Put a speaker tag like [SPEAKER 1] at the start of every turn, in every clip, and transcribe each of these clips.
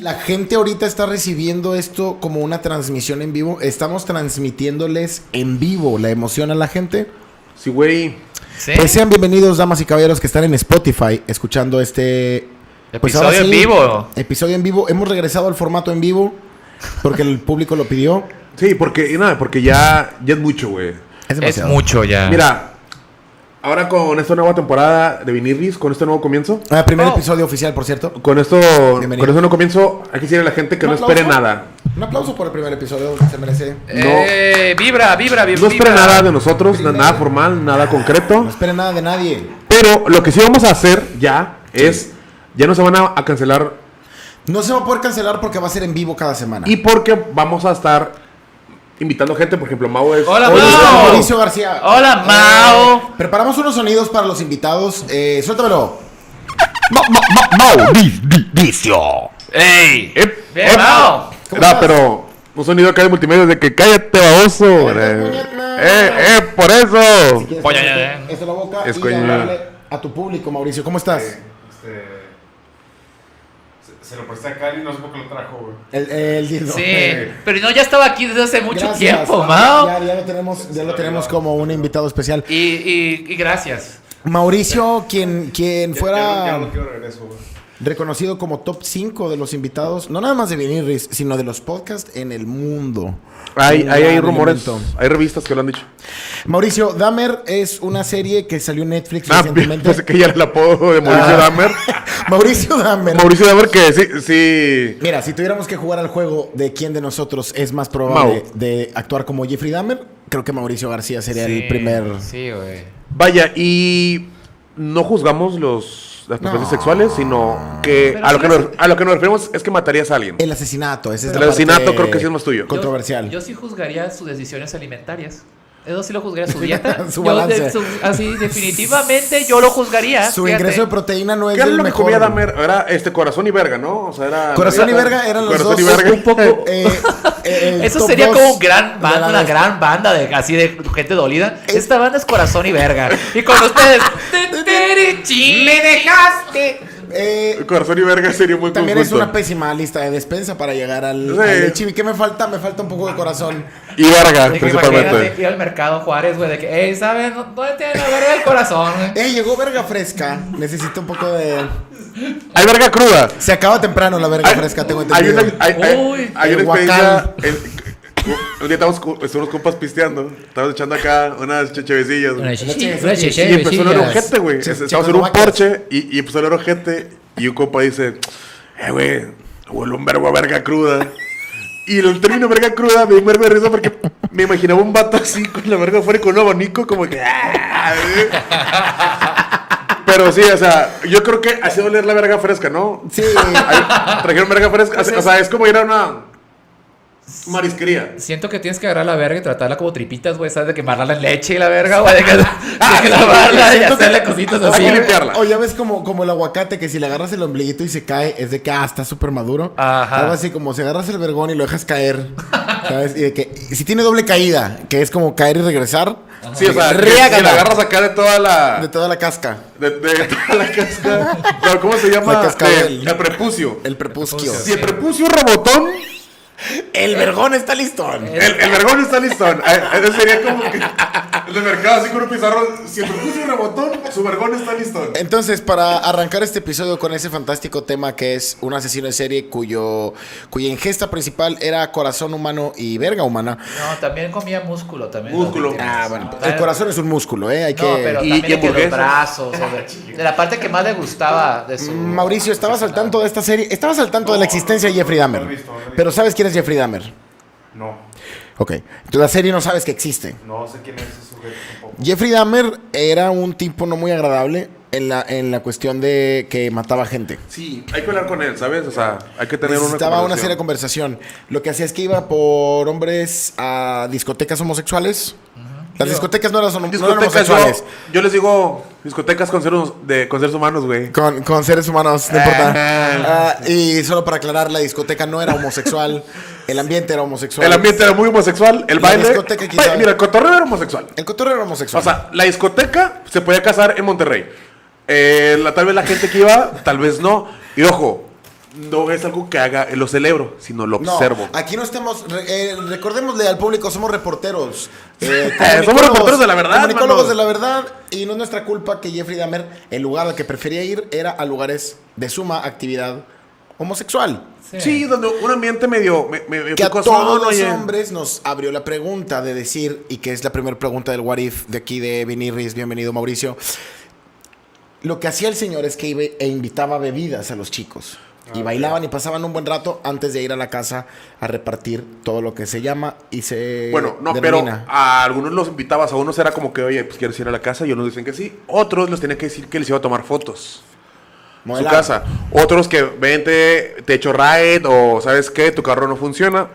[SPEAKER 1] la gente ahorita está recibiendo esto como una transmisión en vivo. Estamos transmitiéndoles en vivo la emoción a la gente.
[SPEAKER 2] Sí, güey.
[SPEAKER 3] Sí.
[SPEAKER 1] Pues sean bienvenidos, damas y caballeros, que están en Spotify escuchando este pues
[SPEAKER 3] Episodio
[SPEAKER 1] ahora
[SPEAKER 3] en vivo.
[SPEAKER 1] Episodio en vivo. Hemos regresado al formato en vivo porque el público lo pidió.
[SPEAKER 2] Sí, porque, y nada, porque ya, ya es mucho, güey.
[SPEAKER 1] Es
[SPEAKER 3] es
[SPEAKER 1] demasiado.
[SPEAKER 3] mucho ya.
[SPEAKER 2] Mira, ahora con esta nueva temporada de Vinirris, con este nuevo comienzo,
[SPEAKER 1] Ah, primer
[SPEAKER 3] Oh.
[SPEAKER 1] episodio oficial, por cierto.
[SPEAKER 2] con esto,
[SPEAKER 1] Bienvenido.
[SPEAKER 2] con este nuevo comienzo, hay que decirle a la gente que no
[SPEAKER 1] ¿Un
[SPEAKER 2] espere
[SPEAKER 1] aplauso?
[SPEAKER 2] nada.
[SPEAKER 1] Un aplauso por el primer episodio, se merece.
[SPEAKER 3] Eh, vibra, vibra, vibra.
[SPEAKER 2] No espere
[SPEAKER 3] vibra.
[SPEAKER 2] nada de nosotros, na- nada formal, nada concreto.
[SPEAKER 1] No esperen nada de nadie.
[SPEAKER 2] Pero lo que sí vamos a hacer ya es, ya no se van a, a cancelar
[SPEAKER 1] No se va a poder cancelar porque va a ser en vivo cada semana.
[SPEAKER 2] y porque vamos a estar invitando gente, por ejemplo, Mau es...
[SPEAKER 3] Hola,
[SPEAKER 2] hoy es-
[SPEAKER 3] Mau.
[SPEAKER 1] Mauricio García.
[SPEAKER 3] Hola, Mao.
[SPEAKER 1] Eh, preparamos unos sonidos para los invitados. Eh, suéltamelo.
[SPEAKER 3] ¡Ey!
[SPEAKER 2] Ep,
[SPEAKER 3] ¡Bien,
[SPEAKER 2] ep.
[SPEAKER 3] Mao!
[SPEAKER 1] ¿Cómo
[SPEAKER 2] No,
[SPEAKER 1] estás?
[SPEAKER 2] pero un sonido acá de multimedia de que cállate, baboso. Eh, eh, por eso.
[SPEAKER 3] Oye, oye, oye.
[SPEAKER 1] Esto la boca
[SPEAKER 2] Es
[SPEAKER 1] y
[SPEAKER 2] coño.
[SPEAKER 1] hablarle a tu público, Mauricio. ¿Cómo estás?
[SPEAKER 4] Este, se, se lo presté a Cali, no sé por qué lo trajo, güey.
[SPEAKER 1] El, el dildo.
[SPEAKER 3] Sí, pero no, ya estaba aquí desde hace mucho
[SPEAKER 1] Gracias.
[SPEAKER 3] tiempo,
[SPEAKER 1] Ya-
[SPEAKER 3] Mao.
[SPEAKER 1] Ya, ya lo tenemos, ya lo tenemos como un invitado especial.
[SPEAKER 3] Y, y, y gracias.
[SPEAKER 1] Mauricio, quien, quien
[SPEAKER 4] Ya-
[SPEAKER 1] fuera
[SPEAKER 4] Ya, no- ya no quiero regreso, güey.
[SPEAKER 1] reconocido como top 5 de los invitados, no nada más de Vinirris, sino de los podcasts en el mundo.
[SPEAKER 2] Hay,
[SPEAKER 1] Un
[SPEAKER 2] hay, hay
[SPEAKER 1] gran
[SPEAKER 2] rumores,
[SPEAKER 1] elemento.
[SPEAKER 2] hay revistas que lo han dicho.
[SPEAKER 1] Mauricio, Dahmer es una serie que salió en Netflix
[SPEAKER 2] Ah,
[SPEAKER 1] recientemente.
[SPEAKER 2] pensé que ya era el apodo de
[SPEAKER 1] Ah.
[SPEAKER 2] Mauricio Dahmer.
[SPEAKER 1] Mauricio Dahmer.
[SPEAKER 2] Mauricio Dahmer que sí, sí.
[SPEAKER 1] Mira, si tuviéramos que jugar al juego de quién de nosotros es más probable
[SPEAKER 2] Mau.
[SPEAKER 1] de actuar como Jeffrey Dahmer, creo que Mauricio García sería
[SPEAKER 3] Sí,
[SPEAKER 1] el primer.
[SPEAKER 3] Sí, güey.
[SPEAKER 2] Vaya, y no juzgamos los, las preferencias
[SPEAKER 1] No.
[SPEAKER 2] sexuales, sino que a, lo que nos, a lo que nos referimos es que matarías a alguien.
[SPEAKER 1] El asesinato, ese es
[SPEAKER 2] El
[SPEAKER 1] la
[SPEAKER 2] asesinato
[SPEAKER 1] parte
[SPEAKER 2] creo que sí es más tuyo.
[SPEAKER 1] Controversial.
[SPEAKER 3] Yo, yo sí juzgaría sus decisiones alimentarias. Eso sí lo juzgaría su dieta.
[SPEAKER 1] Su
[SPEAKER 3] Yo
[SPEAKER 1] balance.
[SPEAKER 3] su- así, definitivamente yo lo juzgaría.
[SPEAKER 1] Su
[SPEAKER 3] fíjate.
[SPEAKER 1] ingreso de proteína no es
[SPEAKER 2] ¿Qué era
[SPEAKER 1] el
[SPEAKER 2] lo que
[SPEAKER 1] mejor.
[SPEAKER 2] comía Dahmer? Era este corazón y verga, Ah, ¿no? O sea, era.
[SPEAKER 1] Corazón y
[SPEAKER 2] era-
[SPEAKER 1] verga eran los
[SPEAKER 2] Corazón
[SPEAKER 1] dos.
[SPEAKER 2] y verga.
[SPEAKER 1] Un poco. eh, eh, el
[SPEAKER 3] Eso
[SPEAKER 1] top
[SPEAKER 3] sería
[SPEAKER 1] dos
[SPEAKER 3] como un gran
[SPEAKER 1] de la
[SPEAKER 3] banda, una
[SPEAKER 1] lista.
[SPEAKER 3] gran banda de así de gente dolida. Esta banda es corazón y verga. Y con ustedes. ¡Me dejaste!
[SPEAKER 1] Eh,
[SPEAKER 2] Corazón y verga sería muy
[SPEAKER 1] también es
[SPEAKER 2] conjunto.
[SPEAKER 1] una pésima lista de despensa para llegar al,
[SPEAKER 2] Sí.
[SPEAKER 1] al chibi. ¿Qué me falta? Me falta un poco de corazón.
[SPEAKER 2] Y verga,
[SPEAKER 3] Imagínate
[SPEAKER 2] principalmente.
[SPEAKER 3] ir al mercado Juárez, güey, de que, hey, ¿sabes? No, no tiene la verga del corazón, güey.
[SPEAKER 1] Eh, llegó verga fresca. Necesito un poco de.
[SPEAKER 2] Hay verga cruda.
[SPEAKER 1] Se acaba temprano la verga
[SPEAKER 2] Hay,
[SPEAKER 1] fresca, tengo
[SPEAKER 2] hay
[SPEAKER 1] entendido.
[SPEAKER 2] una, hay, hay-
[SPEAKER 3] Uy.
[SPEAKER 2] hay
[SPEAKER 1] El
[SPEAKER 2] una experiencia. en- un día estábamos, cu- estuvimos compas pisteando. Estábamos echando acá unas che- chevecillas. güey. Y empezó a oler ojete, güey.
[SPEAKER 1] Che-
[SPEAKER 2] Estábamos en un
[SPEAKER 1] checoslovacas.
[SPEAKER 2] porche y, y empezó a oler ojete. Y un compa dice: Eh, güey, huele un vergo a verga cruda. Y el término verga cruda me dio un vergo de risa porque me imaginaba un vato así con la verga afuera y con un abanico como que. "Ah", güey. Pero sí, o sea, yo creo que así oler la verga fresca, ¿no?
[SPEAKER 1] Sí.
[SPEAKER 2] Ahí trajeron verga fresca. O sea, o sea, es como ir a una marisquería.
[SPEAKER 3] Siento que tienes que agarrar la verga y tratarla como tripitas, güey, ¿sabes? De quemarla en leche y la verga, güey, de que, de Ah, que lavarla y
[SPEAKER 1] Siento que-
[SPEAKER 3] hacerle cositas
[SPEAKER 2] Hay
[SPEAKER 3] así.
[SPEAKER 2] que limpiarla.
[SPEAKER 1] O ya ves como, como el aguacate que si le agarras el ombliguito y se cae, es de que ah, está súper maduro.
[SPEAKER 3] Ajá.
[SPEAKER 1] Algo así como si agarras el vergón y lo dejas caer. ¿Sabes? Y de que y si tiene doble caída, que es como caer y regresar.
[SPEAKER 2] Sí, o sea, que-
[SPEAKER 1] Riágala.
[SPEAKER 2] que la agarras acá de toda la.
[SPEAKER 1] De toda la casca.
[SPEAKER 2] De, de toda la casca. No, ¿Cómo se llama?
[SPEAKER 1] La casca
[SPEAKER 2] De-
[SPEAKER 1] del-
[SPEAKER 2] el prepucio.
[SPEAKER 1] El prepucio.
[SPEAKER 2] Si el prepucio rebotón,
[SPEAKER 1] El vergón está listón.
[SPEAKER 2] el, el vergón está listón. Eh, Eso sería como que. El de mercado, así con un pizarro. Si el prepucio rebotón, su vergón está listón.
[SPEAKER 1] Entonces, para arrancar este episodio con ese fantástico tema que es un asesino en serie cuyo cuya ingesta principal era corazón humano y verga humana.
[SPEAKER 3] No, también comía músculo, también.
[SPEAKER 2] Músculo.
[SPEAKER 3] los víctimas.
[SPEAKER 1] Ah, bueno,
[SPEAKER 3] No,
[SPEAKER 1] el corazón es un músculo, ¿eh? Hay que...
[SPEAKER 3] No, pero
[SPEAKER 2] Y-
[SPEAKER 3] también
[SPEAKER 2] y
[SPEAKER 3] de que los
[SPEAKER 2] hamburguesas.
[SPEAKER 3] brazos, o de, de la parte que más le gustaba de su...
[SPEAKER 1] Mauricio, estabas al tanto de esta serie, estabas al tanto de la existencia de Jeffrey
[SPEAKER 4] no lo he
[SPEAKER 1] Dahmer.
[SPEAKER 4] visto, no lo he visto.
[SPEAKER 1] Pero sabes quién es Jeffrey Dahmer.
[SPEAKER 4] No,
[SPEAKER 1] Ok. Entonces la serie no sabes que existe.
[SPEAKER 4] no sé quién es ese sujeto tampoco.
[SPEAKER 1] Jeffrey Dahmer era un tipo no muy agradable en la, en la cuestión de que mataba gente.
[SPEAKER 2] Sí, hay que hablar con él, ¿sabes? O sea, hay que tener una.
[SPEAKER 1] Necesitaba una serie de
[SPEAKER 2] conversación.
[SPEAKER 1] conversación. Lo que hacía es que iba por hombres a discotecas homosexuales. Las discotecas no eran, no eran
[SPEAKER 2] Discotecas,
[SPEAKER 1] homosexuales.
[SPEAKER 2] yo, yo les digo discotecas con seres, de, con seres humanos, güey.
[SPEAKER 1] Con, con seres humanos, no importa.
[SPEAKER 2] Ah.
[SPEAKER 1] Ah, y solo para aclarar, la discoteca no era homosexual. El ambiente era homosexual.
[SPEAKER 2] El ambiente era muy homosexual, el
[SPEAKER 1] La
[SPEAKER 2] baile.
[SPEAKER 1] discoteca, quién
[SPEAKER 2] Ay,
[SPEAKER 1] sabe.
[SPEAKER 2] mira, el cotorreo era homosexual.
[SPEAKER 1] El cotorreo era
[SPEAKER 2] O
[SPEAKER 1] homosexual.
[SPEAKER 2] sea, la discoteca se podía casar en Monterrey. Eh, la, tal vez la gente que iba, tal vez no. Y ojo, no es algo que haga, eh, lo celebro, sino lo
[SPEAKER 1] No,
[SPEAKER 2] observo.
[SPEAKER 1] aquí no estamos. re- eh, recordémosle al público, somos reporteros. Eh,
[SPEAKER 2] Somos
[SPEAKER 1] comunicólogos-
[SPEAKER 2] reporteros de la verdad,
[SPEAKER 1] Comunicólogos
[SPEAKER 2] mano.
[SPEAKER 1] de la verdad. Y no es nuestra culpa que Jeffrey Dahmer, el lugar al que prefería ir, era a lugares de suma actividad homosexual.
[SPEAKER 2] Sí, donde un ambiente medio. Me, me- me
[SPEAKER 1] Que a
[SPEAKER 2] tocó
[SPEAKER 1] todos
[SPEAKER 2] solo,
[SPEAKER 1] los
[SPEAKER 2] oye.
[SPEAKER 1] hombres nos abrió la pregunta de decir, y que es la primera pregunta del What If de aquí de Vinirris, bienvenido Mauricio. Lo que hacía el señor es que iba e invitaba bebidas a los chicos. Y bailaban y pasaban un buen rato antes de ir a la casa a repartir todo lo que se llama y se.
[SPEAKER 2] Bueno, no, pero
[SPEAKER 1] denomina.
[SPEAKER 2] a algunos los invitabas, a unos era como que, oye, pues quieres ir a la casa, y unos dicen que sí. Otros les tenían que decir que les iba a tomar fotos. en Su
[SPEAKER 1] Modelar.
[SPEAKER 2] casa. Otros que vente, te echo ride, o sabes qué, tu carro no funciona.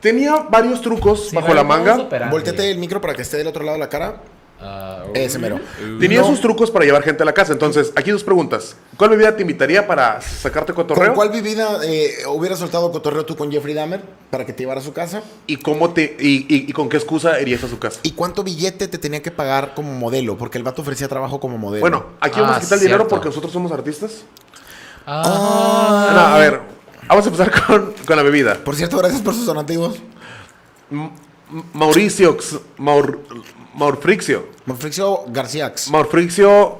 [SPEAKER 2] Tenía varios trucos
[SPEAKER 3] Sí,
[SPEAKER 2] bajo la
[SPEAKER 3] vamos
[SPEAKER 2] manga.
[SPEAKER 3] superando.
[SPEAKER 1] Voltéate el micro para que esté del otro lado de la cara.
[SPEAKER 3] Ah,
[SPEAKER 1] Ese mero.
[SPEAKER 2] Tenía
[SPEAKER 1] No.
[SPEAKER 2] sus trucos para llevar gente a la casa. Entonces, aquí dos preguntas. ¿Cuál bebida te invitaría para sacarte
[SPEAKER 1] ¿Con
[SPEAKER 2] cotorreo?
[SPEAKER 1] cuál bebida eh, hubieras soltado cotorreo tú con Jeffrey Dahmer para que te llevara a su casa?
[SPEAKER 2] ¿Y cómo te y, y- y con qué excusa irías a su casa?
[SPEAKER 1] ¿Y cuánto billete te tenía que pagar como modelo? Porque el vato ofrecía trabajo como modelo.
[SPEAKER 2] Bueno, aquí vamos
[SPEAKER 3] Ah,
[SPEAKER 2] a quitar el
[SPEAKER 3] cierto.
[SPEAKER 2] dinero porque nosotros somos artistas.
[SPEAKER 3] Ah.
[SPEAKER 2] No, a ver, vamos a empezar con, con la bebida.
[SPEAKER 1] Por cierto, gracias por sus donativos.
[SPEAKER 2] M- M- Mauricio, X- Maur, Maurfrixio,
[SPEAKER 1] Manfrixio Garciax.
[SPEAKER 2] Maurfrixio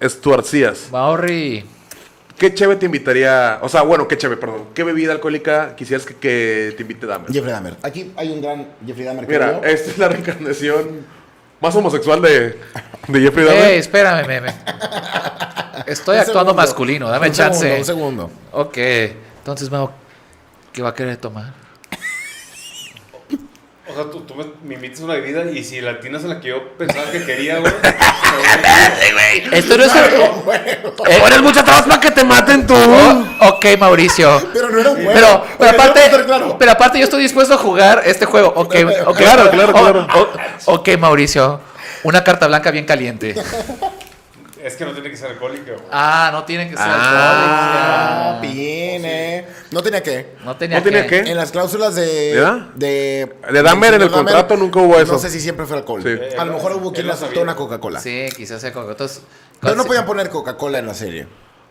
[SPEAKER 2] Estuarcías.
[SPEAKER 3] Mauri.
[SPEAKER 2] ¿Qué cheve te invitaría? O sea, bueno, qué cheve, perdón. ¿Qué bebida alcohólica quisieras que, que te invite Dahmer?
[SPEAKER 1] Jeffrey Dahmer. Aquí hay un gran Jeffrey Dahmer. que
[SPEAKER 2] Mira, eh,
[SPEAKER 1] veo.
[SPEAKER 2] esta es la reencarnación más homosexual de, de Jeffrey Dahmer.
[SPEAKER 3] Ey, espérame, meme. Estoy
[SPEAKER 1] Un
[SPEAKER 3] actuando
[SPEAKER 1] segundo.
[SPEAKER 3] masculino, dame
[SPEAKER 1] Un
[SPEAKER 3] chance.
[SPEAKER 1] Segundo, un segundo.
[SPEAKER 3] Ok, entonces, Mau, ¿qué va a querer tomar?
[SPEAKER 4] O sea, tú, tú me, me invitas una bebida y si la atinas a la que yo pensaba que quería, güey. no,
[SPEAKER 3] Esto no es. Eh,
[SPEAKER 2] Pones mucha trampa que te maten tú.
[SPEAKER 3] oh, ok, Mauricio.
[SPEAKER 1] Pero no era un juego.
[SPEAKER 3] Pero,
[SPEAKER 1] Oye,
[SPEAKER 3] pero aparte,
[SPEAKER 1] tengo que estar claro.
[SPEAKER 3] pero aparte yo estoy dispuesto a jugar este juego. Ok, ok.
[SPEAKER 2] Claro, claro,
[SPEAKER 3] O-
[SPEAKER 2] claro.
[SPEAKER 3] o- ok, Mauricio. Una carta blanca bien caliente.
[SPEAKER 4] güey, es que no tiene que ser alcohólica, güey.
[SPEAKER 3] Ah, no tiene que ser
[SPEAKER 1] Ah,
[SPEAKER 3] alcohólica.
[SPEAKER 1] bien, eh. No tenía que.
[SPEAKER 3] No tenía
[SPEAKER 2] No tenía
[SPEAKER 3] que.
[SPEAKER 2] que.
[SPEAKER 1] En las cláusulas de.
[SPEAKER 2] ¿Verdad?
[SPEAKER 1] De,
[SPEAKER 2] De Dahmer en el
[SPEAKER 1] del señor
[SPEAKER 2] contrato nunca hubo eso.
[SPEAKER 1] No sé si siempre fue alcohol.
[SPEAKER 2] Sí.
[SPEAKER 1] A lo mejor hubo quien
[SPEAKER 4] Él
[SPEAKER 1] le
[SPEAKER 4] lo
[SPEAKER 1] aceptó
[SPEAKER 4] sabía.
[SPEAKER 1] una Coca-Cola.
[SPEAKER 3] Sí, quizás sea con entonces,
[SPEAKER 1] Pero no podían poner Coca-Cola en la serie.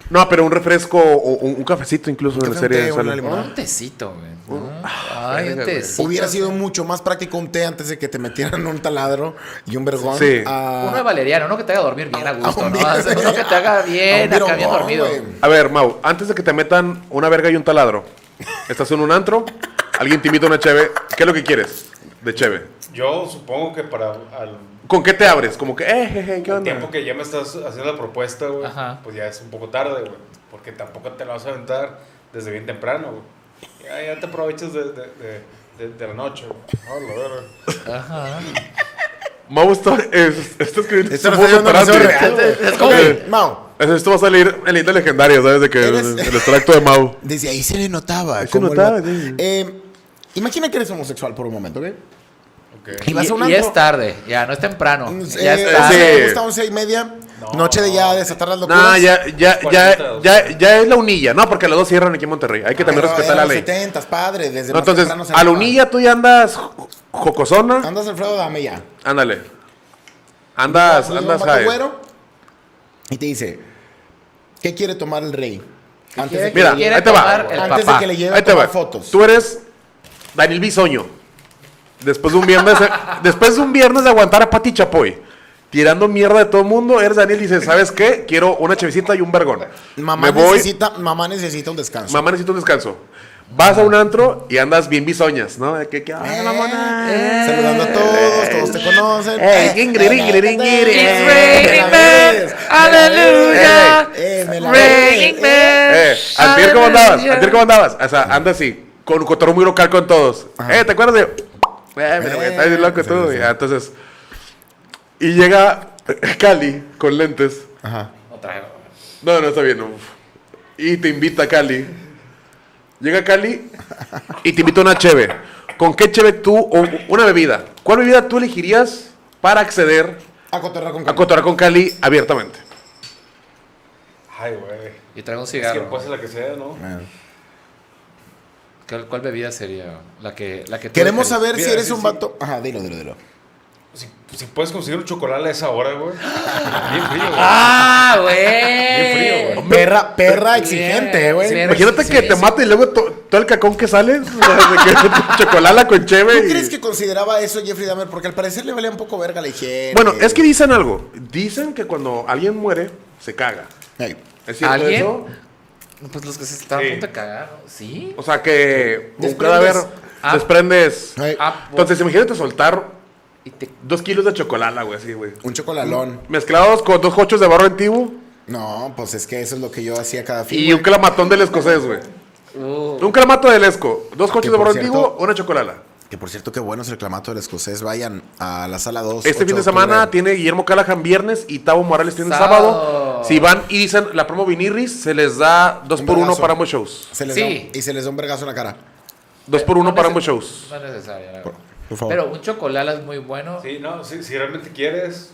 [SPEAKER 2] No, pero un refresco o un, un cafecito incluso en la
[SPEAKER 1] café,
[SPEAKER 2] serie.
[SPEAKER 1] un té,
[SPEAKER 2] sale.
[SPEAKER 1] una limonada.
[SPEAKER 3] Un tecito, güey.
[SPEAKER 1] Uh,
[SPEAKER 3] ¿no? Ay, un
[SPEAKER 2] verga, güey.
[SPEAKER 3] tecito.
[SPEAKER 1] Hubiera sido mucho más práctico un té antes de que te metieran un taladro y un vergón.
[SPEAKER 2] Sí.
[SPEAKER 1] a-
[SPEAKER 3] Uno de valeriano, uno que te haga dormir bien a gusto,
[SPEAKER 1] un
[SPEAKER 3] ¿no?
[SPEAKER 1] bien-
[SPEAKER 3] Uno que te haga bien,
[SPEAKER 1] a un
[SPEAKER 3] acá bien
[SPEAKER 1] virongón,
[SPEAKER 3] dormido.
[SPEAKER 1] güey.
[SPEAKER 2] A ver, Mau, antes de que te metan una verga y un taladro, estás en un antro, alguien te invita a una cheve, ¿qué es lo que quieres de cheve?
[SPEAKER 4] Yo supongo que para al
[SPEAKER 2] ¿Con qué te abres? Como que, eh, jeje, ¿qué
[SPEAKER 4] al
[SPEAKER 2] onda?
[SPEAKER 4] tiempo que ya me estás haciendo la propuesta, güey,
[SPEAKER 3] Ajá.
[SPEAKER 4] pues ya es un poco tarde, güey. Porque tampoco te la vas a aventar desde bien temprano, güey. Ya, ya te aprovechas de, de, de, de- de la noche, güey. Ah, la verga.
[SPEAKER 3] Ajá.
[SPEAKER 2] Mau está, es- está escribiendo.
[SPEAKER 1] Esto no está
[SPEAKER 2] su modo
[SPEAKER 1] siendo demasiado
[SPEAKER 2] operandi.
[SPEAKER 1] real, güey.
[SPEAKER 2] como
[SPEAKER 1] Ok,
[SPEAKER 2] que-
[SPEAKER 1] Mau,
[SPEAKER 2] Es- Esto va a salir en la isla legendaria, ¿sabes? De que
[SPEAKER 1] Eres-
[SPEAKER 2] el extracto de Mau.
[SPEAKER 1] desde ahí se le notaba.
[SPEAKER 2] Ahí se
[SPEAKER 1] cómo
[SPEAKER 2] notaba,
[SPEAKER 1] lo-
[SPEAKER 2] sí.
[SPEAKER 1] Eh, imagina que eres homosexual por un momento, ¿ok?
[SPEAKER 4] Ok.
[SPEAKER 1] Y vas a un
[SPEAKER 3] Y, y
[SPEAKER 1] antro.
[SPEAKER 3] es tarde, ya, no es temprano. ya
[SPEAKER 1] Eh,
[SPEAKER 3] es
[SPEAKER 2] sí.
[SPEAKER 3] tarde.
[SPEAKER 1] me gusta once y media.
[SPEAKER 4] No.
[SPEAKER 1] Noche de ya desatar las locuras.
[SPEAKER 2] No, ya, ya, ya,
[SPEAKER 4] 42.
[SPEAKER 2] ya, ya es la unilla. No, porque los dos cierran aquí en Monterrey. Hay que también
[SPEAKER 1] Pero
[SPEAKER 2] respetar
[SPEAKER 1] eran
[SPEAKER 2] la
[SPEAKER 1] los
[SPEAKER 2] ley.
[SPEAKER 1] 70s, padre. Desde
[SPEAKER 2] No,
[SPEAKER 1] más
[SPEAKER 2] entonces,
[SPEAKER 1] temprano se
[SPEAKER 2] a la
[SPEAKER 1] armaba.
[SPEAKER 2] unilla tú ya andas jo- jocosona.
[SPEAKER 1] Andas Alfredo, dame ya.
[SPEAKER 2] Ándale. Andas,
[SPEAKER 1] Llega un
[SPEAKER 2] andas
[SPEAKER 1] vato
[SPEAKER 2] high.
[SPEAKER 1] Pues, güero Y te dice, ¿qué quiere tomar el rey? Antes de que
[SPEAKER 2] Mira,
[SPEAKER 1] le lleve-
[SPEAKER 3] Quiere
[SPEAKER 2] ahí te va.
[SPEAKER 3] tomar el
[SPEAKER 1] antes de
[SPEAKER 3] papá.
[SPEAKER 1] que le lleve
[SPEAKER 2] Ahí
[SPEAKER 1] a
[SPEAKER 2] te va.
[SPEAKER 1] tomar fotos.
[SPEAKER 2] Tú eres Daniel Bisoño. Después de un viernes, después de un viernes de aguantar a Pati Chapoy, tirando mierda de todo el mundo, eres Daniel y dices, ¿sabes qué? Quiero una chevecita y un vergón.
[SPEAKER 1] Mamá,
[SPEAKER 2] Me voy,
[SPEAKER 1] necesita, mamá necesita un descanso.
[SPEAKER 2] mamá necesito un descanso. Vas a un antro y andas bien bisoñas, ¿no? De que, que, "Ay,
[SPEAKER 1] Eh,
[SPEAKER 2] mamona,
[SPEAKER 1] eh,
[SPEAKER 2] eh".
[SPEAKER 1] Saludando a todos, todos te conocen.
[SPEAKER 2] Eh, ingri, ingri, ingri, ingri.
[SPEAKER 3] It's
[SPEAKER 2] Eh,
[SPEAKER 3] raining men, aleluya.
[SPEAKER 1] Eh, me la
[SPEAKER 3] Raining
[SPEAKER 1] ves,
[SPEAKER 3] men.
[SPEAKER 2] Eh, antier cómo andabas,
[SPEAKER 3] aleluya.
[SPEAKER 2] antier cómo andabas. O sea, anda así, con un cotorro muy local con todos.
[SPEAKER 1] Ajá.
[SPEAKER 2] Eh, ¿te acuerdas de? Eh, mira, güey, estás bien loco
[SPEAKER 1] Sí,
[SPEAKER 2] tú.
[SPEAKER 1] sí, sí.
[SPEAKER 2] Ya, entonces, y llega eh, Cali con lentes.
[SPEAKER 1] Ajá.
[SPEAKER 3] No traigo.
[SPEAKER 2] No, no está bien. no. Y te invita a Cali. Llega Cali y te invita una cheve. ¿Con qué cheve tú o una bebida? ¿Cuál bebida tú elegirías para acceder
[SPEAKER 1] A cotorrar con
[SPEAKER 2] a cotorrar con Cali abiertamente?
[SPEAKER 4] Ay, güey.
[SPEAKER 3] Y traigo un
[SPEAKER 4] Es que pues,
[SPEAKER 3] cigarro.
[SPEAKER 4] puede ser la que sea, ¿no?
[SPEAKER 3] ¿Cuál, cuál bebida sería? La que, la que tú
[SPEAKER 1] Queremos
[SPEAKER 3] dejarías.
[SPEAKER 1] saber si
[SPEAKER 4] Mira,
[SPEAKER 1] eres
[SPEAKER 4] sí,
[SPEAKER 1] un
[SPEAKER 4] sí.
[SPEAKER 1] vato. Ajá, dilo, dilo, dilo.
[SPEAKER 4] Si, pues, si puedes conseguir un chocolate a esa hora, güey. Bien frío, güey.
[SPEAKER 3] ¡Ah, güey!
[SPEAKER 4] frío,
[SPEAKER 2] Eh,
[SPEAKER 4] güey.
[SPEAKER 1] Perra, perra
[SPEAKER 3] Sí,
[SPEAKER 1] exigente,
[SPEAKER 3] sí,
[SPEAKER 1] güey.
[SPEAKER 3] sí.
[SPEAKER 2] Imagínate
[SPEAKER 3] Sí,
[SPEAKER 2] que
[SPEAKER 3] sí.
[SPEAKER 2] te mate y luego to- todo el cacón que sale, o sea, de que chocolala con cheve.
[SPEAKER 1] ¿Tú
[SPEAKER 2] y-
[SPEAKER 1] crees que consideraba eso Jeffrey Dahmer? Porque al parecer le valía un poco verga la higiene.
[SPEAKER 2] Bueno, es que dicen algo. Dicen que cuando alguien muere, se caga.
[SPEAKER 1] Ey.
[SPEAKER 2] ¿Es cierto
[SPEAKER 3] ¿Alguien?
[SPEAKER 2] eso?
[SPEAKER 3] Pues los que se estaban
[SPEAKER 4] Sí.
[SPEAKER 3] a punto de cagar. ¿Sí?
[SPEAKER 2] O sea, que un
[SPEAKER 1] Desprendes.
[SPEAKER 2] cadáver
[SPEAKER 3] Ah.
[SPEAKER 2] desprendes.
[SPEAKER 1] Ey.
[SPEAKER 3] Ah, pues,
[SPEAKER 2] Entonces, imagínate soltar
[SPEAKER 3] y te-
[SPEAKER 2] dos kilos de chocolala, güey, así, güey.
[SPEAKER 1] Un chocolalón.
[SPEAKER 2] Mezclados con dos hochos de barro antiguo
[SPEAKER 1] No, pues es que eso es lo que yo hacía cada fin.
[SPEAKER 2] y un clamatón del escocés, güey.
[SPEAKER 3] Uh,
[SPEAKER 2] Un clamato del esco, dos
[SPEAKER 1] Que,
[SPEAKER 2] hochos de
[SPEAKER 1] por
[SPEAKER 2] barro
[SPEAKER 1] cierto,
[SPEAKER 2] antiguo, una chocolala.
[SPEAKER 1] Que por cierto, qué bueno es el clamato del escocés. Vayan a la sala 2.
[SPEAKER 2] Este
[SPEAKER 1] 8
[SPEAKER 2] fin de semana
[SPEAKER 1] octubre.
[SPEAKER 2] tiene Guillermo Callahan viernes y Tavo Morales tiene
[SPEAKER 3] Sábado.
[SPEAKER 2] el sábado. Si van y dicen la promo Vinirris, se les da dos
[SPEAKER 1] Un
[SPEAKER 2] por uno
[SPEAKER 1] vergazo.
[SPEAKER 2] para ambos shows.
[SPEAKER 1] Se les
[SPEAKER 3] Sí.
[SPEAKER 1] da un- y se les da un vergazo en la cara.
[SPEAKER 2] Dos por uno
[SPEAKER 3] no
[SPEAKER 2] para
[SPEAKER 3] neces-
[SPEAKER 2] ambos shows.
[SPEAKER 3] No es necesario, la verdad.
[SPEAKER 1] Por favor.
[SPEAKER 3] Pero un chocolala es muy bueno.
[SPEAKER 4] Sí, no, si, si realmente quieres,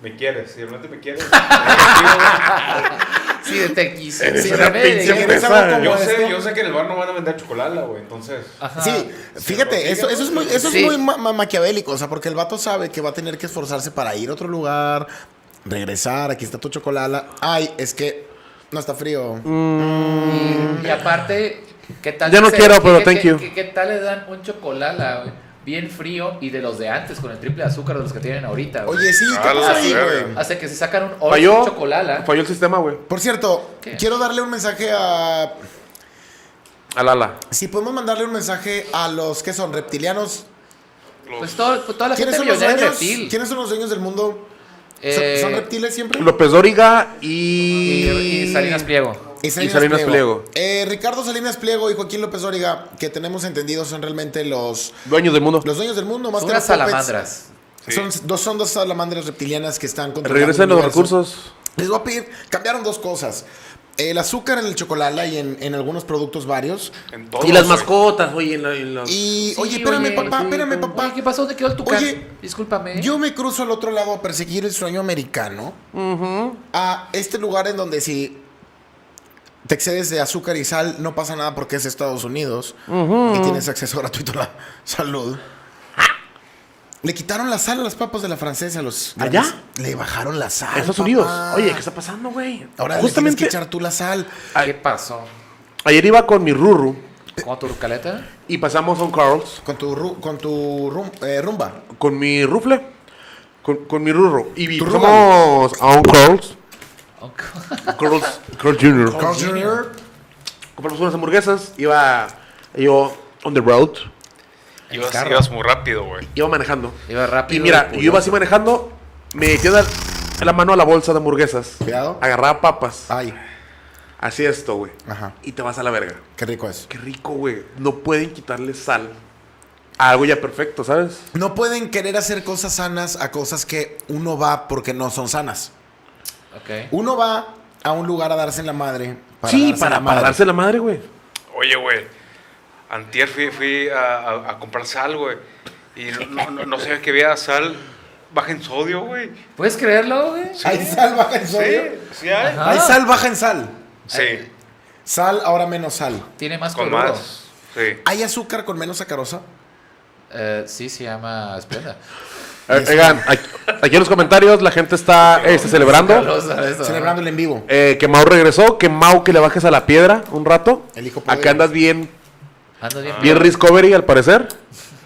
[SPEAKER 4] me quieres. Si realmente me quieres, me
[SPEAKER 3] Sí, de te quiso.
[SPEAKER 2] Eres
[SPEAKER 3] Sí,
[SPEAKER 2] una
[SPEAKER 3] realmente
[SPEAKER 2] pinche
[SPEAKER 3] llegué-
[SPEAKER 1] ¿Quieres
[SPEAKER 2] fresa.
[SPEAKER 1] algo como este.
[SPEAKER 4] yo
[SPEAKER 1] esto?
[SPEAKER 4] sé, yo sé que en el bar no van a vender chocolate, güey. Entonces,
[SPEAKER 3] Ajá.
[SPEAKER 1] Sí, fíjate,
[SPEAKER 4] Pero
[SPEAKER 1] eso, eso es muy, eso
[SPEAKER 3] Sí.
[SPEAKER 1] es muy ma- ma- maquiavélico, o sea, porque el vato sabe que va a tener que esforzarse para ir a otro lugar, regresar, aquí está tu chocolala. Ay, es que no está frío.
[SPEAKER 3] Y, y aparte, ¿qué tal?
[SPEAKER 2] Ya no
[SPEAKER 3] se-
[SPEAKER 2] quiero,
[SPEAKER 3] qué-
[SPEAKER 2] pero
[SPEAKER 3] qué-
[SPEAKER 2] thank
[SPEAKER 3] qué-
[SPEAKER 2] you.
[SPEAKER 3] qué- ¿Qué tal le dan un chocolala, güey? Bien frío y de los de antes, con el triple de azúcar de los que tienen ahorita. güey.
[SPEAKER 1] Oye, sí, ¿qué
[SPEAKER 4] A Ah, la
[SPEAKER 1] pasa ahí,
[SPEAKER 4] verga.
[SPEAKER 1] güey?
[SPEAKER 3] Hace que se sacan un ¿eh? orange
[SPEAKER 2] Falló,
[SPEAKER 3] chocolala.
[SPEAKER 2] falló el sistema, güey.
[SPEAKER 1] Por cierto,
[SPEAKER 3] ¿Qué?
[SPEAKER 1] quiero darle un mensaje a...
[SPEAKER 2] Al ala.
[SPEAKER 1] Si podemos mandarle un mensaje a los que son reptilianos.
[SPEAKER 3] Pues, todo, pues toda la
[SPEAKER 1] ¿Quiénes son
[SPEAKER 3] gente
[SPEAKER 1] los
[SPEAKER 3] millonaria es
[SPEAKER 1] dueños?
[SPEAKER 3] reptil.
[SPEAKER 1] ¿Quiénes son los dueños del mundo? ¿Son-
[SPEAKER 3] Eh,
[SPEAKER 1] ¿Son reptiles siempre?
[SPEAKER 2] López Dóriga
[SPEAKER 3] y,
[SPEAKER 2] y...
[SPEAKER 3] y Salinas Pliego.
[SPEAKER 1] Y
[SPEAKER 2] Y Salinas Pliego.
[SPEAKER 1] Eh, Ricardo Salinas Pliego y Joaquín López Origa, que tenemos entendido, son realmente los,
[SPEAKER 2] Dueños del mundo.
[SPEAKER 1] los dueños del mundo. Más
[SPEAKER 3] Son
[SPEAKER 1] que
[SPEAKER 3] unas
[SPEAKER 1] los puppets.
[SPEAKER 3] salamandras.
[SPEAKER 4] Sí.
[SPEAKER 1] Son, dos, son dos salamandras reptilianas que están controlando
[SPEAKER 2] Regresen
[SPEAKER 1] el
[SPEAKER 2] los
[SPEAKER 1] universo.
[SPEAKER 2] recursos.
[SPEAKER 1] Les voy a pedir, cambiaron dos cosas. El azúcar en el chocolate y en, en algunos productos varios.
[SPEAKER 4] en todo,
[SPEAKER 2] y las
[SPEAKER 4] güey.
[SPEAKER 2] mascotas, oye. en la- en la-
[SPEAKER 1] Y,
[SPEAKER 3] Sí,
[SPEAKER 1] oye, espérame,
[SPEAKER 3] oye,
[SPEAKER 1] papá,
[SPEAKER 3] sí,
[SPEAKER 1] espérame,
[SPEAKER 3] oye,
[SPEAKER 1] papá.
[SPEAKER 3] ¿Qué pasó? ¿Dónde quedó el tucán?
[SPEAKER 1] Oye,
[SPEAKER 3] Discúlpame.
[SPEAKER 1] Yo me cruzo al otro lado a perseguir el sueño americano. A este lugar en donde si te excedes de azúcar y sal, no pasa nada porque es Estados Unidos. Y tienes acceso gratuito a la salud. Le quitaron la sal a las papas de la francesa. a Los
[SPEAKER 2] ¿Allá?
[SPEAKER 1] grandes. Le bajaron la sal.
[SPEAKER 2] Estados
[SPEAKER 1] papá.
[SPEAKER 2] Unidos. Oye, ¿qué está pasando, güey?
[SPEAKER 1] Ahora justamente
[SPEAKER 2] Justamente
[SPEAKER 1] que echar tú la sal.
[SPEAKER 2] ay.
[SPEAKER 3] ¿Qué pasó?
[SPEAKER 2] ayer iba con mi Ruru
[SPEAKER 3] ¿Con tu rucaleta?
[SPEAKER 2] y pasamos a un Carl's
[SPEAKER 1] Con tu, ru- con tu rum- eh, rumba.
[SPEAKER 2] con mi rufle. Con, con mi Ruru. Y vi-
[SPEAKER 1] Tu
[SPEAKER 2] pasamos a un Carl's.
[SPEAKER 3] Oh,
[SPEAKER 2] Carl's, Carl's Jr.
[SPEAKER 1] Carl Jr.
[SPEAKER 2] Compramos unas hamburguesas. Iba yo on the road.
[SPEAKER 3] el
[SPEAKER 4] Ibas,
[SPEAKER 3] carro.
[SPEAKER 4] ibas muy rápido, güey.
[SPEAKER 2] Iba manejando.
[SPEAKER 3] Iba rápido.
[SPEAKER 2] Y mira,
[SPEAKER 3] pulloso.
[SPEAKER 2] yo iba así manejando. Me queda la mano a la bolsa de hamburguesas.
[SPEAKER 1] Cuidado.
[SPEAKER 2] Agarraba papas.
[SPEAKER 1] Ay,
[SPEAKER 2] Así esto, güey.
[SPEAKER 1] Ajá.
[SPEAKER 2] Y te vas a la verga.
[SPEAKER 1] qué rico es.
[SPEAKER 2] Qué rico, güey. No pueden quitarle sal a algo ya perfecto, ¿sabes?
[SPEAKER 1] No pueden querer hacer cosas sanas a cosas que uno va porque no son sanas.
[SPEAKER 3] Ok.
[SPEAKER 1] Uno va a un lugar a darse en la madre.
[SPEAKER 2] sí,
[SPEAKER 1] darse en
[SPEAKER 2] para,
[SPEAKER 1] la
[SPEAKER 2] para
[SPEAKER 1] madre.
[SPEAKER 2] darse la madre, güey.
[SPEAKER 4] Oye, güey. Antier fui, fui a, a- a comprar sal, güey. Y no, no, no sabía que había sal baja en sodio, güey.
[SPEAKER 3] ¿Puedes creerlo, güey?
[SPEAKER 1] Hay sal baja en sodio.
[SPEAKER 4] Sí, sí hay.
[SPEAKER 3] Ajá.
[SPEAKER 1] Hay sal baja en sal.
[SPEAKER 4] Sí,
[SPEAKER 1] Sal ahora menos sal.
[SPEAKER 3] Tiene más
[SPEAKER 4] con
[SPEAKER 3] color.
[SPEAKER 4] más. Sí.
[SPEAKER 1] ¿Hay azúcar con menos sacarosa?
[SPEAKER 3] Eh, sí, se llama Esplenda.
[SPEAKER 2] Eh, Oigan, aquí, aquí en los comentarios la gente está este, celebrando.
[SPEAKER 3] Sacarosa, eso, ¿no?
[SPEAKER 1] Celebrándole en vivo.
[SPEAKER 2] eh, que Mau regresó, que Mau que le bajes a la piedra un rato.
[SPEAKER 1] El hijo pobre.
[SPEAKER 2] Acá andas bien,
[SPEAKER 3] Ando bien.
[SPEAKER 2] bien Discovery al parecer.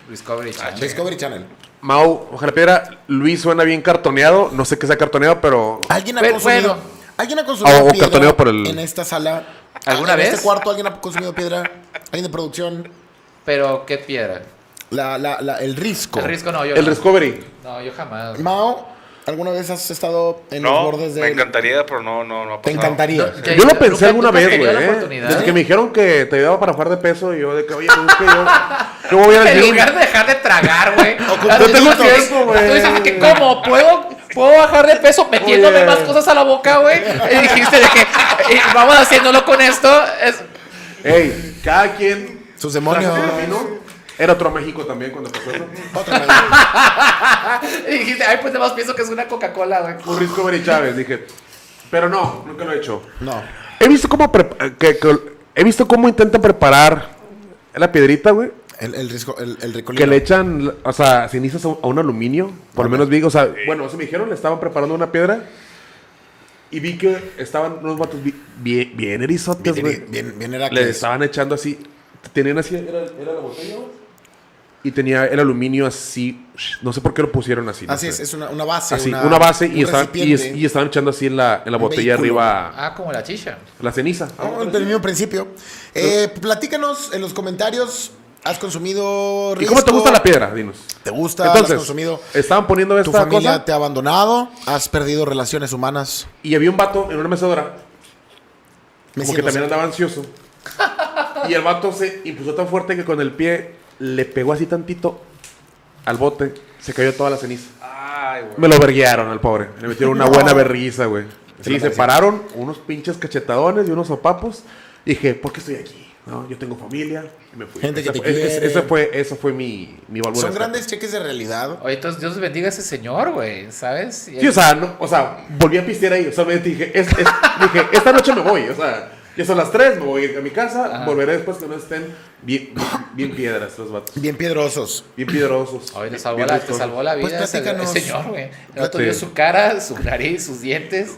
[SPEAKER 3] Discovery
[SPEAKER 4] Ah,
[SPEAKER 3] Channel.
[SPEAKER 1] Discovery Channel.
[SPEAKER 2] Mau, baja la piedra. Luis suena bien cartoneado. No sé qué sea cartoneado, pero.
[SPEAKER 1] ¿Alguien ha
[SPEAKER 3] Pero,
[SPEAKER 1] consumido?
[SPEAKER 3] bueno.
[SPEAKER 1] ¿Alguien ha consumido
[SPEAKER 2] Ah, o
[SPEAKER 1] piedra
[SPEAKER 2] cartoneo por el-
[SPEAKER 1] en esta sala?
[SPEAKER 3] ¿Alguna
[SPEAKER 1] ¿En
[SPEAKER 3] vez?
[SPEAKER 1] este cuarto alguien ha consumido piedra? ¿Alguien de producción?
[SPEAKER 3] Pero, ¿qué piedra?
[SPEAKER 1] La, la, la- el risco.
[SPEAKER 3] El risco no, yo
[SPEAKER 2] El
[SPEAKER 3] no.
[SPEAKER 2] Discovery.
[SPEAKER 3] No, yo jamás.
[SPEAKER 1] Mao, ¿alguna vez has estado en los
[SPEAKER 4] No,
[SPEAKER 1] bordes de...
[SPEAKER 4] me encantaría, pero no, no, no ha
[SPEAKER 1] Te
[SPEAKER 4] pasado.
[SPEAKER 1] encantaría.
[SPEAKER 3] No, ya-
[SPEAKER 2] Yo lo
[SPEAKER 3] Nunca-
[SPEAKER 2] pensé alguna
[SPEAKER 3] nunca
[SPEAKER 2] vez,
[SPEAKER 3] se dio
[SPEAKER 2] güey.
[SPEAKER 3] la
[SPEAKER 2] eh.
[SPEAKER 3] oportunidad.
[SPEAKER 2] Desde que me dijeron que te ayudaba para bajar de peso, yo de que, oye, tú, es que yo, yo voy a ir al
[SPEAKER 3] En
[SPEAKER 2] gym.
[SPEAKER 3] lugar de dejar de tragar, güey.
[SPEAKER 2] No tengo tiempo, güey.
[SPEAKER 3] Tú dices, ah, que ¿cómo? ¿Puedo, ¿Puedo bajar de peso metiéndome
[SPEAKER 2] Oye.
[SPEAKER 3] más cosas a la boca, güey? Y dijiste de que eh, vamos haciéndolo con esto. Es,
[SPEAKER 2] Ey, cada quien.
[SPEAKER 1] Sus demonios.
[SPEAKER 2] trajo su camino. Era otro México también cuando pasó eso.
[SPEAKER 1] Otra vez.
[SPEAKER 3] y dijiste, ay, pues además pienso que es una Coca-Cola, güey.
[SPEAKER 2] Un Discovery Chávez, dije. Pero no, nunca lo he hecho.
[SPEAKER 1] No.
[SPEAKER 2] He visto cómo pre- que- que- he visto cómo intentan preparar la piedrita, güey.
[SPEAKER 1] El, el, risco- el, el ricolino.
[SPEAKER 2] Que le echan, o sea, cenizas a un, a un aluminio. Por lo menos vi, o sea, bueno, eso me dijeron, le estaban preparando una piedra. Y vi que estaban unos vatos bi- bien, bien
[SPEAKER 1] Bien,
[SPEAKER 2] erizotes, güey.
[SPEAKER 1] bien, bien, bien era
[SPEAKER 2] Le
[SPEAKER 1] que-
[SPEAKER 2] estaban echando así. Tenían así, era, era la botella, güey, Y tenía el aluminio así. No sé por qué lo pusieron así. no
[SPEAKER 1] Así es,
[SPEAKER 2] sé.
[SPEAKER 1] es una, una base.
[SPEAKER 2] Así, una, base
[SPEAKER 1] un
[SPEAKER 2] y estaban, y, es-
[SPEAKER 1] recipiente.
[SPEAKER 2] y estaban echando así en la, en la
[SPEAKER 1] Un
[SPEAKER 2] botella
[SPEAKER 1] vehículo. Ah,
[SPEAKER 2] arriba
[SPEAKER 3] Ah, como la chicha.
[SPEAKER 2] la ceniza.
[SPEAKER 1] No, el mismo principio. Eh, platícanos en los comentarios. ¿Has consumido
[SPEAKER 2] ¿Y cómo te
[SPEAKER 1] risco?
[SPEAKER 2] gusta la piedra? Dinos.
[SPEAKER 1] ¿Te gusta? ¿La ¿Has consumido?
[SPEAKER 2] Entonces, estaban poniendo
[SPEAKER 1] ¿Tu
[SPEAKER 2] esta
[SPEAKER 1] familia
[SPEAKER 2] cosa
[SPEAKER 1] te ha abandonado? ¿Has perdido relaciones humanas?
[SPEAKER 2] y había un vato en una mecedora
[SPEAKER 1] Me
[SPEAKER 2] como
[SPEAKER 1] siento
[SPEAKER 2] que también
[SPEAKER 1] así.
[SPEAKER 2] andaba ansioso. Y el vato se impulsó tan fuerte que con el pie le pegó así tantito al bote, se cayó toda la ceniza.
[SPEAKER 4] Ay, güey.
[SPEAKER 2] Me lo verguearon al pobre. Le metieron una buena berriza, güey.
[SPEAKER 1] la
[SPEAKER 2] Sí, se
[SPEAKER 1] mereció.
[SPEAKER 2] pararon unos pinches cachetadones y unos sopapos. Y dije, ¿por qué estoy aquí? No, yo tengo familia. Y me fui.
[SPEAKER 1] Gente
[SPEAKER 2] Esa
[SPEAKER 1] que te
[SPEAKER 2] fue, es-
[SPEAKER 1] quiere.
[SPEAKER 2] esa fue, esa fue mi, mi válvula
[SPEAKER 1] Son
[SPEAKER 2] de
[SPEAKER 1] grandes cheques de realidad.
[SPEAKER 3] Oye, entonces Dios bendiga a ese señor, güey, ¿sabes? Y-
[SPEAKER 2] escape. Sí, o sea, no- o sea, volví a pistear ahí. O sea, me dije, es- es- dije, esta noche me voy. O sea, ya son las 3, me voy a mi casa.
[SPEAKER 3] Ajá.
[SPEAKER 2] Volveré después que no estén bien, bien piedras los vatos.
[SPEAKER 1] Bien piedrosos.
[SPEAKER 2] Bien piedrosos.
[SPEAKER 3] Oye, te
[SPEAKER 2] bien-
[SPEAKER 3] salvó,
[SPEAKER 2] bien
[SPEAKER 3] la, te
[SPEAKER 2] riscosos.
[SPEAKER 3] salvó la vida
[SPEAKER 1] Pues
[SPEAKER 3] ese- ese,
[SPEAKER 1] platícanos.
[SPEAKER 3] señor, güey. El otro
[SPEAKER 2] Sí.
[SPEAKER 3] dio su cara, su nariz, sus dientes,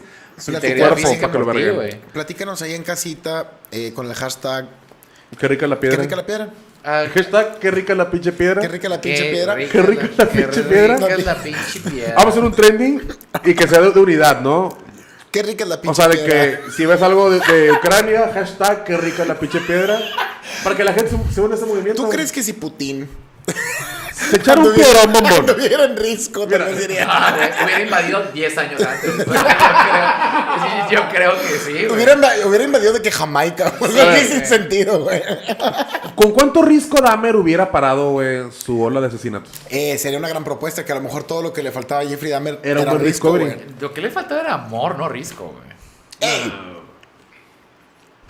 [SPEAKER 1] Tu
[SPEAKER 3] su integridad
[SPEAKER 1] cuerpo,
[SPEAKER 3] física
[SPEAKER 2] para que lo
[SPEAKER 3] por ti,
[SPEAKER 2] verguen.
[SPEAKER 3] güey.
[SPEAKER 1] Platícanos ahí en casita eh, con el hashtag
[SPEAKER 2] Qué rica la
[SPEAKER 1] ¿Qué
[SPEAKER 2] piedra.
[SPEAKER 1] rica la piedra?
[SPEAKER 3] Ah,
[SPEAKER 2] Hashtag, qué rica la pinche piedra.
[SPEAKER 1] ¿Qué rica la pinche piedra?
[SPEAKER 3] rica
[SPEAKER 2] Qué rica la pinche
[SPEAKER 3] qué
[SPEAKER 2] piedra.
[SPEAKER 3] rica es la pinche piedra.
[SPEAKER 2] Vamos a hacer un trending y que sea de, de unidad, ¿no?
[SPEAKER 1] ¿Qué rica es la pinche
[SPEAKER 2] O sea, de
[SPEAKER 1] piedra?
[SPEAKER 2] que si ves algo de, de Ucrania, hashtag, qué rica la pinche piedra. Para que la gente se- se une a ese movimiento.
[SPEAKER 1] ¿Tú crees que si Putin
[SPEAKER 2] Se echaron un piedrón, bombón.
[SPEAKER 1] anduviera en risco,
[SPEAKER 2] Mira.
[SPEAKER 1] también diría?
[SPEAKER 3] Ah, güey, Hubiera invadido 10 años antes. güey. Yo creo, sí, yo creo que sí. güey.
[SPEAKER 1] Hubiera, inva- hubiera invadido de que Jamaica, güey.
[SPEAKER 3] Sí,
[SPEAKER 1] Sí,
[SPEAKER 3] güey.
[SPEAKER 1] sin sentido, güey.
[SPEAKER 2] ¿Con cuánto risco Dahmer hubiera parado, güey, su ola de asesinatos?
[SPEAKER 1] Eh, sería una gran propuesta que a lo mejor todo lo que le faltaba a Jeffrey Dahmer
[SPEAKER 2] Era un buen discovery.
[SPEAKER 1] güey.
[SPEAKER 3] Lo que le faltaba era amor, no risco, güey.
[SPEAKER 1] ¡Ey!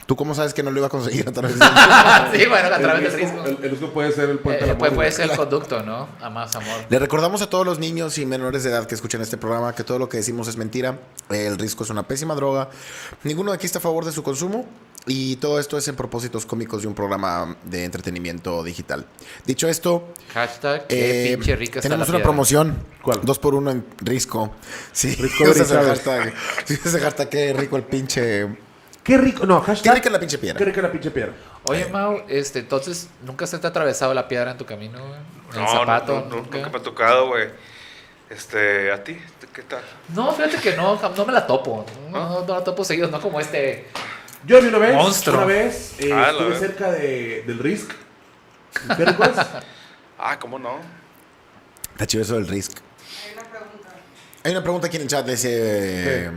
[SPEAKER 1] ¿Tú cómo sabes que no lo iba a conseguir a través de Ah,
[SPEAKER 3] Ah, sí, bueno, a través del
[SPEAKER 2] el
[SPEAKER 3] risco.
[SPEAKER 2] risco. El, el risco puede ser el puente
[SPEAKER 3] Eh,
[SPEAKER 2] de la
[SPEAKER 3] puede,
[SPEAKER 2] muerte.
[SPEAKER 3] puede ser el conducto, ¿no? A más amor.
[SPEAKER 1] Le recordamos a todos los niños y menores de edad que escuchan este programa que todo lo que decimos es mentira. El risco es una pésima droga. Ninguno de aquí está a favor de su consumo. Y todo esto es en propósitos cómicos de un programa de entretenimiento digital. Dicho esto,
[SPEAKER 3] Hashtag qué
[SPEAKER 1] eh,
[SPEAKER 3] pinche rica está
[SPEAKER 1] tenemos
[SPEAKER 3] la
[SPEAKER 1] una
[SPEAKER 3] piedra.
[SPEAKER 1] promoción.
[SPEAKER 2] ¿Cuál?
[SPEAKER 1] Dos por uno en risco. Sí,
[SPEAKER 2] Risco
[SPEAKER 1] usas el
[SPEAKER 2] Brizales.
[SPEAKER 1] hashtag. Sí, usas el hashtag, qué rico el pinche.
[SPEAKER 2] Qué rico, no, hashtag.
[SPEAKER 1] Qué rica la pinche piedra.
[SPEAKER 2] Qué rica la pinche piedra.
[SPEAKER 3] Oye, Mau, este, entonces, ¿nunca se te ha atravesado la piedra en tu camino, güey? ¿En el
[SPEAKER 4] No,
[SPEAKER 3] zapato?
[SPEAKER 4] no, no,
[SPEAKER 3] ¿Nunca?
[SPEAKER 4] nunca me ha tocado, güey. Este, ¿a ti? ¿Qué tal?
[SPEAKER 3] No, fíjate que no, jam- no me la topo. No,
[SPEAKER 4] Ah.
[SPEAKER 3] no, no la topo seguido, no como este.
[SPEAKER 2] Yo vi una vez,
[SPEAKER 3] Monstruo.
[SPEAKER 2] una vez, eh,
[SPEAKER 4] Ah, la
[SPEAKER 2] estuve
[SPEAKER 4] verdad.
[SPEAKER 2] cerca de, del Risk. ¿Qué recuerdas?
[SPEAKER 4] Ah, ¿cómo no?
[SPEAKER 1] Está chido eso del risco.
[SPEAKER 5] Hay una pregunta.
[SPEAKER 1] Hay una pregunta aquí en el chat. Dice.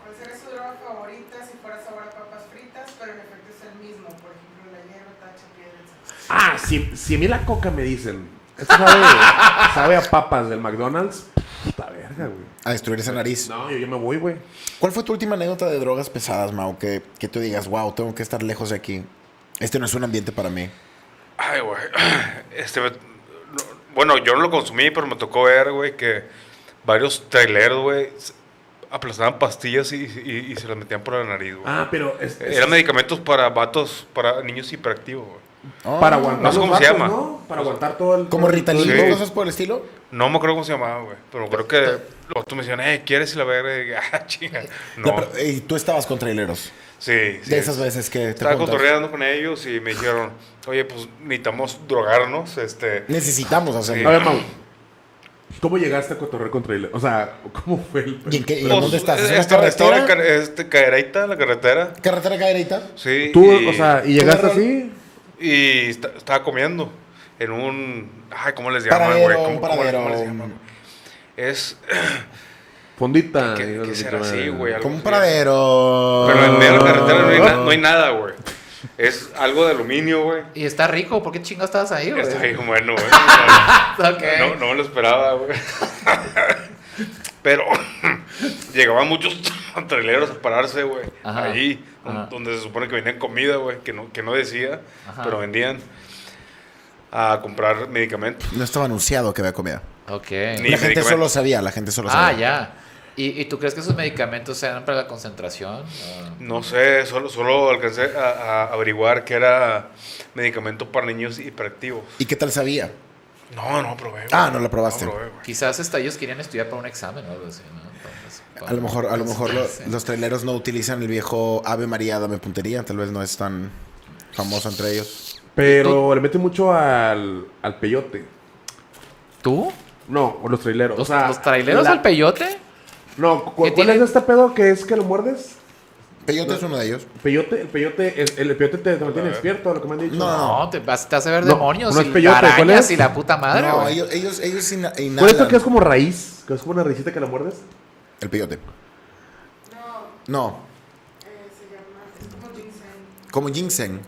[SPEAKER 5] ¿Cuál sería su droga favorita si fuera sabor a papas fritas, pero el efecto es el mismo? Por ejemplo, la hierba, tacha, piedra, etc.
[SPEAKER 2] Ah, si, si a mí la coca me dicen, esto sabe, sabe a papas del McDonald's, puta verga, güey.
[SPEAKER 1] A destruir esa nariz.
[SPEAKER 2] No, yo ya me voy, güey.
[SPEAKER 1] ¿Cuál fue tu última anécdota de drogas pesadas, Mau? Que, que tú digas, wow, tengo que estar lejos de aquí. Este no es un ambiente para mí.
[SPEAKER 4] Ay, güey. Este, me- no, bueno, yo no lo consumí, pero me tocó ver, güey, que varios traileros, güey, se- aplastaban pastillas y, y- y se las metían por la nariz, güey.
[SPEAKER 2] Ah, pero es, es-
[SPEAKER 4] Eran medicamentos para vatos, para niños hiperactivos, güey.
[SPEAKER 2] para
[SPEAKER 1] Oh.
[SPEAKER 2] aguantar
[SPEAKER 4] No sé
[SPEAKER 2] los
[SPEAKER 4] cómo se
[SPEAKER 2] vasos,
[SPEAKER 4] llama.
[SPEAKER 2] ¿no? Para aguantar todo el...
[SPEAKER 1] ¿Como Ritalin
[SPEAKER 4] Sí.
[SPEAKER 1] o cosas por el estilo?
[SPEAKER 4] No me acuerdo cómo se llamaba, güey. Pero creo que los vatos me decían, eh, ¿quieres y la verga? Y dije, Ah, chinga. No.
[SPEAKER 1] pero- y tú estabas con traileros.
[SPEAKER 4] Sí, sí.
[SPEAKER 1] de esas veces que te
[SPEAKER 4] Estaba
[SPEAKER 1] juntas.
[SPEAKER 4] cotorreando con ellos y me dijeron, oye, pues necesitamos drogarnos, este...
[SPEAKER 1] Necesitamos hacerlo.
[SPEAKER 2] A ver, Mau. ¿Cómo llegaste a cotorrear con trailer? O sea, ¿cómo fue el...
[SPEAKER 1] ¿Y en qué- y
[SPEAKER 4] Pues,
[SPEAKER 1] dónde estás? ¿Es una
[SPEAKER 4] esta- Estaba en
[SPEAKER 1] carretera?
[SPEAKER 4] car- este, Cadereyta, la carretera.
[SPEAKER 1] ¿Carretera caderita?
[SPEAKER 4] Sí.
[SPEAKER 2] Tú,
[SPEAKER 4] y-
[SPEAKER 2] o sea, ¿y llegaste
[SPEAKER 1] Tú,
[SPEAKER 2] así?
[SPEAKER 4] Y esta- estaba comiendo en un... Ay, ¿cómo les llaman, güey?
[SPEAKER 1] Paradero,
[SPEAKER 4] ¿Cómo-
[SPEAKER 1] un
[SPEAKER 4] cómo- cómo les
[SPEAKER 1] paradero.
[SPEAKER 4] llaman? Es...
[SPEAKER 2] Fondita.
[SPEAKER 4] ¿Qué-
[SPEAKER 2] digo,
[SPEAKER 4] qué
[SPEAKER 2] así,
[SPEAKER 4] será
[SPEAKER 2] como-
[SPEAKER 4] así, güey?
[SPEAKER 1] Como un paradero.
[SPEAKER 4] Pero en medio de la carretera no hay, na-
[SPEAKER 2] Ah.
[SPEAKER 4] no hay nada, güey. Es algo de aluminio, güey.
[SPEAKER 3] Y está rico, ¿por qué chingados estabas ahí, güey?
[SPEAKER 4] Está ahí, bueno, güey.
[SPEAKER 3] Ok.
[SPEAKER 4] No, no me lo esperaba, güey. Pero llegaban muchos traileros a pararse, güey.
[SPEAKER 3] Ajá,
[SPEAKER 4] Ahí, don-
[SPEAKER 3] ajá.
[SPEAKER 4] donde se supone que vendían comida, güey, que no, que no decía,
[SPEAKER 3] Ajá.
[SPEAKER 4] pero vendían a comprar medicamentos.
[SPEAKER 1] No estaba anunciado que había comida.
[SPEAKER 3] Ok.
[SPEAKER 4] Ni
[SPEAKER 1] la gente
[SPEAKER 4] medicamento.
[SPEAKER 1] solo sabía, la gente solo
[SPEAKER 3] Ah,
[SPEAKER 1] sabía.
[SPEAKER 3] ya. ¿Y, y tú crees que esos medicamentos sean para la concentración? Ah.
[SPEAKER 4] No sé, solo, solo alcancé a, a averiguar que era medicamento para niños hiperactivos.
[SPEAKER 1] ¿Y qué tal sabía?
[SPEAKER 4] No, no probé. güey.
[SPEAKER 1] Ah, no lo probaste.
[SPEAKER 4] No probé, güey.
[SPEAKER 3] Quizás hasta ellos querían estudiar para un examen o algo así, ¿no? Entonces,
[SPEAKER 1] A lo mejor, a lo mejor lo-
[SPEAKER 3] Sí.
[SPEAKER 1] los traileros no utilizan el viejo Ave María, dame puntería. Tal vez no es tan famoso entre ellos.
[SPEAKER 2] Pero le mete mucho al, al peyote.
[SPEAKER 3] ¿Tú?
[SPEAKER 2] No, o los traileros.
[SPEAKER 3] ¿Los,
[SPEAKER 2] o sea,
[SPEAKER 3] los traileros
[SPEAKER 2] la-
[SPEAKER 3] al peyote?
[SPEAKER 2] No, ¿cu-
[SPEAKER 3] ¿Qué
[SPEAKER 2] ¿cuál
[SPEAKER 3] tiene?
[SPEAKER 2] es este pedo que es que lo muerdes?
[SPEAKER 1] Peyote es uno de ellos.
[SPEAKER 2] Peyote, el peyote, es- el, peyote te, te mantiene despierto, lo que me han dicho.
[SPEAKER 1] No.
[SPEAKER 3] No, te, vas, te hace ver
[SPEAKER 2] No,
[SPEAKER 3] demonios
[SPEAKER 2] no
[SPEAKER 3] y
[SPEAKER 2] es peyote, ¿cuál
[SPEAKER 3] arañas
[SPEAKER 2] es?
[SPEAKER 3] y la puta madre,
[SPEAKER 1] no,
[SPEAKER 3] güey.
[SPEAKER 1] ellos, ellos, ellos ina-
[SPEAKER 2] ¿Cuál es esto que es
[SPEAKER 1] inhalan
[SPEAKER 2] como raíz? Que es como una raicita que la muerdes.
[SPEAKER 1] el peyote.
[SPEAKER 5] No,
[SPEAKER 1] No,
[SPEAKER 5] eh, se llama. Es como ginseng.
[SPEAKER 1] como ginseng.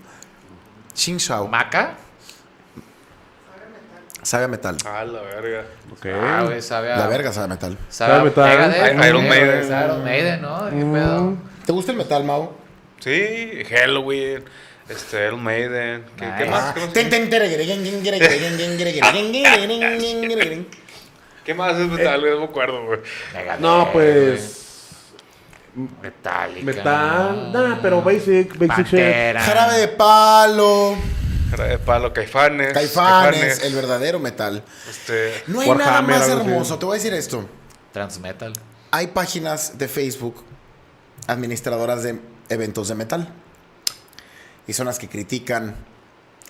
[SPEAKER 1] Xingshao.
[SPEAKER 3] ¿Maca?
[SPEAKER 1] Sabe a metal.
[SPEAKER 4] Ah, la verga.
[SPEAKER 2] Ok.
[SPEAKER 3] Ah, güey, sabe a...
[SPEAKER 1] La verga sabe a metal.
[SPEAKER 3] Sabe a
[SPEAKER 2] Sabe metal. Mm.
[SPEAKER 3] Megadeth,
[SPEAKER 4] Iron
[SPEAKER 3] güey,
[SPEAKER 4] Maiden.
[SPEAKER 3] güey, sabe a Iron Maiden, ¿no? ¿Qué pedo?
[SPEAKER 1] ¿Te gusta el metal, Mau?
[SPEAKER 4] Sí, Halloween, este, El Maiden. ¿Qué, qué
[SPEAKER 3] Nice.
[SPEAKER 4] más?
[SPEAKER 1] Ah,
[SPEAKER 4] ¿Qué más?
[SPEAKER 1] ten, ten, tere, gere, gen, gen, gere, gere, gen, gen, gere, gere, gen, gere, gere, gen, gere, gere.
[SPEAKER 4] ¿Qué más es metal? no me acuerdo, güey.
[SPEAKER 3] Megadeth,
[SPEAKER 2] No, pues.
[SPEAKER 3] Eh, güey, Metallica.
[SPEAKER 2] Metal. Nah, pero basic, basic shit.
[SPEAKER 3] Pantera.
[SPEAKER 1] Jarabe de palo,
[SPEAKER 4] Era de palo, caifanes.
[SPEAKER 1] caifanes, el verdadero metal.
[SPEAKER 4] Este,
[SPEAKER 1] No hay
[SPEAKER 2] Warhammer,
[SPEAKER 1] nada más
[SPEAKER 2] algo así.
[SPEAKER 1] hermoso. Te voy a decir esto.
[SPEAKER 3] Transmetal.
[SPEAKER 1] Hay páginas de Facebook administradoras de eventos de metal. Y son las que critican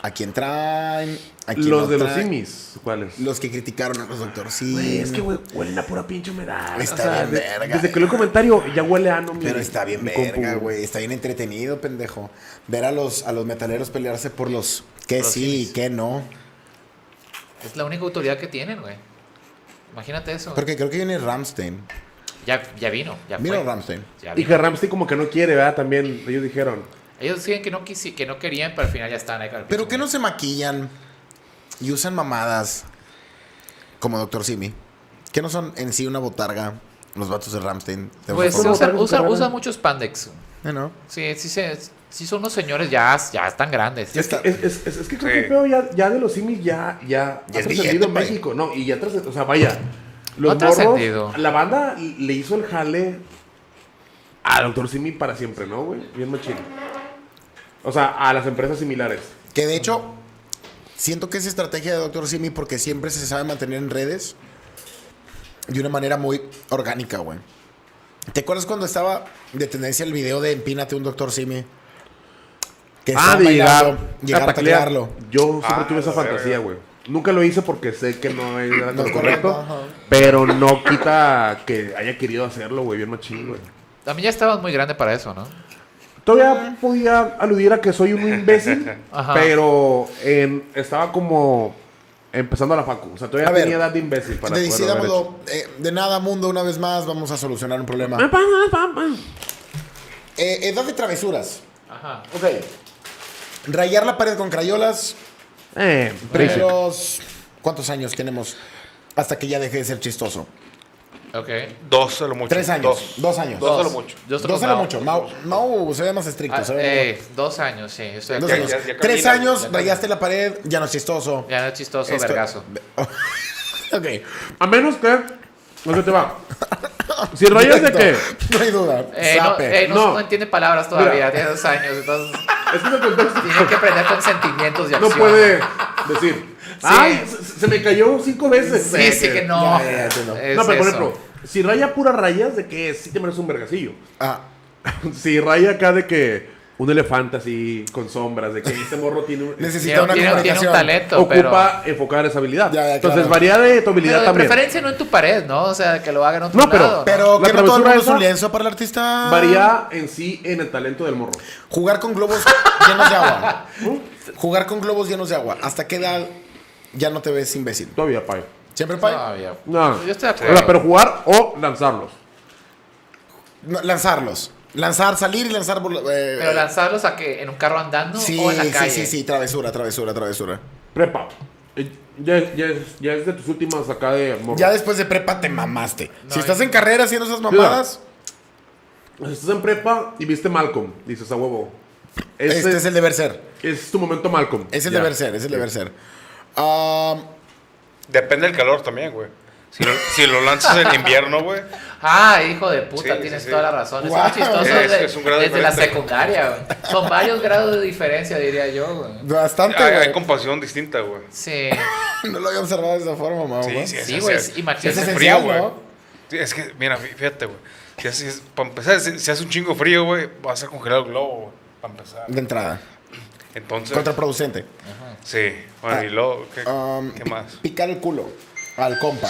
[SPEAKER 1] a quien traen, a quien
[SPEAKER 2] Los
[SPEAKER 1] no
[SPEAKER 2] de los
[SPEAKER 1] traen.
[SPEAKER 2] simis. ¿Cuáles?
[SPEAKER 1] Los que criticaron a los Doctor Sim.
[SPEAKER 2] Güey, es que, güey, huelen a pura pinche humedad.
[SPEAKER 1] Está bien
[SPEAKER 2] de-
[SPEAKER 1] verga.
[SPEAKER 2] Desde que leo el comentario, ya huele a no mi-
[SPEAKER 1] Pero está bien
[SPEAKER 2] mi
[SPEAKER 1] verga,
[SPEAKER 2] compu.
[SPEAKER 1] güey. Está bien entretenido, pendejo. Ver a los, a los metaleros pelearse por los que
[SPEAKER 3] Los
[SPEAKER 1] sí y
[SPEAKER 3] hits.
[SPEAKER 1] que no.
[SPEAKER 3] Es la única autoridad que tienen, güey. Imagínate eso.
[SPEAKER 1] Porque creo que viene Ramstein.
[SPEAKER 3] Ya, ya vino, ya
[SPEAKER 1] Mira
[SPEAKER 3] fue.
[SPEAKER 1] Ramstein.
[SPEAKER 3] Ya
[SPEAKER 2] Y
[SPEAKER 3] vino.
[SPEAKER 2] que Ramstein como que no quiere, ¿verdad? También ellos dijeron.
[SPEAKER 3] Ellos decían que no, quisi- que no querían, pero al final ya están ahí con el
[SPEAKER 1] Pero
[SPEAKER 3] pinche
[SPEAKER 1] que no
[SPEAKER 3] mundo.
[SPEAKER 1] se maquillan y usan mamadas como Doctor Simi. Que no son en sí una botarga los vatos de Ramstein. De
[SPEAKER 3] Pues
[SPEAKER 1] una forma-
[SPEAKER 2] ¿cómo
[SPEAKER 3] usan,
[SPEAKER 2] traen su
[SPEAKER 3] usan-
[SPEAKER 2] carrera?
[SPEAKER 3] usan muchos pandex.
[SPEAKER 1] Eh, ¿no?
[SPEAKER 3] Sí, sí, se- sí son unos señores ya, ya están grandes.
[SPEAKER 1] Ya está.
[SPEAKER 2] Es, es, es, es que creo
[SPEAKER 4] Sí.
[SPEAKER 2] que el pedo ya, ya de los simis ya, ya,
[SPEAKER 1] Ya
[SPEAKER 2] ha
[SPEAKER 1] es
[SPEAKER 2] trascendido en
[SPEAKER 1] billete,
[SPEAKER 2] México. No, y ya trascendido. O sea, vaya. Los
[SPEAKER 3] Ha trascendido.
[SPEAKER 2] morros, la banda le hizo el jale a Doctor Simi para siempre, ¿no, güey? Bien machín. O sea, a las empresas similares.
[SPEAKER 1] Que de hecho, siento que es estrategia de Doctor Simi porque siempre se sabe mantener en redes de una manera muy orgánica, güey. ¿Te acuerdas cuando estaba de tendencia el video de Empínate un Doctor Simi? Que
[SPEAKER 2] Ah,
[SPEAKER 1] estaban
[SPEAKER 2] de llegar,
[SPEAKER 1] bailando, llegar a
[SPEAKER 2] taclear.
[SPEAKER 1] taclearlo.
[SPEAKER 2] Yo siempre
[SPEAKER 4] Ah,
[SPEAKER 2] tuve esa
[SPEAKER 4] la verga.
[SPEAKER 2] fantasía, güey. Nunca lo hice porque sé que no es era
[SPEAKER 1] No
[SPEAKER 2] lo
[SPEAKER 1] es
[SPEAKER 2] correcto,
[SPEAKER 1] correcto, ajá.
[SPEAKER 2] pero no quita que haya querido hacerlo, güey, bien machín, güey.
[SPEAKER 3] También ya estabas muy grande para eso, ¿no?
[SPEAKER 2] Todavía podía aludir a que soy un imbécil,
[SPEAKER 3] Ah. Ajá.
[SPEAKER 2] pero en- estaba como empezando la facu. O sea, todavía
[SPEAKER 1] A ver,
[SPEAKER 2] tenía edad de imbécil para
[SPEAKER 1] De-
[SPEAKER 2] poderlo haber
[SPEAKER 1] decidámoslo, eh, de nada mundo, una vez más vamos a solucionar un problema.
[SPEAKER 2] hecho.
[SPEAKER 1] Eh, edad de travesuras.
[SPEAKER 3] Ajá.
[SPEAKER 1] Ok. Rayar la pared con crayolas.
[SPEAKER 2] Eh, basic.
[SPEAKER 1] Primeros. ¿Cuántos años tenemos hasta que ya deje de ser chistoso?
[SPEAKER 3] Ok.
[SPEAKER 4] dos a lo mucho.
[SPEAKER 1] Tres años. Dos,
[SPEAKER 4] Dos.
[SPEAKER 1] años.
[SPEAKER 4] Dos a lo mucho.
[SPEAKER 3] Yo estoy
[SPEAKER 1] Dos
[SPEAKER 3] con
[SPEAKER 1] era
[SPEAKER 3] Mao.
[SPEAKER 1] mucho. Mau, Mau se ve más estricto.
[SPEAKER 3] Ah,
[SPEAKER 1] se ve-
[SPEAKER 3] eh, dos años, sí. yo Estoy
[SPEAKER 1] dos
[SPEAKER 3] aquí.
[SPEAKER 1] años.
[SPEAKER 4] ya- ya
[SPEAKER 1] Tres
[SPEAKER 4] camina,
[SPEAKER 1] años,
[SPEAKER 3] ya
[SPEAKER 1] rayaste la pared, ya no es chistoso.
[SPEAKER 3] Ya no es chistoso,
[SPEAKER 1] Esto-
[SPEAKER 3] vergazo.
[SPEAKER 1] Ok.
[SPEAKER 2] A menos que. No se te va. Si rayas de qué.
[SPEAKER 1] Perfecto. No hay duda.
[SPEAKER 3] Eh, no,
[SPEAKER 1] Zape.
[SPEAKER 3] eh, no,
[SPEAKER 2] No.
[SPEAKER 3] no entiende palabras todavía, tiene dos años, entonces
[SPEAKER 2] Es que no contestas.
[SPEAKER 3] tiene que aprender con sentimientos y
[SPEAKER 2] no
[SPEAKER 3] acciones.
[SPEAKER 2] puede decir. Ay, se, se me cayó cinco veces.
[SPEAKER 3] Sí, sí que no.
[SPEAKER 1] Ya, ya, ya, entiendo.
[SPEAKER 3] Es
[SPEAKER 2] no, pero por
[SPEAKER 3] eso.
[SPEAKER 2] ejemplo, si raya puras rayas, de que sí te mereces un vergacillo.
[SPEAKER 1] Ah,
[SPEAKER 2] Si raya acá de que un elefante así con sombras, de que este morro tiene un.
[SPEAKER 1] necesita
[SPEAKER 3] Tiene,
[SPEAKER 1] una
[SPEAKER 3] tiene- tiene un
[SPEAKER 1] comunicación.
[SPEAKER 3] talento, pero.
[SPEAKER 2] ocupa enfocar esa habilidad.
[SPEAKER 1] Ya, ya,
[SPEAKER 2] Entonces
[SPEAKER 1] claro.
[SPEAKER 2] varía de tu habilidad
[SPEAKER 3] Pero de
[SPEAKER 2] también.
[SPEAKER 3] preferencia no en tu pared, ¿no? O sea, que lo hagan otro
[SPEAKER 2] No, pero-
[SPEAKER 3] lado,
[SPEAKER 1] Pero
[SPEAKER 2] La
[SPEAKER 1] que no todo el
[SPEAKER 2] travesura
[SPEAKER 1] mundo es un
[SPEAKER 2] esa
[SPEAKER 1] lienzo para el artista.
[SPEAKER 2] Varía en sí en el talento del morro.
[SPEAKER 1] Jugar con globos llenos de agua. Jugar con globos llenos de agua. ¿Hasta qué edad ya no te ves imbécil?
[SPEAKER 2] Todavía, pay.
[SPEAKER 1] ¿Siempre,
[SPEAKER 3] No,
[SPEAKER 1] Pai?
[SPEAKER 4] Ah.
[SPEAKER 3] había-
[SPEAKER 2] No.
[SPEAKER 3] Yo estoy de
[SPEAKER 2] O sea,
[SPEAKER 3] acuerdo.
[SPEAKER 2] pero jugar o lanzarlos.
[SPEAKER 1] No, lanzarlos. Lanzar, salir y lanzar. bol- eh,
[SPEAKER 3] Pero lanzarlos a que en un carro andando
[SPEAKER 1] Sí,
[SPEAKER 3] o en la calle.
[SPEAKER 1] sí, sí, sí, travesura, travesura, travesura.
[SPEAKER 2] Prepa. Eh, Ya, ya es- ya es de tus últimas acá de morro.
[SPEAKER 1] Ya después de prepa te mamaste.
[SPEAKER 3] No,
[SPEAKER 1] si estás
[SPEAKER 3] yo-
[SPEAKER 1] en carrera haciendo esas mamadas,
[SPEAKER 2] Estás en prepa y viste Malcolm. Dices, a huevo. Ese
[SPEAKER 1] este
[SPEAKER 2] es,
[SPEAKER 1] es el deber ser.
[SPEAKER 2] es tu momento Malcolm.
[SPEAKER 1] Es el
[SPEAKER 2] Ya.
[SPEAKER 1] deber ser, es el deber ser. Am,
[SPEAKER 4] Depende del calor también, güey. Si lo, si lo lanzas en invierno, güey.
[SPEAKER 3] Ah, hijo de puta,
[SPEAKER 4] Sí,
[SPEAKER 3] tienes
[SPEAKER 4] sí, sí.
[SPEAKER 3] toda la razón.
[SPEAKER 1] Guau.
[SPEAKER 3] Es muy chistoso
[SPEAKER 4] Es-
[SPEAKER 3] de-
[SPEAKER 4] es un grado
[SPEAKER 3] desde la
[SPEAKER 4] diferente.
[SPEAKER 3] secundaria, güey. Son varios grados de diferencia, diría yo, güey.
[SPEAKER 1] Bastante,
[SPEAKER 4] Hay, hay
[SPEAKER 1] güey.
[SPEAKER 4] compasión distinta, güey.
[SPEAKER 3] Sí,
[SPEAKER 1] No lo había observado de esa forma, mamá.
[SPEAKER 4] Sí,
[SPEAKER 1] güey.
[SPEAKER 4] sí,
[SPEAKER 3] sí,
[SPEAKER 4] es
[SPEAKER 3] güey.
[SPEAKER 4] esencial.
[SPEAKER 3] Imagínate.
[SPEAKER 1] Es
[SPEAKER 4] hace
[SPEAKER 1] esencial,
[SPEAKER 4] frío, güey.
[SPEAKER 1] ¿no?
[SPEAKER 4] Sí, Es que, mira, fí- fíjate, güey. Si hace- si- para empezar, si, si hace un chingo frío, güey, va a ser congelado el globo, güey. Para empezar.
[SPEAKER 1] De entrada.
[SPEAKER 4] Entonces,
[SPEAKER 1] Contraproducente.
[SPEAKER 4] sí. Bueno, y luego, ¿qué,
[SPEAKER 1] Um,
[SPEAKER 4] qué más?
[SPEAKER 1] Picar el culo al compa.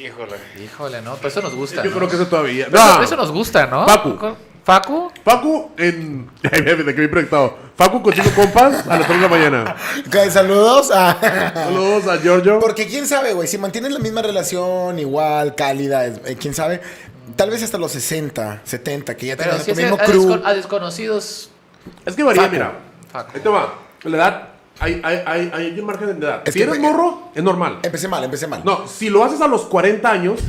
[SPEAKER 4] Híjole.
[SPEAKER 3] Híjole, no, pero eso nos gusta.
[SPEAKER 2] Yo
[SPEAKER 3] ¿no?
[SPEAKER 2] creo que eso todavía.
[SPEAKER 3] Eso-
[SPEAKER 2] No.
[SPEAKER 3] Eso nos gusta, ¿no?
[SPEAKER 2] Facu.
[SPEAKER 3] Facu.
[SPEAKER 2] Facu en. Ay, mira, de que vi proyectado. Facu con cinco compas a las 3 de la mañana.
[SPEAKER 1] Ok, Saludos. a-
[SPEAKER 2] Saludos a Giorgio.
[SPEAKER 1] Porque quién sabe, güey, si mantienes la misma relación igual, cálida, es- eh, quién sabe, tal vez hasta los 60, 70, que ya
[SPEAKER 3] Pero
[SPEAKER 1] tengas
[SPEAKER 3] si
[SPEAKER 1] a
[SPEAKER 3] es
[SPEAKER 1] tu
[SPEAKER 3] a,
[SPEAKER 1] mismo
[SPEAKER 3] a
[SPEAKER 1] crew.
[SPEAKER 3] descon- a desconocidos.
[SPEAKER 2] Es que varía,
[SPEAKER 1] Facu.
[SPEAKER 2] mira.
[SPEAKER 3] Facu.
[SPEAKER 2] Ahí te va. La edad. Hay, hay, hay, hay un margen de edad.
[SPEAKER 1] Es
[SPEAKER 2] si
[SPEAKER 1] que-
[SPEAKER 2] eres morro, es normal.
[SPEAKER 1] Empecé mal, empecé mal.
[SPEAKER 2] No, si lo haces a los 40 años,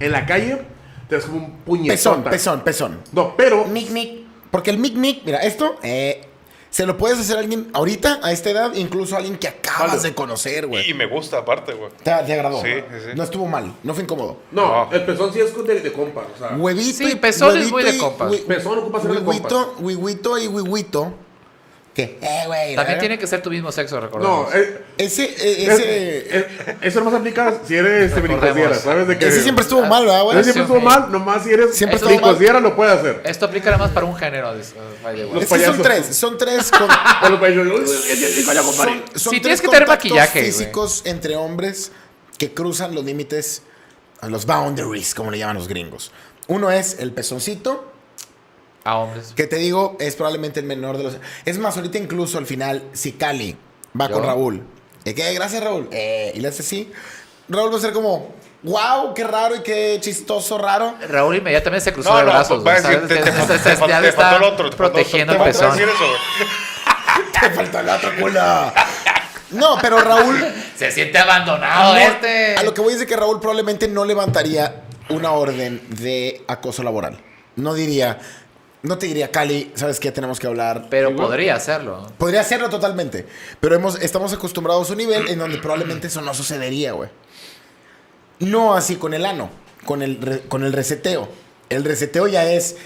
[SPEAKER 2] en la calle, te das como un puñetazo.
[SPEAKER 1] pezón, pezón, pezón.
[SPEAKER 2] No, pero.
[SPEAKER 1] Mic, mic. Porque el mic, mic, mira, esto eh, se lo puedes hacer a alguien ahorita, a esta edad, incluso a alguien que acabas
[SPEAKER 2] Jalo.
[SPEAKER 1] de conocer,
[SPEAKER 4] Y
[SPEAKER 1] güey.
[SPEAKER 4] me gusta, aparte, güey.
[SPEAKER 1] Te, te agradó.
[SPEAKER 4] Sí, sí, sí.
[SPEAKER 1] No estuvo mal, no fue incómodo.
[SPEAKER 2] No,
[SPEAKER 4] No.
[SPEAKER 2] el pezón sí es de, de compa. O
[SPEAKER 4] Ah.
[SPEAKER 2] sea,
[SPEAKER 1] Huevito
[SPEAKER 3] Sí,
[SPEAKER 1] y
[SPEAKER 3] pezón es
[SPEAKER 1] huevito
[SPEAKER 3] muy de
[SPEAKER 1] y
[SPEAKER 3] compas.
[SPEAKER 1] hui-
[SPEAKER 2] Pezón ocupa ser de
[SPEAKER 1] Huevito, huevito y huevito. ¿Qué? Eh, güey. la
[SPEAKER 3] También
[SPEAKER 1] verdad.
[SPEAKER 3] tiene que ser tu mismo sexo,
[SPEAKER 2] no,
[SPEAKER 3] recordemos.
[SPEAKER 2] eh,
[SPEAKER 1] Ese, eh,
[SPEAKER 2] es-
[SPEAKER 1] ese.
[SPEAKER 2] eh, eso nomás aplica si eres semifasiera, ¿sabes? De que,
[SPEAKER 1] Ese siempre estuvo mal, ¿verdad, güey?
[SPEAKER 2] Ese siempre estuvo mal, nomás si eres
[SPEAKER 1] Siempre
[SPEAKER 3] estuvo mal.
[SPEAKER 2] semifasiera lo puede hacer.
[SPEAKER 3] Esto aplica nada más para un género. dice, uh, by the way.
[SPEAKER 2] Los
[SPEAKER 1] Es que son
[SPEAKER 2] payasos.
[SPEAKER 1] tres, son tres. con-
[SPEAKER 2] Pero los payasos, "Uy, uy, uy, uy, coño, compadre".
[SPEAKER 1] son
[SPEAKER 3] Sí,
[SPEAKER 1] tres
[SPEAKER 3] tienes que tener
[SPEAKER 1] contactos
[SPEAKER 3] maquillaje, güey.
[SPEAKER 1] físicos entre hombres que cruzan los límites, los boundaries, como le llaman los gringos. Uno es el pezoncito,
[SPEAKER 3] A hombres.
[SPEAKER 1] que te digo, es probablemente el menor de los. Es más, ahorita incluso al final, si Cali va
[SPEAKER 3] ¿Yo?
[SPEAKER 1] con Raúl, ¿de qué? Gracias, Raúl. Eh, y le hace así. Raúl va a ser como, wow, qué raro y qué chistoso, raro.
[SPEAKER 3] Raúl inmediatamente se cruzó
[SPEAKER 4] No,
[SPEAKER 3] de
[SPEAKER 4] no,
[SPEAKER 3] brazos.
[SPEAKER 4] va a
[SPEAKER 3] güey,
[SPEAKER 4] decir,
[SPEAKER 3] ¿sabes?
[SPEAKER 4] te, te,
[SPEAKER 3] Este-
[SPEAKER 4] fal-
[SPEAKER 3] este-
[SPEAKER 4] te
[SPEAKER 3] este-
[SPEAKER 4] fal-
[SPEAKER 3] ya
[SPEAKER 4] te
[SPEAKER 3] le
[SPEAKER 4] faltó
[SPEAKER 3] está
[SPEAKER 4] el otro. te faltó-
[SPEAKER 3] Protegiendo
[SPEAKER 4] te
[SPEAKER 3] el
[SPEAKER 4] faltó
[SPEAKER 3] pezón.
[SPEAKER 4] decir eso, güey.
[SPEAKER 1] Te falta la otra cola. No, pero Raúl.
[SPEAKER 3] Se siente abandonado
[SPEAKER 1] No,
[SPEAKER 3] este.
[SPEAKER 1] A lo que voy es de que Raúl probablemente no levantaría una orden de acoso laboral. No diría, no te diría, Cali, ¿sabes qué? Tenemos que hablar.
[SPEAKER 3] Pero podría hacerlo.
[SPEAKER 1] Podría hacerlo totalmente, pero hemos, estamos acostumbrados a un nivel en donde probablemente eso no sucedería, güey. No así con el ano, con el, re- con el reseteo. El reseteo ya es,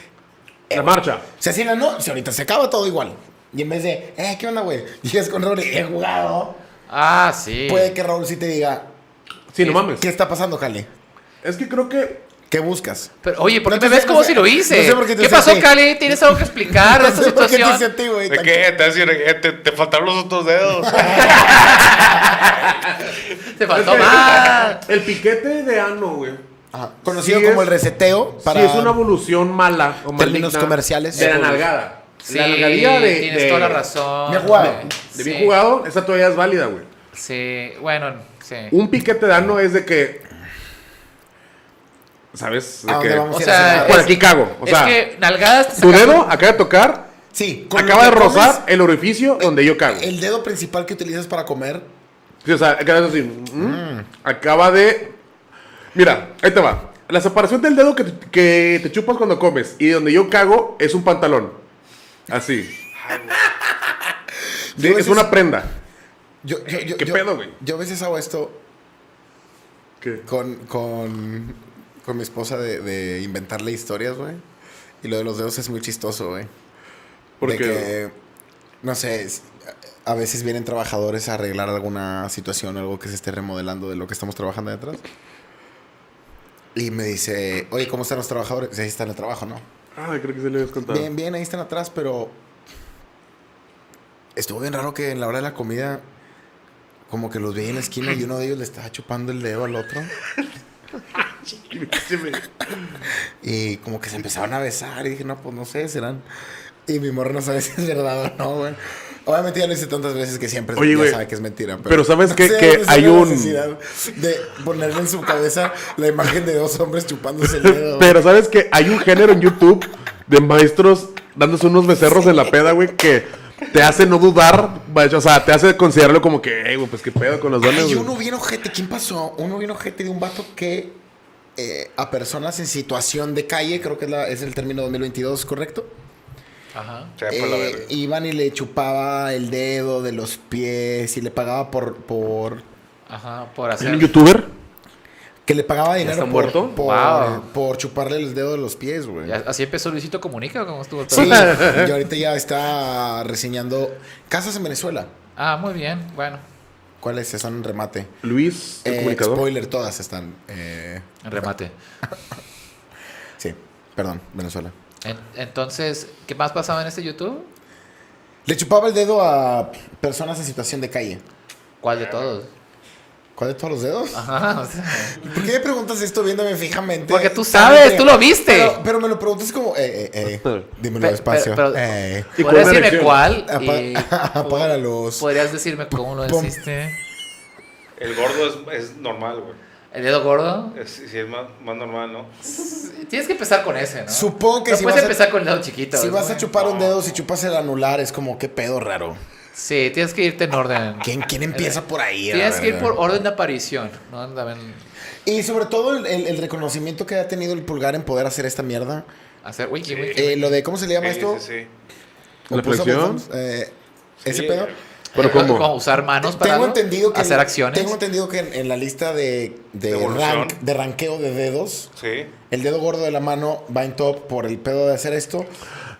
[SPEAKER 2] La marcha.
[SPEAKER 1] se hacía la no, si ahorita se acaba todo igual. Y en vez de, eh, ¿qué onda, güey? Llegas con Raúl y he jugado.
[SPEAKER 3] Ah, sí.
[SPEAKER 1] Puede que Raúl sí te diga,
[SPEAKER 2] Sí, no mames.
[SPEAKER 1] ¿qué está pasando, Cali?
[SPEAKER 2] Es que creo que
[SPEAKER 1] ¿Qué buscas?
[SPEAKER 3] Pero, oye, ¿por
[SPEAKER 1] No
[SPEAKER 3] qué
[SPEAKER 1] te
[SPEAKER 3] me
[SPEAKER 1] sé-
[SPEAKER 3] ves
[SPEAKER 1] no
[SPEAKER 3] como
[SPEAKER 1] sé-
[SPEAKER 3] si lo hice?
[SPEAKER 1] no sé por qué te
[SPEAKER 3] ¿Qué
[SPEAKER 1] hice
[SPEAKER 3] pasó,
[SPEAKER 1] así.
[SPEAKER 3] Cali? ¿Tienes algo que explicar de Ah, esta
[SPEAKER 1] sé por qué te hice a
[SPEAKER 3] situación?
[SPEAKER 1] ti, güey,
[SPEAKER 4] ¿De
[SPEAKER 1] tan-
[SPEAKER 4] qué? Te, decir, eh, te, te faltaron los otros dedos.
[SPEAKER 3] Te
[SPEAKER 2] Es
[SPEAKER 3] faltó
[SPEAKER 2] que
[SPEAKER 3] más.
[SPEAKER 2] El piquete de ano, güey.
[SPEAKER 1] Ajá. Conocido
[SPEAKER 2] Sí
[SPEAKER 1] como
[SPEAKER 2] es-
[SPEAKER 1] el reseteo para
[SPEAKER 2] Sí, es una evolución mala o
[SPEAKER 1] Términos
[SPEAKER 2] maligna
[SPEAKER 1] comerciales.
[SPEAKER 2] De la
[SPEAKER 1] Evolución.
[SPEAKER 2] nalgada.
[SPEAKER 3] Sí,
[SPEAKER 2] la nalgadilla de.
[SPEAKER 3] tienes
[SPEAKER 2] de-
[SPEAKER 3] toda la razón.
[SPEAKER 1] Bien jugado.
[SPEAKER 3] güey.
[SPEAKER 2] De bien
[SPEAKER 3] Sí,
[SPEAKER 2] jugado, esa todavía es válida, güey.
[SPEAKER 3] Sí, bueno, sí.
[SPEAKER 2] Un piquete de ano es de que. ¿Sabes? De
[SPEAKER 1] ¿A Ah, dónde
[SPEAKER 2] que-
[SPEAKER 1] vamos?
[SPEAKER 3] O
[SPEAKER 1] Sí,
[SPEAKER 3] sea,
[SPEAKER 1] sí, sí.
[SPEAKER 2] Por aquí cago. O sea,
[SPEAKER 3] es que nalgadas te
[SPEAKER 2] tu
[SPEAKER 3] sacan-
[SPEAKER 2] dedo acaba de tocar,
[SPEAKER 1] Sí, con
[SPEAKER 2] acaba
[SPEAKER 1] lo
[SPEAKER 2] de
[SPEAKER 1] que comes,
[SPEAKER 2] rozar el orificio donde yo cago.
[SPEAKER 1] El dedo principal que utilizas para comer
[SPEAKER 2] Sí, o sea, acaba de así. mm, Acaba de. Mira, ahí te va. La separación del dedo que te, que te chupas cuando comes y donde yo cago es un pantalón. Así. Sí,
[SPEAKER 1] Yo a
[SPEAKER 2] es
[SPEAKER 1] veces-
[SPEAKER 2] una prenda.
[SPEAKER 1] Yo, yo, yo,
[SPEAKER 2] ¿Qué
[SPEAKER 1] yo-
[SPEAKER 2] pedo, güey?
[SPEAKER 1] Yo a veces hago esto
[SPEAKER 2] ¿Qué?
[SPEAKER 1] con, con, con mi esposa de, de inventarle historias, güey. Y lo de los dedos es muy chistoso, güey.
[SPEAKER 2] ¿Por
[SPEAKER 1] De
[SPEAKER 2] qué?
[SPEAKER 1] que, no sé, es- a veces vienen trabajadores a arreglar alguna situación, algo que se esté remodelando de lo que estamos trabajando detrás. Y me dice, oye, ¿cómo están los trabajadores? Pues, Ahí están en el trabajo, ¿no?
[SPEAKER 2] Ah, creo que se le habías contado.
[SPEAKER 1] Bien, bien, ahí están atrás, pero estuvo bien raro que en la hora de la comida como que los veía en la esquina y uno de ellos le estaba chupando el dedo al otro y como que se empezaron a besar y dije, no, pues no sé, serán... Y mi morro no sabe si es verdad o no, güey. Obviamente ya lo hice tantas veces que siempre
[SPEAKER 2] Oye,
[SPEAKER 1] ya
[SPEAKER 2] güey,
[SPEAKER 1] sabe que es mentira. Pero,
[SPEAKER 2] pero ¿sabes qué?
[SPEAKER 1] sé
[SPEAKER 2] Que
[SPEAKER 1] dónde sale
[SPEAKER 2] hay
[SPEAKER 1] la
[SPEAKER 2] un-
[SPEAKER 1] necesidad De ponerle en su cabeza la imagen de dos hombres chupándose el dedo. güey.
[SPEAKER 2] Pero sabes que hay un género en YouTube de maestros dándose unos becerros en la peda, güey, que te hace no dudar, güey, o sea, te hace considerarlo como que, "Ey, güey, pues qué pedo con los dones,
[SPEAKER 1] Hay
[SPEAKER 2] güey.
[SPEAKER 1] uno bien ojete. ¿Quién pasó? Uno bien ojete de un vato que eh, a personas en situación de calle, creo que es, la- es el término 2022, ¿correcto?
[SPEAKER 3] Ajá.
[SPEAKER 4] Se fue pues, la verga.
[SPEAKER 1] Eh, iban y le chupaba el dedo de los pies y le pagaba por... por
[SPEAKER 3] Ajá, por
[SPEAKER 2] ¿Hay un
[SPEAKER 3] hacer.
[SPEAKER 1] Eh,
[SPEAKER 2] youtuber?
[SPEAKER 1] Que le pagaba
[SPEAKER 6] está
[SPEAKER 1] dinero por,
[SPEAKER 6] muerto?
[SPEAKER 1] Por,
[SPEAKER 3] Wow.
[SPEAKER 1] por chuparle los dedos de los pies, güey.
[SPEAKER 3] Ya, Así empezó Luisito Comunica, ¿cómo estuvo todo?
[SPEAKER 1] Sí, y ahorita ya está reseñando Casas en Venezuela.
[SPEAKER 3] Ah, muy bien, bueno.
[SPEAKER 1] ¿Cuáles están en remate?
[SPEAKER 2] Luis, el
[SPEAKER 1] Eh,
[SPEAKER 2] comunicador.
[SPEAKER 1] spoiler, todas están. eh,
[SPEAKER 3] Remate.
[SPEAKER 1] sí, perdón, Venezuela.
[SPEAKER 3] En- entonces, ¿qué más pasaba en este YouTube?
[SPEAKER 1] Le chupaba el dedo a personas en situación de calle.
[SPEAKER 3] ¿Cuál de todos?
[SPEAKER 1] ¿Cuál de todos los dedos?
[SPEAKER 3] Ajá, o sea,
[SPEAKER 1] ¿Por qué me preguntas esto viéndome fijamente?
[SPEAKER 3] Porque tú sabes, tú lo viste.
[SPEAKER 1] Pero, pero me lo preguntas como, eh, eh, eh, dímelo
[SPEAKER 3] Pe-
[SPEAKER 1] despacio.
[SPEAKER 3] pero- pero-
[SPEAKER 1] Eh,
[SPEAKER 2] ¿Y cuál
[SPEAKER 3] podrías decirme
[SPEAKER 2] reacción?
[SPEAKER 3] cuál. y-
[SPEAKER 1] apa- apaga la luz.
[SPEAKER 3] Podrías decirme cómo lo
[SPEAKER 1] Pum.
[SPEAKER 3] hiciste.
[SPEAKER 4] El gordo es, es normal, güey.
[SPEAKER 3] El dedo gordo.
[SPEAKER 4] Es, sí, es más, más normal, ¿no?
[SPEAKER 3] Tienes que empezar con ese, ¿no?
[SPEAKER 1] Supongo que
[SPEAKER 3] no
[SPEAKER 1] si
[SPEAKER 3] puedes
[SPEAKER 1] vas a-
[SPEAKER 3] empezar con el dedo chiquito.
[SPEAKER 1] Si
[SPEAKER 3] es
[SPEAKER 1] vas a
[SPEAKER 3] muy-
[SPEAKER 1] chupar un dedo, si chupas el anular, es como, qué pedo raro.
[SPEAKER 3] Sí, tienes que
[SPEAKER 1] Ah,
[SPEAKER 3] irte en orden.
[SPEAKER 1] ¿Quién, quién empieza por ahí? a la
[SPEAKER 3] Tienes que ir
[SPEAKER 1] verga?
[SPEAKER 3] por orden de aparición. No andaban
[SPEAKER 1] Y sobre todo el, el- el reconocimiento que ha tenido el pulgar en poder hacer esta mierda.
[SPEAKER 3] a hacer wiki,
[SPEAKER 4] Sí.
[SPEAKER 3] wiki.
[SPEAKER 1] Eh, lo de, ¿cómo se le llama
[SPEAKER 4] Sí,
[SPEAKER 1] esto?
[SPEAKER 4] sí, sí.
[SPEAKER 1] ¿O
[SPEAKER 2] ¿La
[SPEAKER 1] pulse of the
[SPEAKER 2] flexión?
[SPEAKER 1] thumbs? Eh, ese
[SPEAKER 4] Sí,
[SPEAKER 1] pedo.
[SPEAKER 4] eh,
[SPEAKER 2] Pero
[SPEAKER 3] Eh,
[SPEAKER 2] ¿cómo?
[SPEAKER 3] como usar manos para
[SPEAKER 1] Tengo
[SPEAKER 3] algo,
[SPEAKER 1] entendido que
[SPEAKER 3] hacer
[SPEAKER 1] en-
[SPEAKER 3] acciones.
[SPEAKER 1] Tengo entendido que en, en la lista de, de,
[SPEAKER 4] De evolución.
[SPEAKER 1] rank- de ranqueo de dedos,
[SPEAKER 4] Sí.
[SPEAKER 1] el dedo gordo de la mano va en top por el pedo de hacer esto.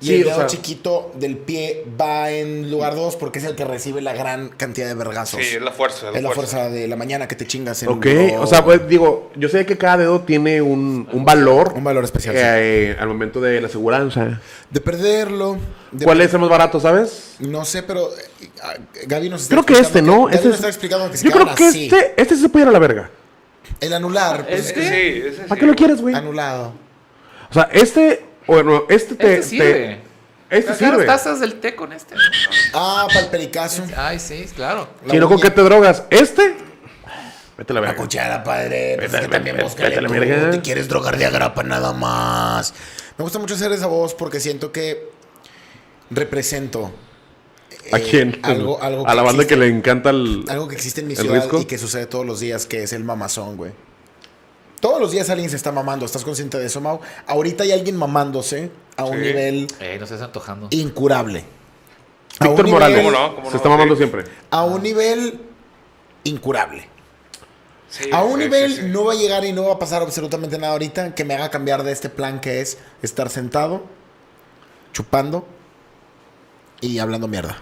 [SPEAKER 1] Y
[SPEAKER 2] Sí,
[SPEAKER 1] el
[SPEAKER 2] o
[SPEAKER 1] dedo
[SPEAKER 2] sea-
[SPEAKER 1] chiquito del pie va en lugar 2 porque es el que recibe la gran cantidad de vergazos.
[SPEAKER 4] Sí, es la fuerza.
[SPEAKER 1] es la fuerza de la mañana que te chingas en
[SPEAKER 2] Ok,
[SPEAKER 1] lo-
[SPEAKER 2] o sea, pues digo, yo sé que cada dedo tiene un, un valor.
[SPEAKER 1] Un valor especial,
[SPEAKER 2] eh, al momento de la aseguranza.
[SPEAKER 1] De perderlo. de-
[SPEAKER 2] ¿Cuál es el más barato, sabes?
[SPEAKER 1] No sé, pero eh, ah, Gaby nos está
[SPEAKER 2] Creo que este,
[SPEAKER 1] explicando
[SPEAKER 2] ¿no?
[SPEAKER 1] Gaby
[SPEAKER 2] Este
[SPEAKER 1] nos
[SPEAKER 2] es-
[SPEAKER 1] está explicando que se
[SPEAKER 2] Yo creo
[SPEAKER 1] quedan
[SPEAKER 2] que
[SPEAKER 1] así.
[SPEAKER 2] este, este se puede ir a la verga.
[SPEAKER 1] El anular. pues,
[SPEAKER 4] Sí, ese
[SPEAKER 2] ¿Para
[SPEAKER 4] sí,
[SPEAKER 2] qué lo
[SPEAKER 4] güey.
[SPEAKER 2] quieres,
[SPEAKER 1] Ah,
[SPEAKER 2] güey?
[SPEAKER 1] Anulado.
[SPEAKER 2] O sea, este, bueno, este te.
[SPEAKER 3] Este sirve.
[SPEAKER 2] te- este
[SPEAKER 3] Sacar las
[SPEAKER 2] sirve.
[SPEAKER 3] tazas del té con este.
[SPEAKER 1] Ah, para el pericazo.
[SPEAKER 3] Ay, sí, claro.
[SPEAKER 2] Si no, ¿con qué te drogas? ¿Este? Vete a la
[SPEAKER 1] La
[SPEAKER 2] verga.
[SPEAKER 1] cuchara, padre. Pues
[SPEAKER 2] Vete a
[SPEAKER 1] es que
[SPEAKER 2] la-
[SPEAKER 1] también
[SPEAKER 2] vete-
[SPEAKER 1] búscale
[SPEAKER 2] vete a la
[SPEAKER 1] tú,
[SPEAKER 2] verga.
[SPEAKER 1] Te quieres drogar de agrapa nada más. Me gusta mucho hacer esa voz porque siento que represento.
[SPEAKER 2] ¿A
[SPEAKER 1] eh,
[SPEAKER 2] quién?
[SPEAKER 1] Algo, algo
[SPEAKER 2] a la banda que
[SPEAKER 1] existe-
[SPEAKER 2] le encanta el.
[SPEAKER 1] Algo que existe en mi
[SPEAKER 2] ¿El
[SPEAKER 1] ciudad
[SPEAKER 2] risco?
[SPEAKER 1] y que sucede todos los días, que es el mamazón, güey. Todos los días alguien se está mamando. ¿Estás consciente de eso, Mau? Ahorita hay alguien mamándose a un
[SPEAKER 4] Sí.
[SPEAKER 1] nivel
[SPEAKER 3] Eh, no estás antojando.
[SPEAKER 1] incurable. A un
[SPEAKER 2] Víctor
[SPEAKER 1] nivel-
[SPEAKER 2] Morales.
[SPEAKER 4] ¿Cómo no? ¿Cómo
[SPEAKER 2] se
[SPEAKER 4] no?
[SPEAKER 2] está mamando
[SPEAKER 4] Sí.
[SPEAKER 2] siempre.
[SPEAKER 1] A un nivel incurable.
[SPEAKER 4] Sí,
[SPEAKER 1] A un
[SPEAKER 4] sí,
[SPEAKER 1] nivel
[SPEAKER 4] sí, sí.
[SPEAKER 1] no va a llegar y no va a pasar absolutamente nada ahorita que me haga cambiar de este plan que es estar sentado, chupando y hablando mierda.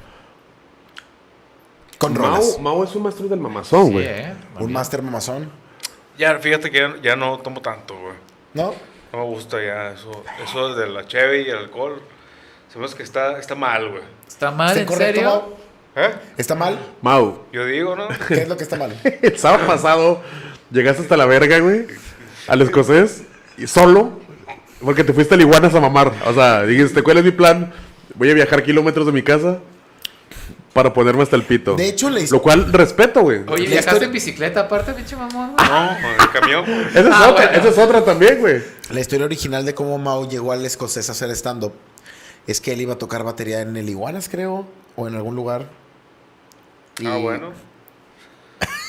[SPEAKER 1] Con rolas.
[SPEAKER 2] Mau, Mau es un maestro del mamazón,
[SPEAKER 3] Sí,
[SPEAKER 2] güey.
[SPEAKER 3] eh.
[SPEAKER 1] Un master mamazón.
[SPEAKER 4] Ya, fíjate que ya, ya no tomo tanto, güey.
[SPEAKER 1] ¿No?
[SPEAKER 4] No me gusta ya eso. Eso de la cheve y el alcohol. Se me hace que está, está mal, güey.
[SPEAKER 3] Está mal,
[SPEAKER 1] ¿Está
[SPEAKER 3] ¿en serio?
[SPEAKER 1] Mau?
[SPEAKER 4] ¿Eh?
[SPEAKER 1] ¿Está mal?
[SPEAKER 2] Mau,
[SPEAKER 4] Yo digo, ¿no?
[SPEAKER 1] ¿Qué es lo que está mal?
[SPEAKER 2] el sábado pasado llegaste hasta la verga, güey, al escocés, y solo, porque te fuiste al Iguanas a mamar. O sea, dijiste, ¿cuál es mi plan? Voy a viajar kilómetros de mi casa para ponerme hasta el pito.
[SPEAKER 1] De hecho, le-
[SPEAKER 2] Lo cual, respeto, güey.
[SPEAKER 3] Oye,
[SPEAKER 1] La
[SPEAKER 3] viajaste
[SPEAKER 1] historia-
[SPEAKER 3] en bicicleta aparte, pinche mamón.
[SPEAKER 4] No, con el camión. güey.
[SPEAKER 2] Esa es
[SPEAKER 3] Ah,
[SPEAKER 2] otra,
[SPEAKER 3] bueno.
[SPEAKER 2] esa es otra también, güey.
[SPEAKER 1] La historia original de cómo Mao llegó al escocés a hacer stand-up es que él iba a tocar batería en el Iguanas, creo, o en algún lugar.
[SPEAKER 4] Ah, bueno.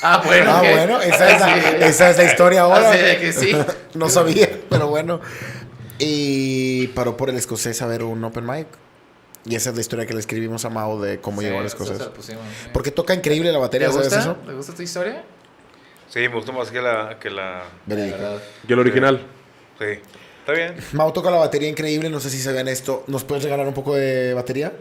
[SPEAKER 3] Ah, bueno.
[SPEAKER 1] Ah,
[SPEAKER 3] ok.
[SPEAKER 1] bueno, esa es la, esa es la historia ahora.
[SPEAKER 3] Así de que sí.
[SPEAKER 1] No sabía, pero bueno. Y paró por el escocés a ver un open mic. Y esa es la historia que le escribimos a Mao de cómo llegó al
[SPEAKER 3] Sí, eso
[SPEAKER 1] escocés.
[SPEAKER 3] se lo pusimos, sí.
[SPEAKER 1] Porque toca increíble la
[SPEAKER 3] ¿Te
[SPEAKER 1] batería, ¿sabes
[SPEAKER 3] gusta?
[SPEAKER 1] eso?
[SPEAKER 3] ¿Te gusta tu historia?
[SPEAKER 4] Sí, me gustó más que la... Que la...
[SPEAKER 1] Verídico.
[SPEAKER 2] Yo el original.
[SPEAKER 4] Sí. Está bien.
[SPEAKER 1] Mao toca la batería increíble, no sé si sabían esto. ¿Nos puedes regalar un poco de batería?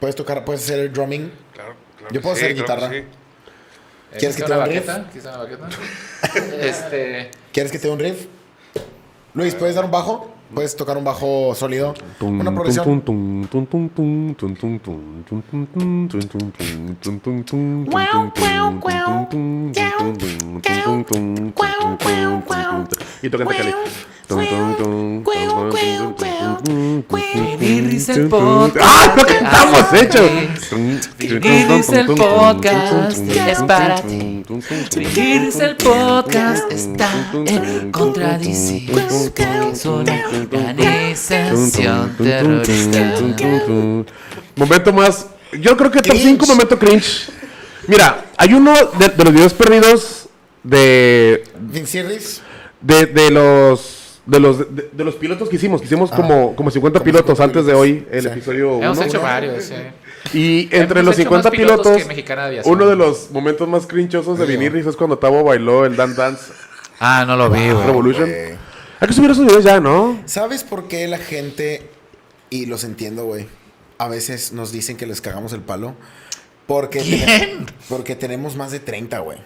[SPEAKER 1] ¿Puedes tocar, puedes hacer el drumming?
[SPEAKER 4] Claro, claro
[SPEAKER 1] Yo puedo
[SPEAKER 4] que sí,
[SPEAKER 1] hacer
[SPEAKER 4] claro que
[SPEAKER 1] guitarra.
[SPEAKER 4] sí.
[SPEAKER 3] Eh,
[SPEAKER 1] ¿Quieres que te
[SPEAKER 3] ¿quieres una
[SPEAKER 1] haga un
[SPEAKER 3] baqueta? ¿Quieres una baqueta? este.
[SPEAKER 1] ¿Quieres que te dé un riff? Luis, ¿puedes dar un bajo? ¿Puedes tocar un bajo sólido?
[SPEAKER 2] Tum,
[SPEAKER 1] Una
[SPEAKER 2] tum,
[SPEAKER 1] progresión.
[SPEAKER 2] tum, tum, tum, tum, tum, tum, tum, tum, tum, tum, tum, tum, tum, tum, tum, tum, tum, tum, tum, tum, tum, tum, tum, tum, tum, tum, tum, tum, tum, tum. Y toca el teclado. Tum, tum, tum, tum, tum, tum, tum, tum, tum,
[SPEAKER 3] Vinirris el
[SPEAKER 2] tum, tum.
[SPEAKER 3] podcast.
[SPEAKER 2] ¡Ah, lo que estamos hecho!
[SPEAKER 3] Ah, Vinirris el podcast es para ti. Vinirris el podcast está en contradicciones. Son organización terrorista.
[SPEAKER 2] Momento más. Yo creo que top
[SPEAKER 1] Cringe.
[SPEAKER 2] 5 momento cringe. Mira, hay uno de, de los videos perdidos de,
[SPEAKER 1] Vinci Riff.
[SPEAKER 2] de, de los de los de, de los pilotos que hicimos, que hicimos como, Ah. como 50 pilotos antes de hoy, el
[SPEAKER 1] Sí.
[SPEAKER 2] episodio
[SPEAKER 3] Hemos
[SPEAKER 2] 1.
[SPEAKER 3] hecho varios, sí.
[SPEAKER 2] Y entre
[SPEAKER 3] Hemos
[SPEAKER 2] los
[SPEAKER 3] hecho
[SPEAKER 2] 50
[SPEAKER 3] más pilotos
[SPEAKER 2] pilotos,
[SPEAKER 3] que Mexicana de Aviación.
[SPEAKER 2] uno de los momentos más crinchosos de Vinirris es cuando Tavo bailó el Dan Dance.
[SPEAKER 3] Ah, no lo vi, güey.
[SPEAKER 2] Eh, Revolution.
[SPEAKER 1] güey.
[SPEAKER 2] Hay que subir esos videos ya, ¿no?
[SPEAKER 1] ¿Sabes por qué la gente, y los entiendo, güey, a veces nos dicen que les cagamos el palo? Porque,
[SPEAKER 3] ¿Quién?
[SPEAKER 1] tene- porque tenemos más de 30, güey.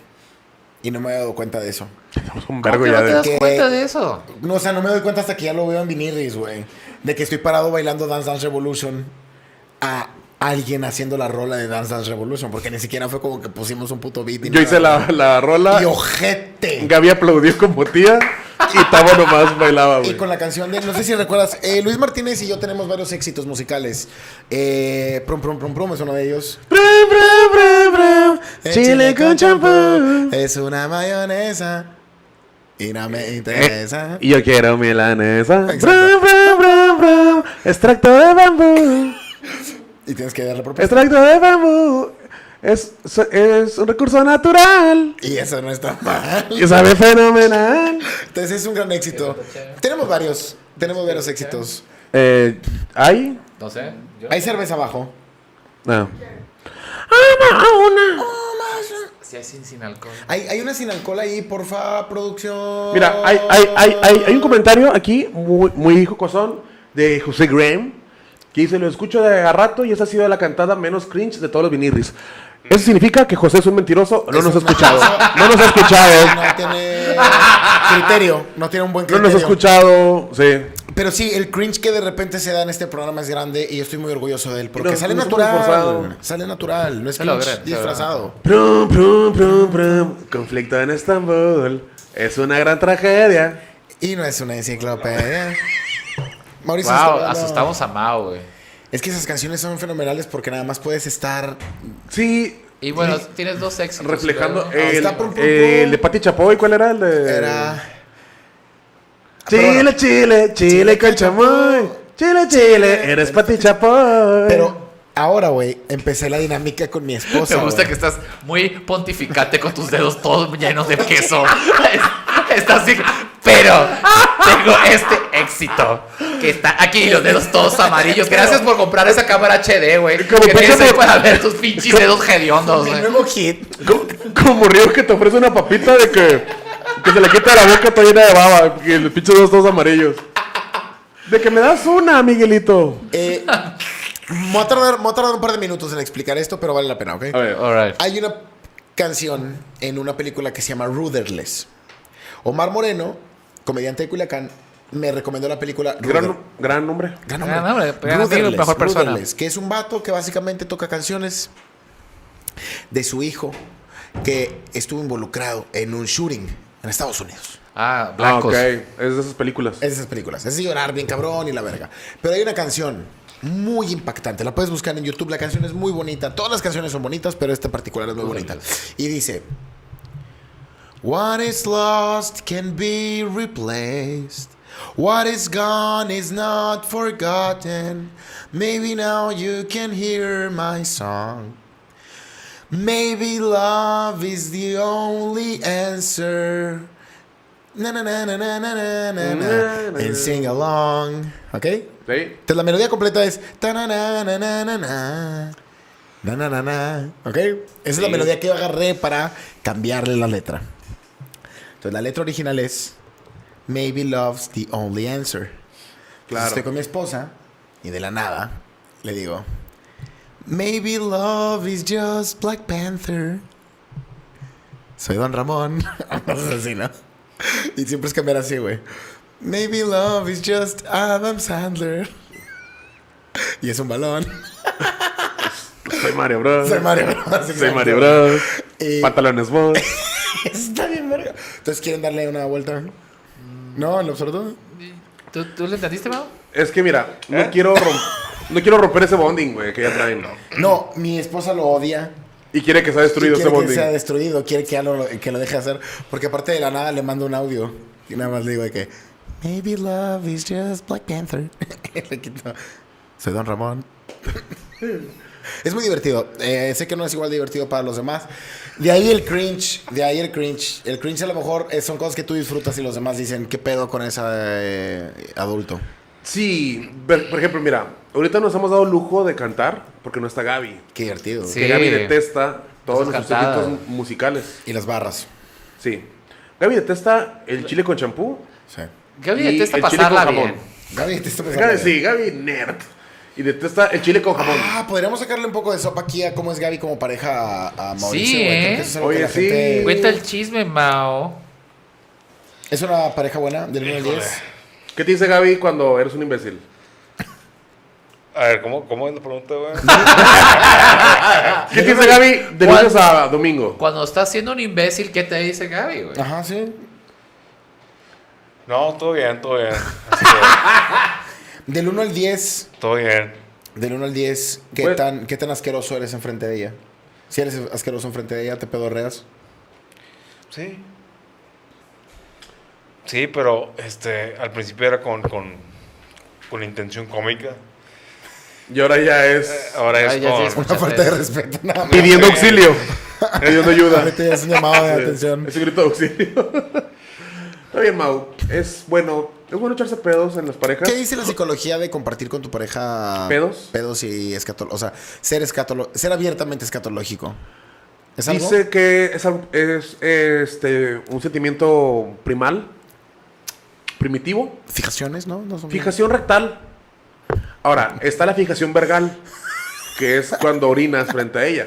[SPEAKER 1] Y no me había dado cuenta de eso.
[SPEAKER 2] Somos Pues un
[SPEAKER 3] ¿Cómo
[SPEAKER 2] vergo
[SPEAKER 3] que
[SPEAKER 2] ya
[SPEAKER 3] no te
[SPEAKER 2] de.
[SPEAKER 3] das cuenta de eso?
[SPEAKER 1] No, o sea, no me doy cuenta hasta que ya lo veo en vinirris, güey. De que estoy parado bailando Dance Dance Revolution a alguien haciendo la rola de Dance Dance Revolution. Porque ni siquiera fue como que pusimos un puto beat. ni
[SPEAKER 2] Yo hice
[SPEAKER 1] nada.
[SPEAKER 2] la, la rola.
[SPEAKER 1] Y ojete.
[SPEAKER 2] Gaby aplaudió como tía. Y Tavo nomás bailaba,
[SPEAKER 1] Y
[SPEAKER 2] güey.
[SPEAKER 1] con la canción de, no sé si recuerdas, eh, Luis Martínez y yo tenemos varios éxitos musicales. Eh, prum, prum, prum, prum es uno de ellos. Eh,
[SPEAKER 2] Bra, bra, bra, bra.
[SPEAKER 1] El
[SPEAKER 2] Chile con champú. Eh,
[SPEAKER 1] Es una mayonesa. Y no me interesa.
[SPEAKER 2] Y yo quiero milanesa.
[SPEAKER 1] Exacto.
[SPEAKER 2] Bra, bra, bra, bra. Extracto de bambú.
[SPEAKER 1] Y tienes que darle propuesta.
[SPEAKER 2] Extracto de bambú. Es, es un recurso natural.
[SPEAKER 1] Y eso no está mal.
[SPEAKER 2] Y sabe fenomenal.
[SPEAKER 1] Entonces es un gran éxito. Tenemos varios. Tenemos
[SPEAKER 3] Este,
[SPEAKER 1] varios éxitos.
[SPEAKER 2] Eh, ¿Hay?
[SPEAKER 3] No sé. Yo
[SPEAKER 1] Hay cerveza abajo.
[SPEAKER 2] No.
[SPEAKER 3] sí hay sin, sin alcohol.
[SPEAKER 1] Hay, hay una sin alcohol ahí, porfa, producción.
[SPEAKER 2] Mira, hay, hay, hay, hay, hay un comentario aquí muy, muy jocosón de José Graham que dice: Lo escucho de a rato y esa ha sido la cantada menos cringe de todos los vinirris. Eso significa que José es un mentiroso. No
[SPEAKER 1] Es
[SPEAKER 2] nos ha
[SPEAKER 1] un
[SPEAKER 2] escuchado.
[SPEAKER 1] mentiroso.
[SPEAKER 2] No nos ha escuchado.
[SPEAKER 1] No tiene criterio. No tiene un buen
[SPEAKER 2] No
[SPEAKER 1] criterio.
[SPEAKER 2] nos ha escuchado. Sí.
[SPEAKER 1] Pero sí, el cringe que de repente se da en este programa es grande y yo estoy muy orgulloso de él porque
[SPEAKER 2] No,
[SPEAKER 1] sale
[SPEAKER 2] no somos forzados.
[SPEAKER 1] natural. Sale natural, no es
[SPEAKER 3] Se logra,
[SPEAKER 1] cringe
[SPEAKER 3] se logra.
[SPEAKER 1] disfrazado.
[SPEAKER 2] Prum, prum, prum, prum. Conflicto en Estambul. Es una gran tragedia.
[SPEAKER 1] Y no es una enciclopedia. Mauricio, está
[SPEAKER 3] Wow,
[SPEAKER 1] hablando.
[SPEAKER 3] asustamos a Mao, güey.
[SPEAKER 1] Es que esas canciones son fenomenales porque nada más puedes estar.
[SPEAKER 2] Sí,
[SPEAKER 3] Y bueno, tienes dos éxitos.
[SPEAKER 2] reflejando
[SPEAKER 3] creo, ¿no? Ah,
[SPEAKER 2] el,
[SPEAKER 1] Ah, está prum, prum,
[SPEAKER 2] el
[SPEAKER 1] prum.
[SPEAKER 2] de Pati Chapoy. ¿Cuál era el de...?
[SPEAKER 1] Era.
[SPEAKER 2] Chile,
[SPEAKER 1] Pero bueno.
[SPEAKER 2] Chile, Ah, Chile con chamoy. Chile, Chile, eres Pati Chapoy.
[SPEAKER 1] Pero ahora, güey, empecé la dinámica con mi esposa.
[SPEAKER 3] Me gusta
[SPEAKER 1] güey.
[SPEAKER 3] que estás muy pontificante con tus dedos todos llenos de queso. Es- estás así, pero tengo este éxito que está aquí, los dedos todos amarillos. Gracias por comprar esa cámara HD, güey.
[SPEAKER 2] Como
[SPEAKER 3] Que tienes ahí
[SPEAKER 2] pinche-
[SPEAKER 3] para ver tus pinches dedos hediondos,
[SPEAKER 1] Mi
[SPEAKER 3] güey.
[SPEAKER 1] nuevo hit.
[SPEAKER 2] Como, como Río que te ofrece una papita de que, que se le quita la boca toda llena de baba. Que los pinches dos todos amarillos. De que me das una, Miguelito.
[SPEAKER 1] Eh, me voy a tardar- me voy a tardar un par de minutos en explicar esto, pero vale la pena, ¿ok?
[SPEAKER 2] A ver.
[SPEAKER 3] Alright.
[SPEAKER 1] Hay una canción en una película que se llama Rudderless. Omar Moreno, comediante de Culiacán, me recomendó la película Rudder-
[SPEAKER 2] Gran, gran nombre.
[SPEAKER 1] Gran
[SPEAKER 3] Gran hombre, gran amigo,
[SPEAKER 1] Rudderless,
[SPEAKER 3] mejor persona.
[SPEAKER 1] Rudderless, que es un vato que básicamente toca canciones de su hijo que estuvo involucrado en un shooting en Estados Unidos.
[SPEAKER 3] Ah,
[SPEAKER 2] Ah,
[SPEAKER 3] blancos.
[SPEAKER 2] ok. Es de esas películas.
[SPEAKER 1] Es de esas películas. Es de llorar bien cabrón y la verga. Pero hay una canción muy impactante. La puedes buscar en YouTube. La canción es muy bonita. Todas las canciones son bonitas, pero esta en particular es muy bonita. Y dice: What is lost can be replaced. What is gone is not forgotten. Maybe now you can hear my song. Maybe love is the only answer. Na, na, na, na, na, na, na, na, na. And sing along. ¿Ok?
[SPEAKER 2] Sí.
[SPEAKER 1] Entonces la melodía completa es. ta, na, na, na, na, na, na. Na, na, na, na. ¿Ok? Esa es la melodía que yo agarré para cambiarle la letra. Entonces la letra original es. Maybe love's the only answer. Claro. Estoy con mi esposa y de la nada le digo. Maybe love is just Black Panther. Soy Don Ramón. así, ¿no? Y siempre es cambiar así, güey. Maybe love is just Adam Sandler. Y es un balón.
[SPEAKER 2] Soy Mario Bros.
[SPEAKER 1] Soy Mario Bros.
[SPEAKER 2] Soy
[SPEAKER 1] exacto.
[SPEAKER 2] Mario Bros.
[SPEAKER 1] Y-
[SPEAKER 2] Pantalones Bros.
[SPEAKER 1] Está bien, verga. Entonces, ¿quieren darle una vuelta? No, en lo absoluto.
[SPEAKER 3] ¿Tú, ¿Tú le entendiste, Mao?
[SPEAKER 2] Es que mira, no quiero rom- no quiero romper ese bonding, güey, que ya traen.
[SPEAKER 1] ¿Eh? No, mi esposa lo odia.
[SPEAKER 2] Y quiere que sea destruido
[SPEAKER 1] Y
[SPEAKER 2] ese
[SPEAKER 1] quiere que
[SPEAKER 2] bonding.
[SPEAKER 1] sea destruido, quiere que ya lo, que lo deje hacer. Porque aparte de la nada le mando un audio. Y nada más le digo de que. Maybe love is just Black Panther. le quito. Soy Don Ramón. es muy divertido. Eh, sé que no es igual de divertido para los demás. De ahí el cringe. De ahí el cringe. El cringe a lo mejor eh, son cosas que tú disfrutas y los demás dicen, ¿qué pedo con ese adulto?
[SPEAKER 2] Sí, ver- por ejemplo, mira, ahorita nos hemos dado lujo de cantar porque no está Gaby.
[SPEAKER 1] Qué divertido.
[SPEAKER 3] Sí.
[SPEAKER 2] Que Gaby detesta todos
[SPEAKER 3] Esas
[SPEAKER 2] nuestros
[SPEAKER 3] cantadas.
[SPEAKER 2] éxitos musicales.
[SPEAKER 1] Y las barras.
[SPEAKER 2] Sí. Gaby detesta el chile con champú.
[SPEAKER 1] Sí.
[SPEAKER 3] Gaby
[SPEAKER 2] Y
[SPEAKER 3] detesta
[SPEAKER 2] el chile
[SPEAKER 3] pasarla
[SPEAKER 2] con jamón.
[SPEAKER 3] bien.
[SPEAKER 1] Gaby, te está pensando.
[SPEAKER 2] Gaby, sí, Gaby nerd. Y detesta el chile con jamón.
[SPEAKER 1] Ah, podríamos sacarle un poco de sopa aquí a cómo es Gaby como pareja a, a Mauricio.
[SPEAKER 3] Sí,
[SPEAKER 1] güey. Creo que
[SPEAKER 3] ¿eh?
[SPEAKER 1] eso es algo
[SPEAKER 2] Oye,
[SPEAKER 1] que la
[SPEAKER 2] sí.
[SPEAKER 1] gente-
[SPEAKER 3] Cuenta el chisme, Mao.
[SPEAKER 1] ¿Es una pareja buena del 1 al 10?
[SPEAKER 2] ¿Qué te dice Gaby cuando eres un imbécil?
[SPEAKER 4] A ver, ¿cómo, cómo es la pregunta, güey?
[SPEAKER 2] ¿Qué te dice Gaby de
[SPEAKER 3] ¿Cuál?
[SPEAKER 2] lunes a domingo?
[SPEAKER 3] Cuando estás siendo un imbécil, ¿qué te dice Gaby,
[SPEAKER 2] Ah.
[SPEAKER 3] güey?
[SPEAKER 1] Ajá, sí.
[SPEAKER 4] No, todo bien, todo bien. Así que,
[SPEAKER 1] Del 1 al 10,
[SPEAKER 4] todo bien.
[SPEAKER 1] del 1 al 10, ¿qué,
[SPEAKER 2] Pues-
[SPEAKER 1] tan, ¿qué tan asqueroso eres enfrente de ella? Si eres asqueroso enfrente de ella, te pedorreas.
[SPEAKER 4] Sí. Sí, pero este, al principio era con, con, con intención cómica.
[SPEAKER 2] Y ahora ya es
[SPEAKER 4] Ahora es
[SPEAKER 3] Ay, Ah, ya sí,
[SPEAKER 4] con...
[SPEAKER 3] escucha.
[SPEAKER 1] Una falta de respeto, nada más.
[SPEAKER 2] pidiendo auxilio, pidiendo ayuda.
[SPEAKER 1] Ahorita ya es un llamado de atención.
[SPEAKER 2] Es un grito de auxilio. Está bien, Mau. Es bueno, es bueno echarse pedos en las parejas.
[SPEAKER 1] ¿Qué dice la psicología de compartir con tu pareja
[SPEAKER 2] ¿Pedos?
[SPEAKER 1] pedos y escatológico? O sea, ser, escatolo ser abiertamente escatológico. ¿Es algo?
[SPEAKER 2] Dice que es, algo- es, este, un sentimiento primal, primitivo,
[SPEAKER 1] Fijaciones, ¿no? No son-
[SPEAKER 2] fijación rectal. Ahora, está la fijación vergal, que es cuando orinas frente a ella.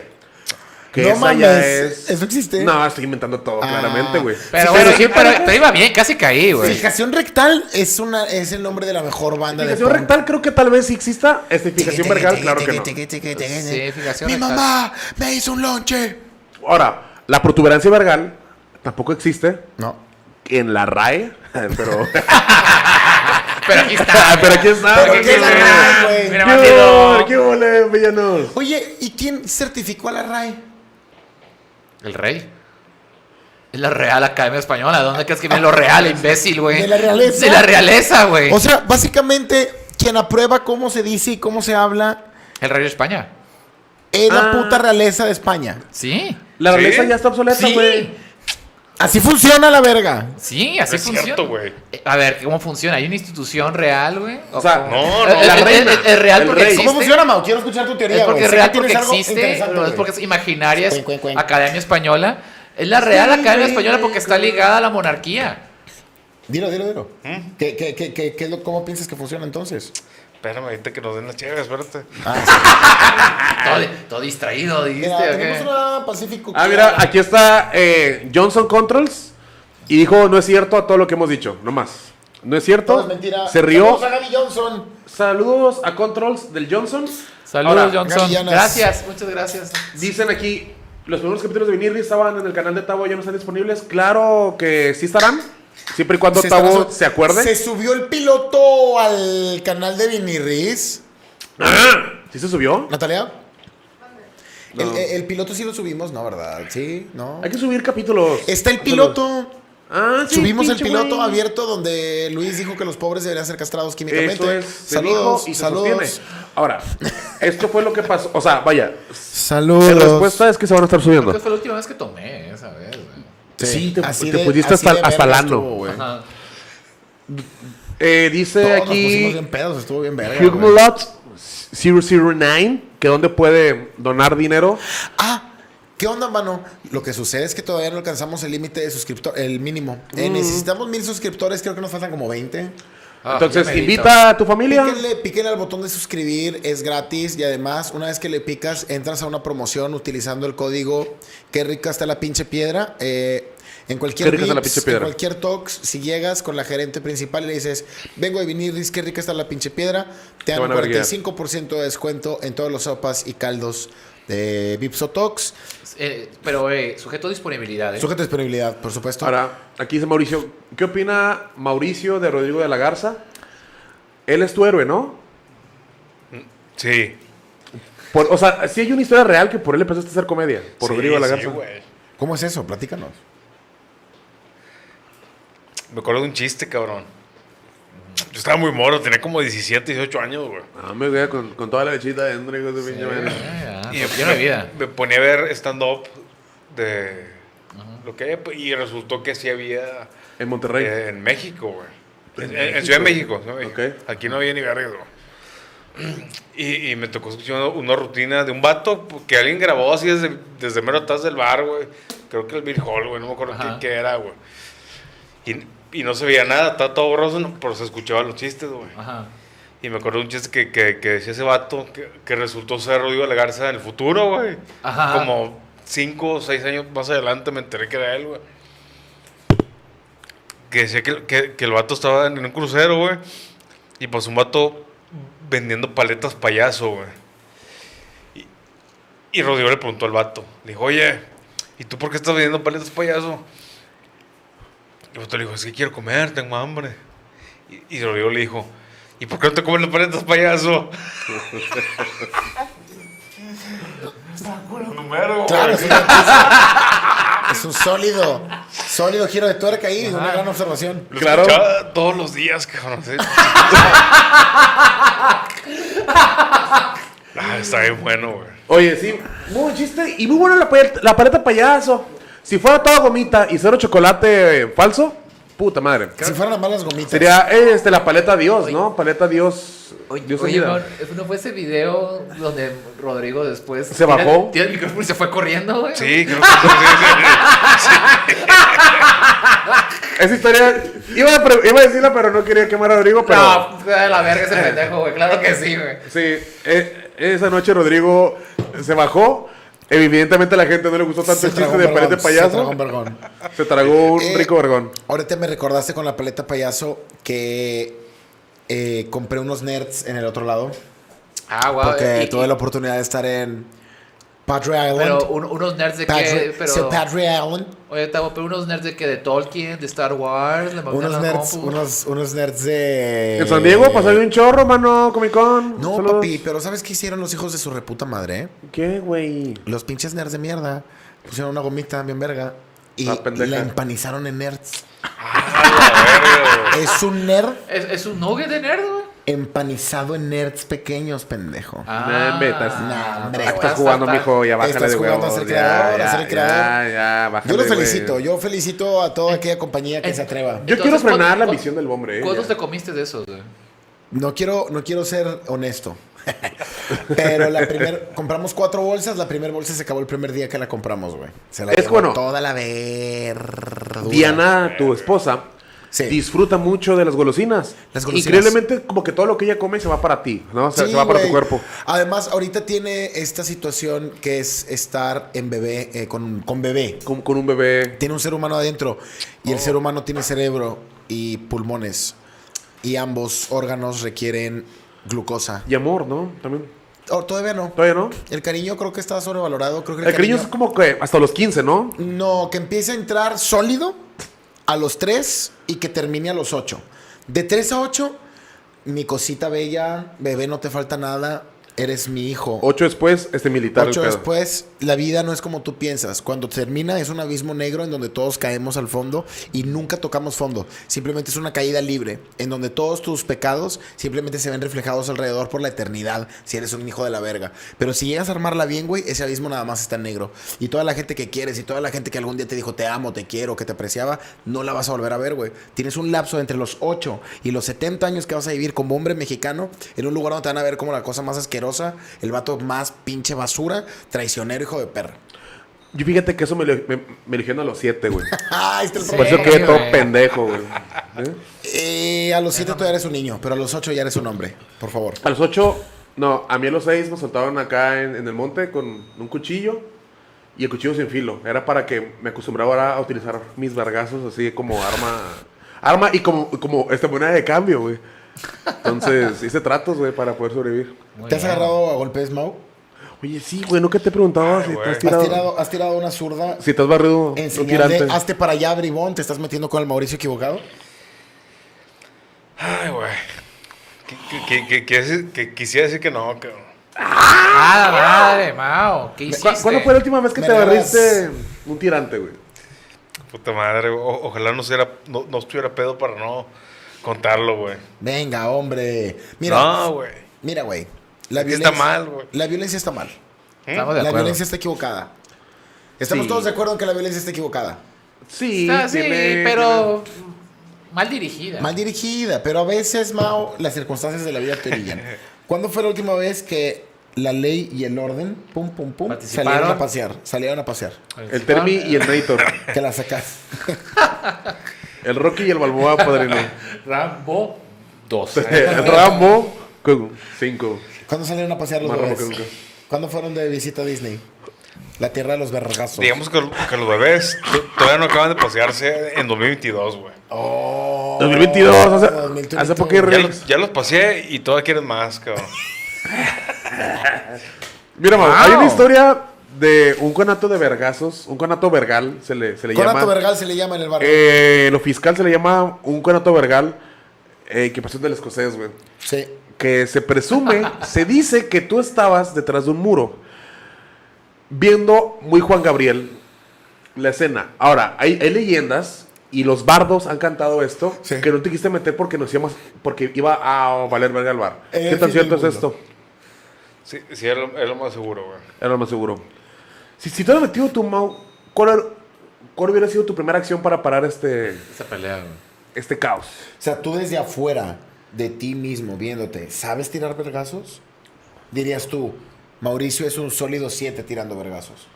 [SPEAKER 2] Que
[SPEAKER 1] No
[SPEAKER 2] esa
[SPEAKER 1] mames,
[SPEAKER 2] ya es.
[SPEAKER 1] ¿eso existe?
[SPEAKER 2] No, estoy inventando todo,
[SPEAKER 1] Ah.
[SPEAKER 2] claramente, güey.
[SPEAKER 3] Pero bueno, sí, pero te iba bien, casi caí, güey.
[SPEAKER 1] Fijación rectal es una es el nombre de la mejor banda de
[SPEAKER 2] Fijación
[SPEAKER 1] punk.
[SPEAKER 2] rectal, creo que tal vez sí exista. Este, fijación vergal, claro que no.
[SPEAKER 1] Sí,
[SPEAKER 3] Sí, fijación
[SPEAKER 1] Mi
[SPEAKER 3] rectal.
[SPEAKER 1] mamá me hizo un lonche.
[SPEAKER 2] Ahora, la protuberancia vergal tampoco existe
[SPEAKER 1] No.
[SPEAKER 2] en la RAE, pero.
[SPEAKER 3] Pero aquí está.
[SPEAKER 2] pero aquí está.
[SPEAKER 1] Pero
[SPEAKER 2] güey.
[SPEAKER 1] aquí está, güey.
[SPEAKER 3] Mira,
[SPEAKER 2] ¿Qué
[SPEAKER 3] bandido.
[SPEAKER 2] ole, ¿Qué ole, villanos?
[SPEAKER 1] Oye, ¿y quién certificó a la RAE?
[SPEAKER 3] El rey. Es la Real Academia Española. ¿Dónde crees que viene lo real, imbécil, güey?
[SPEAKER 1] De la realeza.
[SPEAKER 3] De la realeza, güey.
[SPEAKER 1] O sea, básicamente quien aprueba cómo se dice y cómo se habla
[SPEAKER 3] El rey de España.
[SPEAKER 1] es la
[SPEAKER 2] Ah.
[SPEAKER 1] puta realeza de España.
[SPEAKER 3] Sí.
[SPEAKER 2] La
[SPEAKER 4] ¿Sí?
[SPEAKER 2] realeza ya está obsoleta,
[SPEAKER 3] Sí.
[SPEAKER 2] güey.
[SPEAKER 1] Así funciona la verga.
[SPEAKER 3] Sí, así
[SPEAKER 4] No es
[SPEAKER 3] funciona.
[SPEAKER 4] cierto, güey.
[SPEAKER 3] Eh, A ver, ¿cómo funciona? ¿Hay una institución real, güey?
[SPEAKER 2] O sea,
[SPEAKER 3] cómo?
[SPEAKER 4] No,
[SPEAKER 3] Eh,
[SPEAKER 4] no.
[SPEAKER 3] eh,
[SPEAKER 2] la
[SPEAKER 3] eh,
[SPEAKER 2] reina,
[SPEAKER 3] eh, es real
[SPEAKER 2] el
[SPEAKER 3] porque
[SPEAKER 2] rey.
[SPEAKER 3] existe.
[SPEAKER 1] ¿Cómo funciona, Mau? Quiero escuchar tu teoría.
[SPEAKER 3] Es porque
[SPEAKER 1] güey.
[SPEAKER 3] es
[SPEAKER 1] Sé que
[SPEAKER 3] real
[SPEAKER 1] tienes
[SPEAKER 3] porque
[SPEAKER 1] algo
[SPEAKER 3] existe,
[SPEAKER 1] interesante,
[SPEAKER 3] no es
[SPEAKER 1] güey.
[SPEAKER 3] porque es imaginaria, es
[SPEAKER 1] Cuen, cuen, cuen.
[SPEAKER 3] Academia Española. Es la Real
[SPEAKER 1] Sí,
[SPEAKER 3] Academia
[SPEAKER 1] güey,
[SPEAKER 3] Española porque
[SPEAKER 1] güey,
[SPEAKER 3] está
[SPEAKER 1] güey.
[SPEAKER 3] ligada a la monarquía.
[SPEAKER 1] Dilo, dilo, dilo.
[SPEAKER 3] ¿Mm?
[SPEAKER 1] ¿Qué, qué, qué, qué, qué es lo- ¿Cómo piensas que funciona entonces?
[SPEAKER 4] Espérame, ahorita que nos den las chéveres, espérate.
[SPEAKER 3] Todo, todo distraído, dijiste.
[SPEAKER 1] Mira,
[SPEAKER 3] ¿o qué?
[SPEAKER 1] tenemos una Pacífico.
[SPEAKER 2] Ah, mira, aquí está eh, Johnson Controls y dijo: No es cierto a todo lo que hemos dicho, no más. No es cierto.
[SPEAKER 1] Todo es mentira.
[SPEAKER 2] Se rió.
[SPEAKER 1] Saludos a Gaby Johnson.
[SPEAKER 2] Saludos a Controls del Johnson.
[SPEAKER 3] Saludos,
[SPEAKER 2] Ahora,
[SPEAKER 3] Johnson.
[SPEAKER 1] Gavillanas.
[SPEAKER 3] Gracias, muchas gracias.
[SPEAKER 2] Dicen aquí, los primeros capítulos de Vinirri estaban en el canal de Tavo, ya no están disponibles. Claro que sí estarán, siempre y cuando
[SPEAKER 1] Se
[SPEAKER 2] Tavo
[SPEAKER 1] estará-
[SPEAKER 2] se acuerde.
[SPEAKER 1] Se subió el piloto al canal de Vinirris.
[SPEAKER 2] ¿Sí se subió?
[SPEAKER 1] Natalia.
[SPEAKER 2] No.
[SPEAKER 1] El, el piloto sí lo subimos, ¿no? ¿Verdad? Sí, ¿no?
[SPEAKER 2] Hay que subir capítulos.
[SPEAKER 1] Está el piloto.
[SPEAKER 2] Ah, sí,
[SPEAKER 1] Subimos el
[SPEAKER 2] pinche
[SPEAKER 1] piloto
[SPEAKER 2] güey.
[SPEAKER 1] abierto donde Luis dijo que los pobres deberían ser castrados químicamente.
[SPEAKER 2] Eso es, se
[SPEAKER 1] saludos,
[SPEAKER 2] dijo y se
[SPEAKER 1] saludos.
[SPEAKER 2] sostiene. Ahora, esto fue lo que pasó. O sea, vaya, la
[SPEAKER 1] Saludos.
[SPEAKER 2] respuesta es que se van a estar
[SPEAKER 3] Creo que
[SPEAKER 2] subiendo.
[SPEAKER 3] fue la última vez que tomé eh, esa vez, güey.
[SPEAKER 2] Sí, te-
[SPEAKER 1] así
[SPEAKER 2] te pusiste
[SPEAKER 1] así
[SPEAKER 2] hasta-
[SPEAKER 1] verga
[SPEAKER 2] hasta lano.
[SPEAKER 1] estuvo, güey.
[SPEAKER 3] Ajá.
[SPEAKER 2] Eh, dice
[SPEAKER 1] Todos nos pusimos
[SPEAKER 2] aquí
[SPEAKER 1] bien pedos, estuvo bien verga.
[SPEAKER 2] Hugh
[SPEAKER 1] güey.
[SPEAKER 2] Mulot 009, que dónde puede donar dinero.
[SPEAKER 1] Ah, ¿qué onda, mano? Lo que sucede es que todavía no alcanzamos el límite de suscriptor, el mínimo. Eh,
[SPEAKER 2] Mm.
[SPEAKER 1] necesitamos mil suscriptores, creo que nos faltan como 20.
[SPEAKER 3] Ah, ya
[SPEAKER 2] Entonces,
[SPEAKER 3] me edito.
[SPEAKER 2] invita a tu familia.
[SPEAKER 1] Píquenle, píquenle al botón de suscribir, es gratis y además, una vez que le picas, entras a una promoción utilizando el código Qué rica está la pinche piedra. eh, en cualquier
[SPEAKER 2] Qué rica está la
[SPEAKER 1] Vips,
[SPEAKER 2] pinche piedra.
[SPEAKER 1] en cualquier Tox, si llegas con la gerente principal y le dices, vengo de Vinirris, qué rica está la pinche piedra, te dan
[SPEAKER 2] van
[SPEAKER 1] un
[SPEAKER 2] a verguear.
[SPEAKER 1] 45% de descuento en todos los sopas y caldos de Vips o Tox.
[SPEAKER 3] Eh, pero, eh, sujeto a disponibilidad, eh.
[SPEAKER 1] Sujeto a disponibilidad, por supuesto.
[SPEAKER 2] Ahora, aquí dice Mauricio, ¿qué opina Mauricio de Rodrigo de la Garza? Él es tu héroe, ¿no?
[SPEAKER 4] Sí.
[SPEAKER 2] Por- o sea, sí hay una historia real que por él empezaste a hacer comedia, por
[SPEAKER 4] Sí,
[SPEAKER 2] Rodrigo de la
[SPEAKER 4] sí,
[SPEAKER 2] Garza.
[SPEAKER 4] güey.
[SPEAKER 1] ¿Cómo es eso? Platícanos.
[SPEAKER 4] Me acuerdo de un chiste, cabrón. Yo estaba muy moro, tenía como 17, 18 años, güey.
[SPEAKER 2] Ah, me voy con, con toda la lechita de André, hijo de pinche madre.
[SPEAKER 3] Ah,
[SPEAKER 4] Y
[SPEAKER 3] ya, pues, lleno de vida.
[SPEAKER 4] Me ponía a ver stand-up de lo que hay, y resultó que sí había
[SPEAKER 2] En Monterrey.
[SPEAKER 4] eh, en México, güey. En, en- en Ciudad de México. Ciudad de México.
[SPEAKER 2] Ok.
[SPEAKER 4] Aquí no había ni vergas, güey. Y, y me tocó escuchar una, una rutina de un vato que alguien grabó así desde, desde mero atrás del bar, güey. Creo que el Beer Hall, güey. No me acuerdo
[SPEAKER 3] Ajá.
[SPEAKER 4] quién que era, güey. Y, y no se veía nada, estaba todo borroso, no, pero se escuchaban los chistes, güey.
[SPEAKER 3] Ajá.
[SPEAKER 4] Y me acuerdo de un chiste que, que, que decía ese vato que, que resultó ser Rodrigo de la Garza en el futuro, güey.
[SPEAKER 3] Ajá.
[SPEAKER 4] Como cinco o seis años más adelante me enteré que era él, güey. Que decía que, que- que el vato estaba en un crucero, güey. Y pues un vato vendiendo paletas payaso, güey. Y, y Rodrigo le preguntó al vato. Le dijo, oye, ¿y tú por qué estás vendiendo paletas payaso? Y el vato le dijo, es que quiero comer, tengo hambre. Y, y Rodrigo le dijo, ¿y por qué no te comes las paletas payaso?
[SPEAKER 1] Claro, es, una- es un sólido, sólido giro de tuerca ahí, una gran observación.
[SPEAKER 4] Lo
[SPEAKER 2] Claro.
[SPEAKER 4] escuchaba todos los días, cabrón. ¿sí? ah, está bien bueno, güey.
[SPEAKER 2] Oye, sí, muy buen chiste y muy buena la, paleta- la paleta payaso. Si fuera toda gomita y cero chocolate eh, falso, puta madre.
[SPEAKER 1] Si fueran las malas gomitas.
[SPEAKER 2] Sería eh, este, la paleta Dios, ¿no? Paleta Dios.
[SPEAKER 3] Oye,
[SPEAKER 2] Dios
[SPEAKER 3] oye,
[SPEAKER 2] unida.
[SPEAKER 3] Mon, ¿no fue ese video donde Rodrigo después...
[SPEAKER 2] ¿Se
[SPEAKER 3] tira-
[SPEAKER 2] bajó?
[SPEAKER 3] Tira el micrófono y se fue corriendo, güey.
[SPEAKER 4] Sí, creo que sí, sí,
[SPEAKER 2] Esa historia. Iba a, pre- iba a decirla, pero no quería quemar a Rodrigo, pero. Eh.
[SPEAKER 3] No, fue a la verga ese pendejo, güey. Claro que sí, güey.
[SPEAKER 2] Sí, eh, esa noche Rodrigo se bajó. Evidentemente a la gente no le gustó tanto
[SPEAKER 1] Se
[SPEAKER 2] el chiste
[SPEAKER 1] tragó
[SPEAKER 2] de
[SPEAKER 1] un
[SPEAKER 2] paleta
[SPEAKER 1] vergón, se tragó
[SPEAKER 2] payaso.
[SPEAKER 1] un vergón.
[SPEAKER 2] Se tragó un
[SPEAKER 1] Eh,
[SPEAKER 2] rico vergón.
[SPEAKER 1] Ahorita me recordaste con la paleta payaso que eh, compré unos nerds en el otro lado.
[SPEAKER 3] Ah, guau.
[SPEAKER 1] Porque
[SPEAKER 3] y-
[SPEAKER 1] tuve
[SPEAKER 3] y-
[SPEAKER 1] la oportunidad de estar en Padre Island.
[SPEAKER 3] Pero un- unos nerds de
[SPEAKER 1] Padre,
[SPEAKER 3] que... Pero...
[SPEAKER 1] sí, Padre Island.
[SPEAKER 3] Oye, Tavo, pero unos nerds de que de Tolkien, de Star Wars, la mamá de
[SPEAKER 1] Unos
[SPEAKER 3] la
[SPEAKER 1] nerds,
[SPEAKER 3] compu.
[SPEAKER 1] unos, unos nerds de.
[SPEAKER 2] En San Diego pasó un chorro, mano, Comic
[SPEAKER 1] eh,
[SPEAKER 2] Con.
[SPEAKER 1] No,
[SPEAKER 2] Saludos.
[SPEAKER 1] papi, pero ¿sabes qué hicieron los hijos de su reputa madre? eh?
[SPEAKER 2] ¿Qué, güey?
[SPEAKER 1] Los pinches nerds de mierda pusieron una gomita bien verga y
[SPEAKER 2] Ah, pendeja.
[SPEAKER 1] la empanizaron en nerds.
[SPEAKER 4] A la verga, güey.
[SPEAKER 1] Es un nerd
[SPEAKER 3] ¿Es, es un nugget de nerd, güey.
[SPEAKER 1] empanizado en nerds pequeños, pendejo.
[SPEAKER 2] Nah, hombre, estás-
[SPEAKER 1] nah, hombre, estás
[SPEAKER 2] Ah,
[SPEAKER 3] no,
[SPEAKER 2] Estás
[SPEAKER 3] está-
[SPEAKER 2] jugando,
[SPEAKER 3] está-
[SPEAKER 2] mijo, ya bájale
[SPEAKER 1] Estás
[SPEAKER 2] de
[SPEAKER 1] jugando
[SPEAKER 2] huevos.
[SPEAKER 1] a ser
[SPEAKER 2] ya,
[SPEAKER 1] creador,
[SPEAKER 2] ya,
[SPEAKER 1] a ser creador.
[SPEAKER 2] ya, ya, bájale,
[SPEAKER 1] Yo los
[SPEAKER 2] güey.
[SPEAKER 1] felicito, yo felicito a toda aquella compañía que se atreva.
[SPEAKER 2] Yo
[SPEAKER 3] Entonces,
[SPEAKER 2] quiero frenar la
[SPEAKER 3] ¿cuánto- cuánto-
[SPEAKER 2] ambición del hombre, eh,
[SPEAKER 3] ¿Cuántos
[SPEAKER 2] ya.
[SPEAKER 3] te comiste de esos, güey?
[SPEAKER 1] No quiero, no quiero ser honesto. Pero la primera, compramos cuatro bolsas, la primera bolsa se acabó el primer día que la compramos, güey. Se la
[SPEAKER 2] Es
[SPEAKER 1] llevó
[SPEAKER 2] bueno.
[SPEAKER 1] toda la verdura.
[SPEAKER 2] Diana, tu esposa,
[SPEAKER 1] Sí.
[SPEAKER 2] disfruta mucho de las golosinas.
[SPEAKER 1] Las golosinas.
[SPEAKER 2] Increíblemente, como que todo lo que ella come se va para ti, ¿no? Se,
[SPEAKER 1] Sí,
[SPEAKER 2] se va para tu
[SPEAKER 1] güey.
[SPEAKER 2] cuerpo.
[SPEAKER 1] Además, ahorita tiene esta situación que es estar en bebé, eh, con, con bebé.
[SPEAKER 2] Con, con un bebé.
[SPEAKER 1] Tiene un ser humano adentro y el
[SPEAKER 2] Oh.
[SPEAKER 1] ser humano tiene cerebro y pulmones. Y ambos órganos requieren glucosa.
[SPEAKER 2] Y amor, ¿no? También.
[SPEAKER 1] Oh, todavía no.
[SPEAKER 2] ¿Todavía no?
[SPEAKER 1] El cariño creo que está sobrevalorado. Creo que
[SPEAKER 2] El, cariño es como que hasta los 15, ¿no?
[SPEAKER 1] No, que empiece a entrar sólido a los 3 y que termine a los 8. De 3 a 8, mi cosita bella, bebé, no te falta nada, eres mi hijo.
[SPEAKER 2] Ocho después, este militar. el
[SPEAKER 1] Ocho
[SPEAKER 2] pedo.
[SPEAKER 1] después, la vida no es como tú piensas. Cuando termina es un abismo negro en donde todos caemos al fondo y nunca tocamos fondo. Simplemente es una caída libre, en donde todos tus pecados simplemente se ven reflejados alrededor por la eternidad, si eres un hijo de la verga. Pero si llegas a armarla bien, güey, ese abismo nada más está en negro. Y toda la gente que quieres y toda la gente que algún día te dijo te amo, te quiero, que te apreciaba, no la vas a volver a ver, güey. Tienes un lapso entre los 8 y los 70 años que vas a vivir como hombre mexicano en un lugar donde te van a ver como la cosa más asquerosa, el vato más pinche basura, traicionero, hijo de perra.
[SPEAKER 2] Yo fíjate que eso me, lo- me, me eligieron a los 7, güey.
[SPEAKER 1] Ah, este es el
[SPEAKER 3] Sí.
[SPEAKER 2] Por
[SPEAKER 1] problema.
[SPEAKER 2] eso quedé todo
[SPEAKER 3] güey.
[SPEAKER 2] pendejo, güey. ¿Eh?
[SPEAKER 1] Eh, a los 7 todavía eres un niño, pero a los 8 ya eres un hombre, por favor.
[SPEAKER 2] A los 8, no, a mí a los 6 me soltaron acá en, en el monte con un cuchillo y el cuchillo sin filo. Era para que me acostumbrara ahora a utilizar mis vergazos así como arma. Arma y como, como este, moneda de cambio, güey. Entonces hice tratos, güey, para poder sobrevivir.
[SPEAKER 3] Muy
[SPEAKER 1] ¿Te has
[SPEAKER 3] bien.
[SPEAKER 1] agarrado a golpes, Mau?
[SPEAKER 2] Oye, sí, güey, nunca te he preguntado si
[SPEAKER 4] güey.
[SPEAKER 2] te has
[SPEAKER 4] ¿Has
[SPEAKER 1] ¿Has
[SPEAKER 2] tirado.
[SPEAKER 1] tirado, has tirado una zurda?
[SPEAKER 2] Si te has barrido
[SPEAKER 1] En
[SPEAKER 2] un
[SPEAKER 1] señal de,
[SPEAKER 2] tirante.
[SPEAKER 1] hazte para allá, bribón, te estás metiendo con el Mauricio equivocado.
[SPEAKER 4] Ay, güey. Que, que- que- que- que ese- que quisiera decir que no, cabrón.
[SPEAKER 3] ¡Ah, la madre, Mao! ¿Qué
[SPEAKER 2] ¿Cu-
[SPEAKER 3] hiciste?
[SPEAKER 2] ¿Cuándo fue la última vez que
[SPEAKER 1] Me
[SPEAKER 2] te
[SPEAKER 1] regalas-
[SPEAKER 2] barriste un tirante, güey?
[SPEAKER 4] Puta madre, güey. O- ojalá no, sea, no, no estuviera pedo para no contarlo, güey.
[SPEAKER 1] Venga, hombre. Mira,
[SPEAKER 4] No, güey.
[SPEAKER 1] mira, güey. La
[SPEAKER 4] Es que está
[SPEAKER 1] violencia-
[SPEAKER 4] mal, güey.
[SPEAKER 1] La violencia está mal.
[SPEAKER 3] Estamos de
[SPEAKER 1] La
[SPEAKER 3] acuerdo.
[SPEAKER 1] violencia está equivocada. Estamos
[SPEAKER 2] Sí.
[SPEAKER 1] todos de acuerdo en que la violencia está equivocada.
[SPEAKER 2] Sí,
[SPEAKER 3] Ah, sí,
[SPEAKER 2] tiene-
[SPEAKER 3] pero mal dirigida.
[SPEAKER 1] Mal dirigida, pero a veces, Mao, las circunstancias de la vida te orillan. ¿Cuándo fue la última vez que la ley y el orden, pum, pum, pum,
[SPEAKER 3] Participaron.
[SPEAKER 1] salieron a pasear? Salieron a pasear.
[SPEAKER 2] El Termi y el Nator.
[SPEAKER 1] Que la sacas.
[SPEAKER 2] El Rocky y el Balboa, padrino.
[SPEAKER 3] Rambo 2.
[SPEAKER 1] Pues, eh,
[SPEAKER 2] el Rambo, 5.
[SPEAKER 1] ¿Cuándo salieron a pasear los
[SPEAKER 2] Más raro
[SPEAKER 1] bebés?
[SPEAKER 2] que nunca.
[SPEAKER 1] ¿Cuándo fueron de visita a Disney? La tierra de los vergazos.
[SPEAKER 4] Digamos que, que los bebés to- todavía no acaban de pasearse en 2022, güey.
[SPEAKER 1] Oh,
[SPEAKER 2] 2022, hace,
[SPEAKER 1] 2022.
[SPEAKER 2] hace poco que
[SPEAKER 4] Ya
[SPEAKER 2] re-
[SPEAKER 4] los, ya los paseé y todavía quieren más, cabrón.
[SPEAKER 2] Mira, Mau,
[SPEAKER 3] Wow.
[SPEAKER 2] hay una historia de un conato de vergazos, un conato vergal, se le, se le
[SPEAKER 1] Conato
[SPEAKER 2] llama.
[SPEAKER 1] Vergal se le llama en el barrio.
[SPEAKER 2] Eh, lo fiscal se le llama un conato vergal eh, que pasó del escocés, güey.
[SPEAKER 1] sí.
[SPEAKER 2] que se presume, se dice que tú estabas detrás de un muro viendo muy Juan Gabriel la escena. Ahora, hay, hay leyendas y los bardos han cantado esto
[SPEAKER 1] Sí.
[SPEAKER 2] que no te quisiste meter porque nos íbamos, porque iba a valer verga el bar.
[SPEAKER 1] El
[SPEAKER 2] ¿Qué
[SPEAKER 1] fin
[SPEAKER 2] tan
[SPEAKER 1] del
[SPEAKER 2] cierto es
[SPEAKER 1] mundo.
[SPEAKER 2] esto?
[SPEAKER 4] Sí, sí es, lo, es lo más seguro, güey.
[SPEAKER 2] Era lo más seguro. Si, si tú hubieras metido tu Mau, ¿cuál, era- cuál hubiera sido tu primera acción para parar este,
[SPEAKER 3] Esa pelea, güey.
[SPEAKER 2] este caos?
[SPEAKER 1] O sea, tú desde afuera de ti mismo viéndote, ¿sabes tirar vergazos? Dirías tú, Mauricio es un sólido 7 tirando vergazos.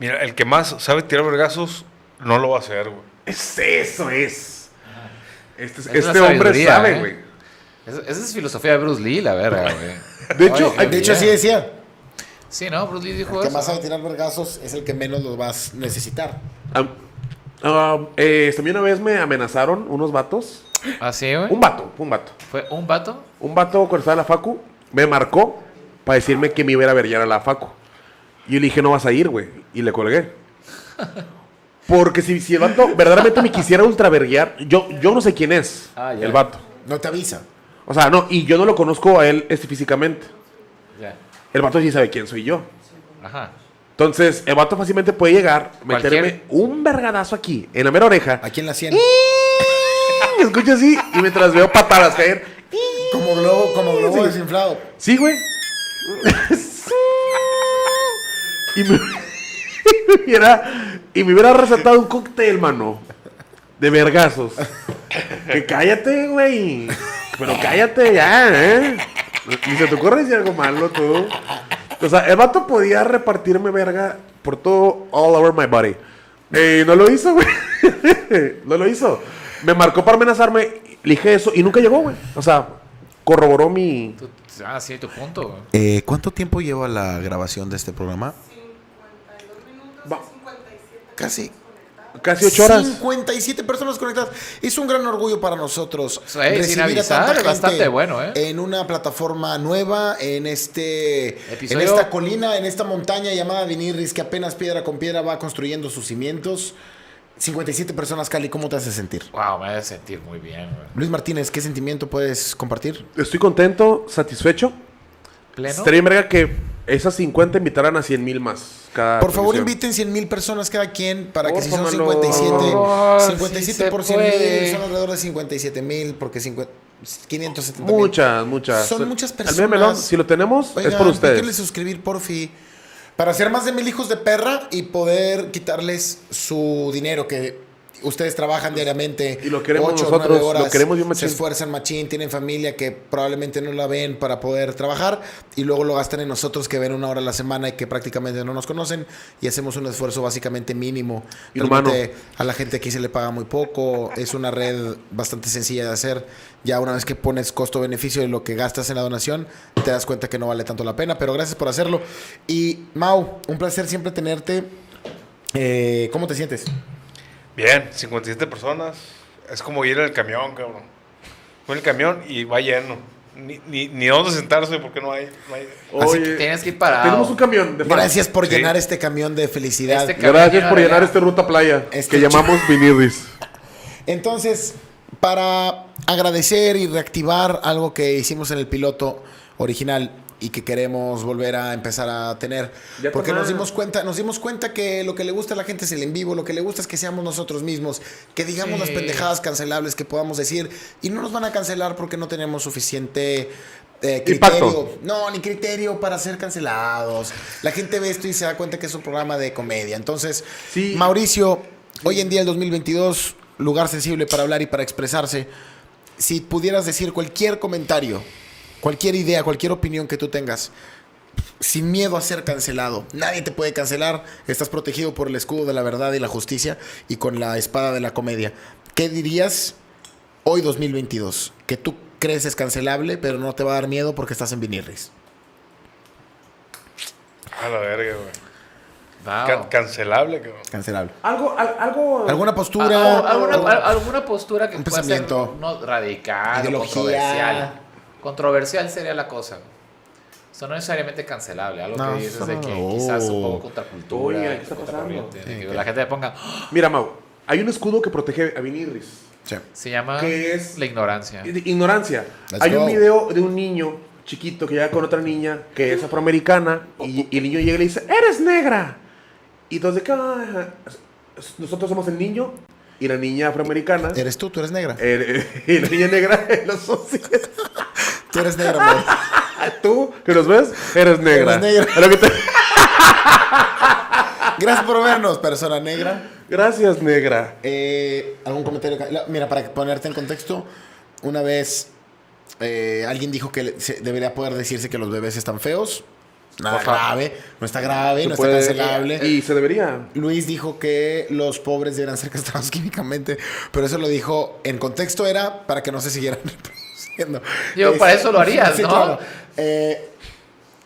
[SPEAKER 4] Mira, el que más sabe tirar vergazos no lo va a hacer, güey.
[SPEAKER 2] Es- eso es. Este,
[SPEAKER 3] una
[SPEAKER 2] este hombre
[SPEAKER 3] sabiduría,
[SPEAKER 2] sabe,
[SPEAKER 3] ¿eh?
[SPEAKER 2] güey.
[SPEAKER 3] Esa, esa es filosofía de Bruce Lee, la verga, güey.
[SPEAKER 2] De hecho,
[SPEAKER 3] Ay,
[SPEAKER 1] De hecho,
[SPEAKER 3] bien.
[SPEAKER 1] así decía.
[SPEAKER 3] Sí, ¿no? Bruce Lee dijo
[SPEAKER 1] El que
[SPEAKER 3] eso.
[SPEAKER 1] más sabe tirar vergazos es el que menos los vas a necesitar.
[SPEAKER 2] Am- am, eh, también una vez me amenazaron unos vatos.
[SPEAKER 3] Ah, sí, güey.
[SPEAKER 2] Un vato, un vato.
[SPEAKER 3] Fue un vato.
[SPEAKER 2] Un vato cuando estaba en la facu me marcó para decirme que me iba a ir a verguiar a la facu. Y yo le dije, no vas a ir, güey. Y le colgué. Porque si, si el vato verdaderamente me quisiera ultraverguear, yo, yo no sé quién es
[SPEAKER 3] Ah, ya.
[SPEAKER 2] el vato.
[SPEAKER 1] No te avisa.
[SPEAKER 2] O sea, no, y yo no lo conozco a él este, físicamente.
[SPEAKER 3] Ya.
[SPEAKER 2] El vato sí sabe quién soy yo.
[SPEAKER 3] Ajá.
[SPEAKER 2] Entonces, el vato fácilmente puede llegar, meterme
[SPEAKER 3] Cualquier-
[SPEAKER 2] un vergadazo aquí, en la mera oreja.
[SPEAKER 1] Aquí en la 100.
[SPEAKER 2] assim, Me escucho así y mientras veo patadas caer.
[SPEAKER 1] Como globo, como globo
[SPEAKER 2] Sí.
[SPEAKER 1] desinflado.
[SPEAKER 2] Sí, güey. y me, y me hubiera, y me hubiera resaltado un cóctel, mano. De vergazos. Que cállate, güey. Pero cállate ya, ¿eh? Ni se te ocurre decir algo malo, tú. O sea, el vato podía repartirme verga por todo, all over my body. Eh, no lo hizo, güey. no lo hizo. Me marcó para amenazarme, le dije eso y nunca llegó, güey. O sea, corroboró mi...
[SPEAKER 3] Tú- ah, sí, tu punto, güey.
[SPEAKER 1] Eh, ¿Cuánto tiempo lleva la grabación de este programa?
[SPEAKER 5] 52
[SPEAKER 2] Va.
[SPEAKER 5] minutos y 57
[SPEAKER 1] Casi.
[SPEAKER 2] Casi ocho horas.
[SPEAKER 1] 57 personas conectadas. Es un gran orgullo para nosotros
[SPEAKER 3] Sí, sin avisar, bastante bueno, ¿eh?
[SPEAKER 1] en una plataforma nueva, en este
[SPEAKER 3] Episodio-
[SPEAKER 1] en esta colina, en esta montaña llamada Vinirris que apenas piedra con piedra va construyendo sus cimientos. 57 personas, Cali, ¿cómo te hace sentir?
[SPEAKER 3] Wow, me hace sentir muy bien, güey.
[SPEAKER 1] Luis Martínez, ¿qué sentimiento puedes compartir?
[SPEAKER 2] Estoy contento, satisfecho.
[SPEAKER 3] ¿Pleno?
[SPEAKER 2] Estaría en verga que esas 50 invitaran a 100 mil más. Cada
[SPEAKER 1] Por favor,
[SPEAKER 2] transmisión.
[SPEAKER 1] inviten 100 mil personas cada quien para
[SPEAKER 3] Oh,
[SPEAKER 1] que si son
[SPEAKER 2] Pórfamelo.
[SPEAKER 1] 57,
[SPEAKER 2] Por
[SPEAKER 3] favor,
[SPEAKER 1] 57
[SPEAKER 3] si
[SPEAKER 1] por
[SPEAKER 3] Ah, se
[SPEAKER 1] 100 mil
[SPEAKER 3] puede.
[SPEAKER 1] son alrededor de 57 mil, porque 50, 570 mil.
[SPEAKER 2] Muchas, muchas.
[SPEAKER 1] Son muchas
[SPEAKER 2] Al mero
[SPEAKER 1] personas.
[SPEAKER 2] melón, si lo tenemos, es
[SPEAKER 1] Oigan,
[SPEAKER 2] por
[SPEAKER 1] píquenle
[SPEAKER 2] ustedes.
[SPEAKER 1] suscribir, porfi. Para ser más de mil hijos de perra y poder quitarles su dinero que ustedes trabajan diariamente.
[SPEAKER 2] Y lo queremos
[SPEAKER 1] ocho,
[SPEAKER 2] nosotros,
[SPEAKER 1] nueve
[SPEAKER 2] lo queremos bien
[SPEAKER 1] Se
[SPEAKER 2] machín.
[SPEAKER 1] esfuerzan machín, tienen familia que probablemente no la ven para poder trabajar y luego lo gastan en nosotros que ven una hora a la semana y que prácticamente no nos conocen y hacemos un esfuerzo básicamente mínimo.
[SPEAKER 2] Inhumano.
[SPEAKER 1] Realmente a la gente aquí se le paga muy poco, es una red bastante sencilla de hacer. Ya una vez que pones costo-beneficio de lo que gastas en la donación, te das cuenta que no vale tanto la pena, pero gracias por hacerlo. Y Mau, un placer siempre tenerte. Eh, ¿Cómo te sientes?
[SPEAKER 4] Bien, 57 personas. Es como ir en el camión, cabrón. Fue en el camión y va lleno. Ni, ni, ni dónde sentarse porque no hay. no hay-
[SPEAKER 3] Así que tienes que ir parado.
[SPEAKER 2] Tenemos un camión de fans.
[SPEAKER 1] Gracias por
[SPEAKER 4] Sí.
[SPEAKER 1] llenar este camión de felicidad.
[SPEAKER 3] Este camión
[SPEAKER 2] Gracias por
[SPEAKER 3] llena de
[SPEAKER 2] llenar
[SPEAKER 3] verga.
[SPEAKER 2] esta ruta playa
[SPEAKER 1] Este
[SPEAKER 2] que
[SPEAKER 1] chico.
[SPEAKER 2] llamamos Vinidis.
[SPEAKER 1] Entonces, para agradecer y reactivar algo que hicimos en el piloto original y que queremos volver a empezar a tener,
[SPEAKER 2] Ya
[SPEAKER 1] porque nos
[SPEAKER 2] tomaron.
[SPEAKER 1] dimos cuenta, nos dimos cuenta que lo que le gusta a la gente es el en vivo, lo que le gusta es que seamos nosotros mismos, que digamos
[SPEAKER 3] Sí.
[SPEAKER 1] las pendejadas cancelables que podamos decir y no nos van a cancelar porque no tenemos suficiente eh, criterio,
[SPEAKER 2] Impacto.
[SPEAKER 1] no, ni criterio para ser cancelados. La gente ve esto y se da cuenta que es un programa de comedia. Entonces,
[SPEAKER 2] Sí.
[SPEAKER 1] Mauricio, hoy en día el 2022, lugar sensible para hablar y para expresarse. Si pudieras decir cualquier comentario, cualquier idea, cualquier opinión que tú tengas, sin miedo a ser cancelado, nadie te puede cancelar, estás protegido por el escudo de la verdad y la justicia y con la espada de la comedia. ¿Qué dirías hoy 2022? Que tú crees es cancelable, pero no te va a dar miedo porque estás en vinirris.
[SPEAKER 4] A la verga, güey.
[SPEAKER 3] Wow.
[SPEAKER 4] Can- cancelable, cabrón.
[SPEAKER 1] Cancelable.
[SPEAKER 6] Algo, al- algo.
[SPEAKER 1] ¿Alguna
[SPEAKER 3] Ah,
[SPEAKER 1] postura?
[SPEAKER 3] o- alguna, al- alguna postura que
[SPEAKER 1] Un
[SPEAKER 3] pueda ser
[SPEAKER 1] pensamiento.
[SPEAKER 3] no, radical, o
[SPEAKER 1] Ideología.
[SPEAKER 3] controversial. Controversial sería la cosa. Eso no necesariamente cancelable. Algo
[SPEAKER 1] No,
[SPEAKER 3] que dices de que
[SPEAKER 1] no.
[SPEAKER 3] quizás un poco contracultura.
[SPEAKER 6] Oiga, ¿qué está
[SPEAKER 3] contra
[SPEAKER 6] pasando?
[SPEAKER 3] corriente, de que la gente le ponga. ¡Ah!
[SPEAKER 2] Mira, Mau, hay un escudo que protege a Vinirris.
[SPEAKER 1] Sí.
[SPEAKER 3] Se llama
[SPEAKER 2] ¿Qué es?
[SPEAKER 3] la ignorancia.
[SPEAKER 2] I- de- Ignorancia.
[SPEAKER 1] Let's
[SPEAKER 2] Hay
[SPEAKER 1] go.
[SPEAKER 2] un video de un niño chiquito que llega con otra niña que es afroamericana y, y el niño llega y le dice, eres negra. Y entonces, ¿qué? Ah, nosotros somos el niño y la niña afroamericana.
[SPEAKER 1] ¿Eres tú? ¿Tú eres negra?
[SPEAKER 3] Eh.
[SPEAKER 2] el- y la niña negra, los socios.
[SPEAKER 1] Tú eres negra, amor.
[SPEAKER 2] Tú que nos ves, eres negra.
[SPEAKER 1] Eres negra.
[SPEAKER 2] A lo que te-
[SPEAKER 1] Gracias por vernos, persona negra.
[SPEAKER 2] Gracias, negra.
[SPEAKER 1] Eh, ¿Algún comentario? La- Mira, para ponerte en contexto, una vez eh, alguien dijo que le- se- debería poder decirse que los bebés están feos. Nada
[SPEAKER 3] Por favor.
[SPEAKER 1] grave, no está grave,
[SPEAKER 2] Se
[SPEAKER 1] no
[SPEAKER 2] puede-
[SPEAKER 1] está cancelable.
[SPEAKER 2] Y se debería.
[SPEAKER 1] Luis dijo que los pobres deberían ser castrados químicamente, pero eso lo dijo en contexto era para que no se siguieran reproduciendo.
[SPEAKER 3] Digo, para eso lo harías, ¿no?
[SPEAKER 1] Eh,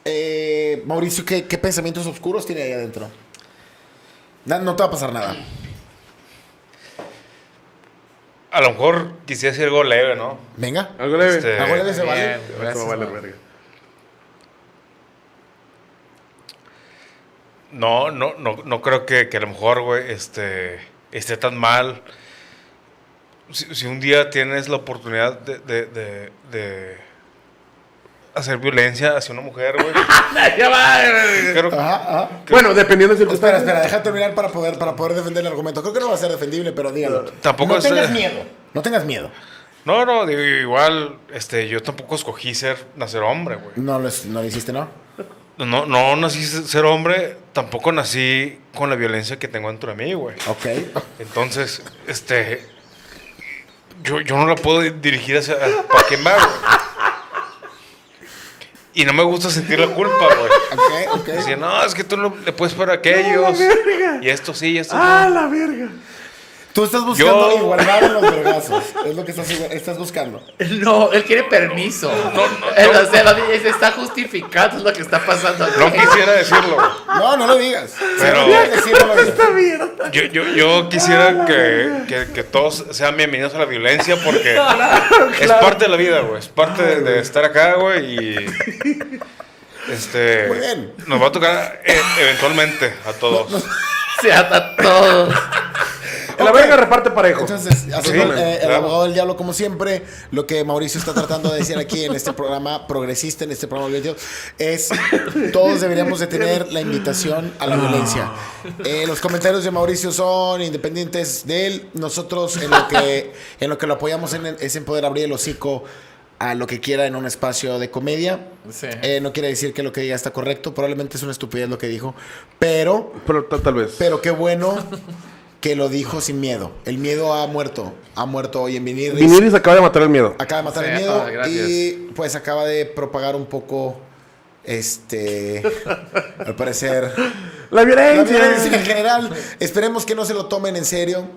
[SPEAKER 1] eh, Mauricio, ¿qué, qué pensamientos oscuros tiene ahí adentro? Na- no te va a pasar nada.
[SPEAKER 4] A lo mejor quisiera decir algo leve, ¿no?
[SPEAKER 1] Venga.
[SPEAKER 2] Algo leve. Ah,
[SPEAKER 4] Este,
[SPEAKER 1] ¿Algo leve se
[SPEAKER 3] bien,
[SPEAKER 1] vale?
[SPEAKER 2] Esto va a
[SPEAKER 3] gracias,
[SPEAKER 2] valer
[SPEAKER 3] Mau.
[SPEAKER 2] verga.
[SPEAKER 4] No, no, no, no creo que, que a lo mejor, güey, este, esté tan mal. Si, si un día tienes la oportunidad de, de- de- de hacer violencia hacia una mujer, güey.
[SPEAKER 3] Ya va,
[SPEAKER 4] creo-
[SPEAKER 1] Ajá, ajá.
[SPEAKER 2] Bueno, dependiendo de
[SPEAKER 1] Espera,
[SPEAKER 2] circunstancias.
[SPEAKER 1] Ah, espera, deja terminar para poder, para poder defender el argumento. Creo que no va a ser defendible, pero dígalo.
[SPEAKER 4] Tampoco
[SPEAKER 1] no
[SPEAKER 4] es-
[SPEAKER 1] tengas miedo. No tengas miedo.
[SPEAKER 4] No, no, digo, igual, este, yo tampoco escogí ser, nacer hombre, güey.
[SPEAKER 1] No lo, es- no lo hiciste, ¿no?
[SPEAKER 4] No, no nací ser hombre, tampoco nací con la violencia que tengo dentro de mí, güey.
[SPEAKER 1] Ok.
[SPEAKER 4] Entonces, este. Yo, yo no la puedo di- dirigir hacia. ¿Para quién va, güey. Y no me gusta sentir la culpa, güey.
[SPEAKER 1] Ok, ok.
[SPEAKER 4] Decía, no, es que tú no le puedes para aquellos. Y esto sí, y esto
[SPEAKER 2] ¡Ah,
[SPEAKER 4] no.
[SPEAKER 2] la verga!
[SPEAKER 1] Tú estás buscando
[SPEAKER 4] Yo-
[SPEAKER 1] igualdad en los vergazos. Es lo que estás, estás buscando.
[SPEAKER 3] No, él quiere permiso. Él, o sea, la niña se está justificando lo que está pasando. aquí.
[SPEAKER 4] No quisiera decirlo. güey.
[SPEAKER 1] No, no lo digas.
[SPEAKER 4] Pero-
[SPEAKER 1] Si no quieres decir, no lo digas.
[SPEAKER 2] ¡Esta mierda!
[SPEAKER 4] Yo, yo, yo quisiera que, que- que todos sean bienvenidos a la violencia porque es parte de la vida, güey. Es parte de, de estar acá, güey. Y. Este.
[SPEAKER 1] Muy bien.
[SPEAKER 4] Nos va a tocar eh, eventualmente a todos.
[SPEAKER 3] Se ata todo.
[SPEAKER 2] La
[SPEAKER 1] Ok.
[SPEAKER 2] verga reparte parejo.
[SPEAKER 1] Entonces, haciendo
[SPEAKER 4] Sí,
[SPEAKER 1] eh, el
[SPEAKER 4] claro.
[SPEAKER 1] abogado del diablo como siempre, lo que Mauricio está tratando de decir aquí en este programa progresista, en este programa del es todos deberíamos de tener la invitación a la violencia. Eh, los comentarios de Mauricio son independientes de él. Nosotros en lo que, en lo, que lo apoyamos en- es en poder abrir el hocico a lo que quiera en un espacio de comedia.
[SPEAKER 3] Sí.
[SPEAKER 1] Eh, no quiere decir que lo que diga está correcto, probablemente es una estupidez lo que dijo, pero...
[SPEAKER 2] Pero tal, tal vez.
[SPEAKER 1] Pero qué bueno que lo dijo sin miedo. El miedo ha muerto. Ha muerto hoy en Vinirris.
[SPEAKER 2] Viniris acaba de matar el miedo.
[SPEAKER 1] Acaba de matar
[SPEAKER 3] Sí,
[SPEAKER 1] el miedo.
[SPEAKER 3] ah, gracias.
[SPEAKER 1] y pues acaba de propagar un poco. Este. al parecer.
[SPEAKER 2] ¡La
[SPEAKER 1] La
[SPEAKER 2] violencia!
[SPEAKER 1] violencia en general. Esperemos que no se lo tomen en serio.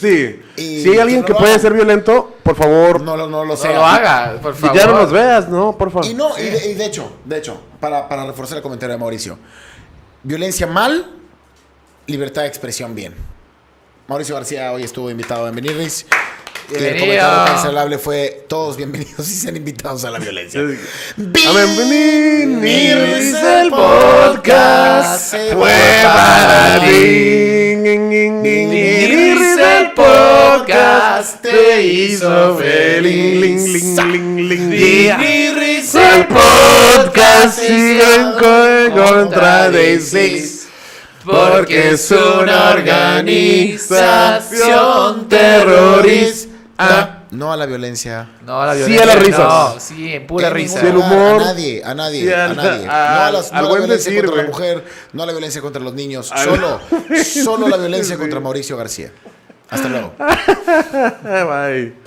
[SPEAKER 2] Sí.
[SPEAKER 1] Y
[SPEAKER 2] si hay alguien
[SPEAKER 1] que
[SPEAKER 2] que
[SPEAKER 1] no lo
[SPEAKER 2] puede
[SPEAKER 1] hagan.
[SPEAKER 2] ser violento, por favor,
[SPEAKER 1] No, lo- no lo sé.
[SPEAKER 3] No lo haga, por favor.
[SPEAKER 2] ya no nos veas, ¿no? Por favor.
[SPEAKER 1] Y no, y, de, y de hecho, de hecho, para, para reforzar el comentario de Mauricio. Violencia mal, libertad de expresión bien. Mauricio García hoy estuvo invitado a Benirris. Y el
[SPEAKER 3] Bienvenido.
[SPEAKER 1] comentario cancelable fue todos bienvenidos y sean invitados a la violencia.
[SPEAKER 2] Eh, Bienvenidos
[SPEAKER 1] al podcast. Fue para
[SPEAKER 2] Viniris
[SPEAKER 3] el podcast te hizo
[SPEAKER 1] feliz.
[SPEAKER 3] Viniris
[SPEAKER 2] el podcast sigue en co- contra de Six. Porque es una organización terrorista.
[SPEAKER 1] No a la violencia.
[SPEAKER 3] No, la
[SPEAKER 2] Sí
[SPEAKER 3] violencia,
[SPEAKER 2] a las risas.
[SPEAKER 3] No, sí, en pura
[SPEAKER 1] Que
[SPEAKER 3] risa.
[SPEAKER 1] ningún-
[SPEAKER 2] el humor.
[SPEAKER 1] A nadie, a nadie,
[SPEAKER 2] Sí,
[SPEAKER 1] a
[SPEAKER 2] al-
[SPEAKER 1] nadie.
[SPEAKER 2] al-
[SPEAKER 1] no a, las, no
[SPEAKER 2] al
[SPEAKER 1] a la
[SPEAKER 2] buen
[SPEAKER 1] violencia
[SPEAKER 2] decir,
[SPEAKER 1] contra la
[SPEAKER 2] güey.
[SPEAKER 1] mujer, no a la violencia contra los niños.
[SPEAKER 2] Al-
[SPEAKER 1] Solo, solo la violencia contra Mauricio García. Hasta luego.
[SPEAKER 2] Ah, Bye.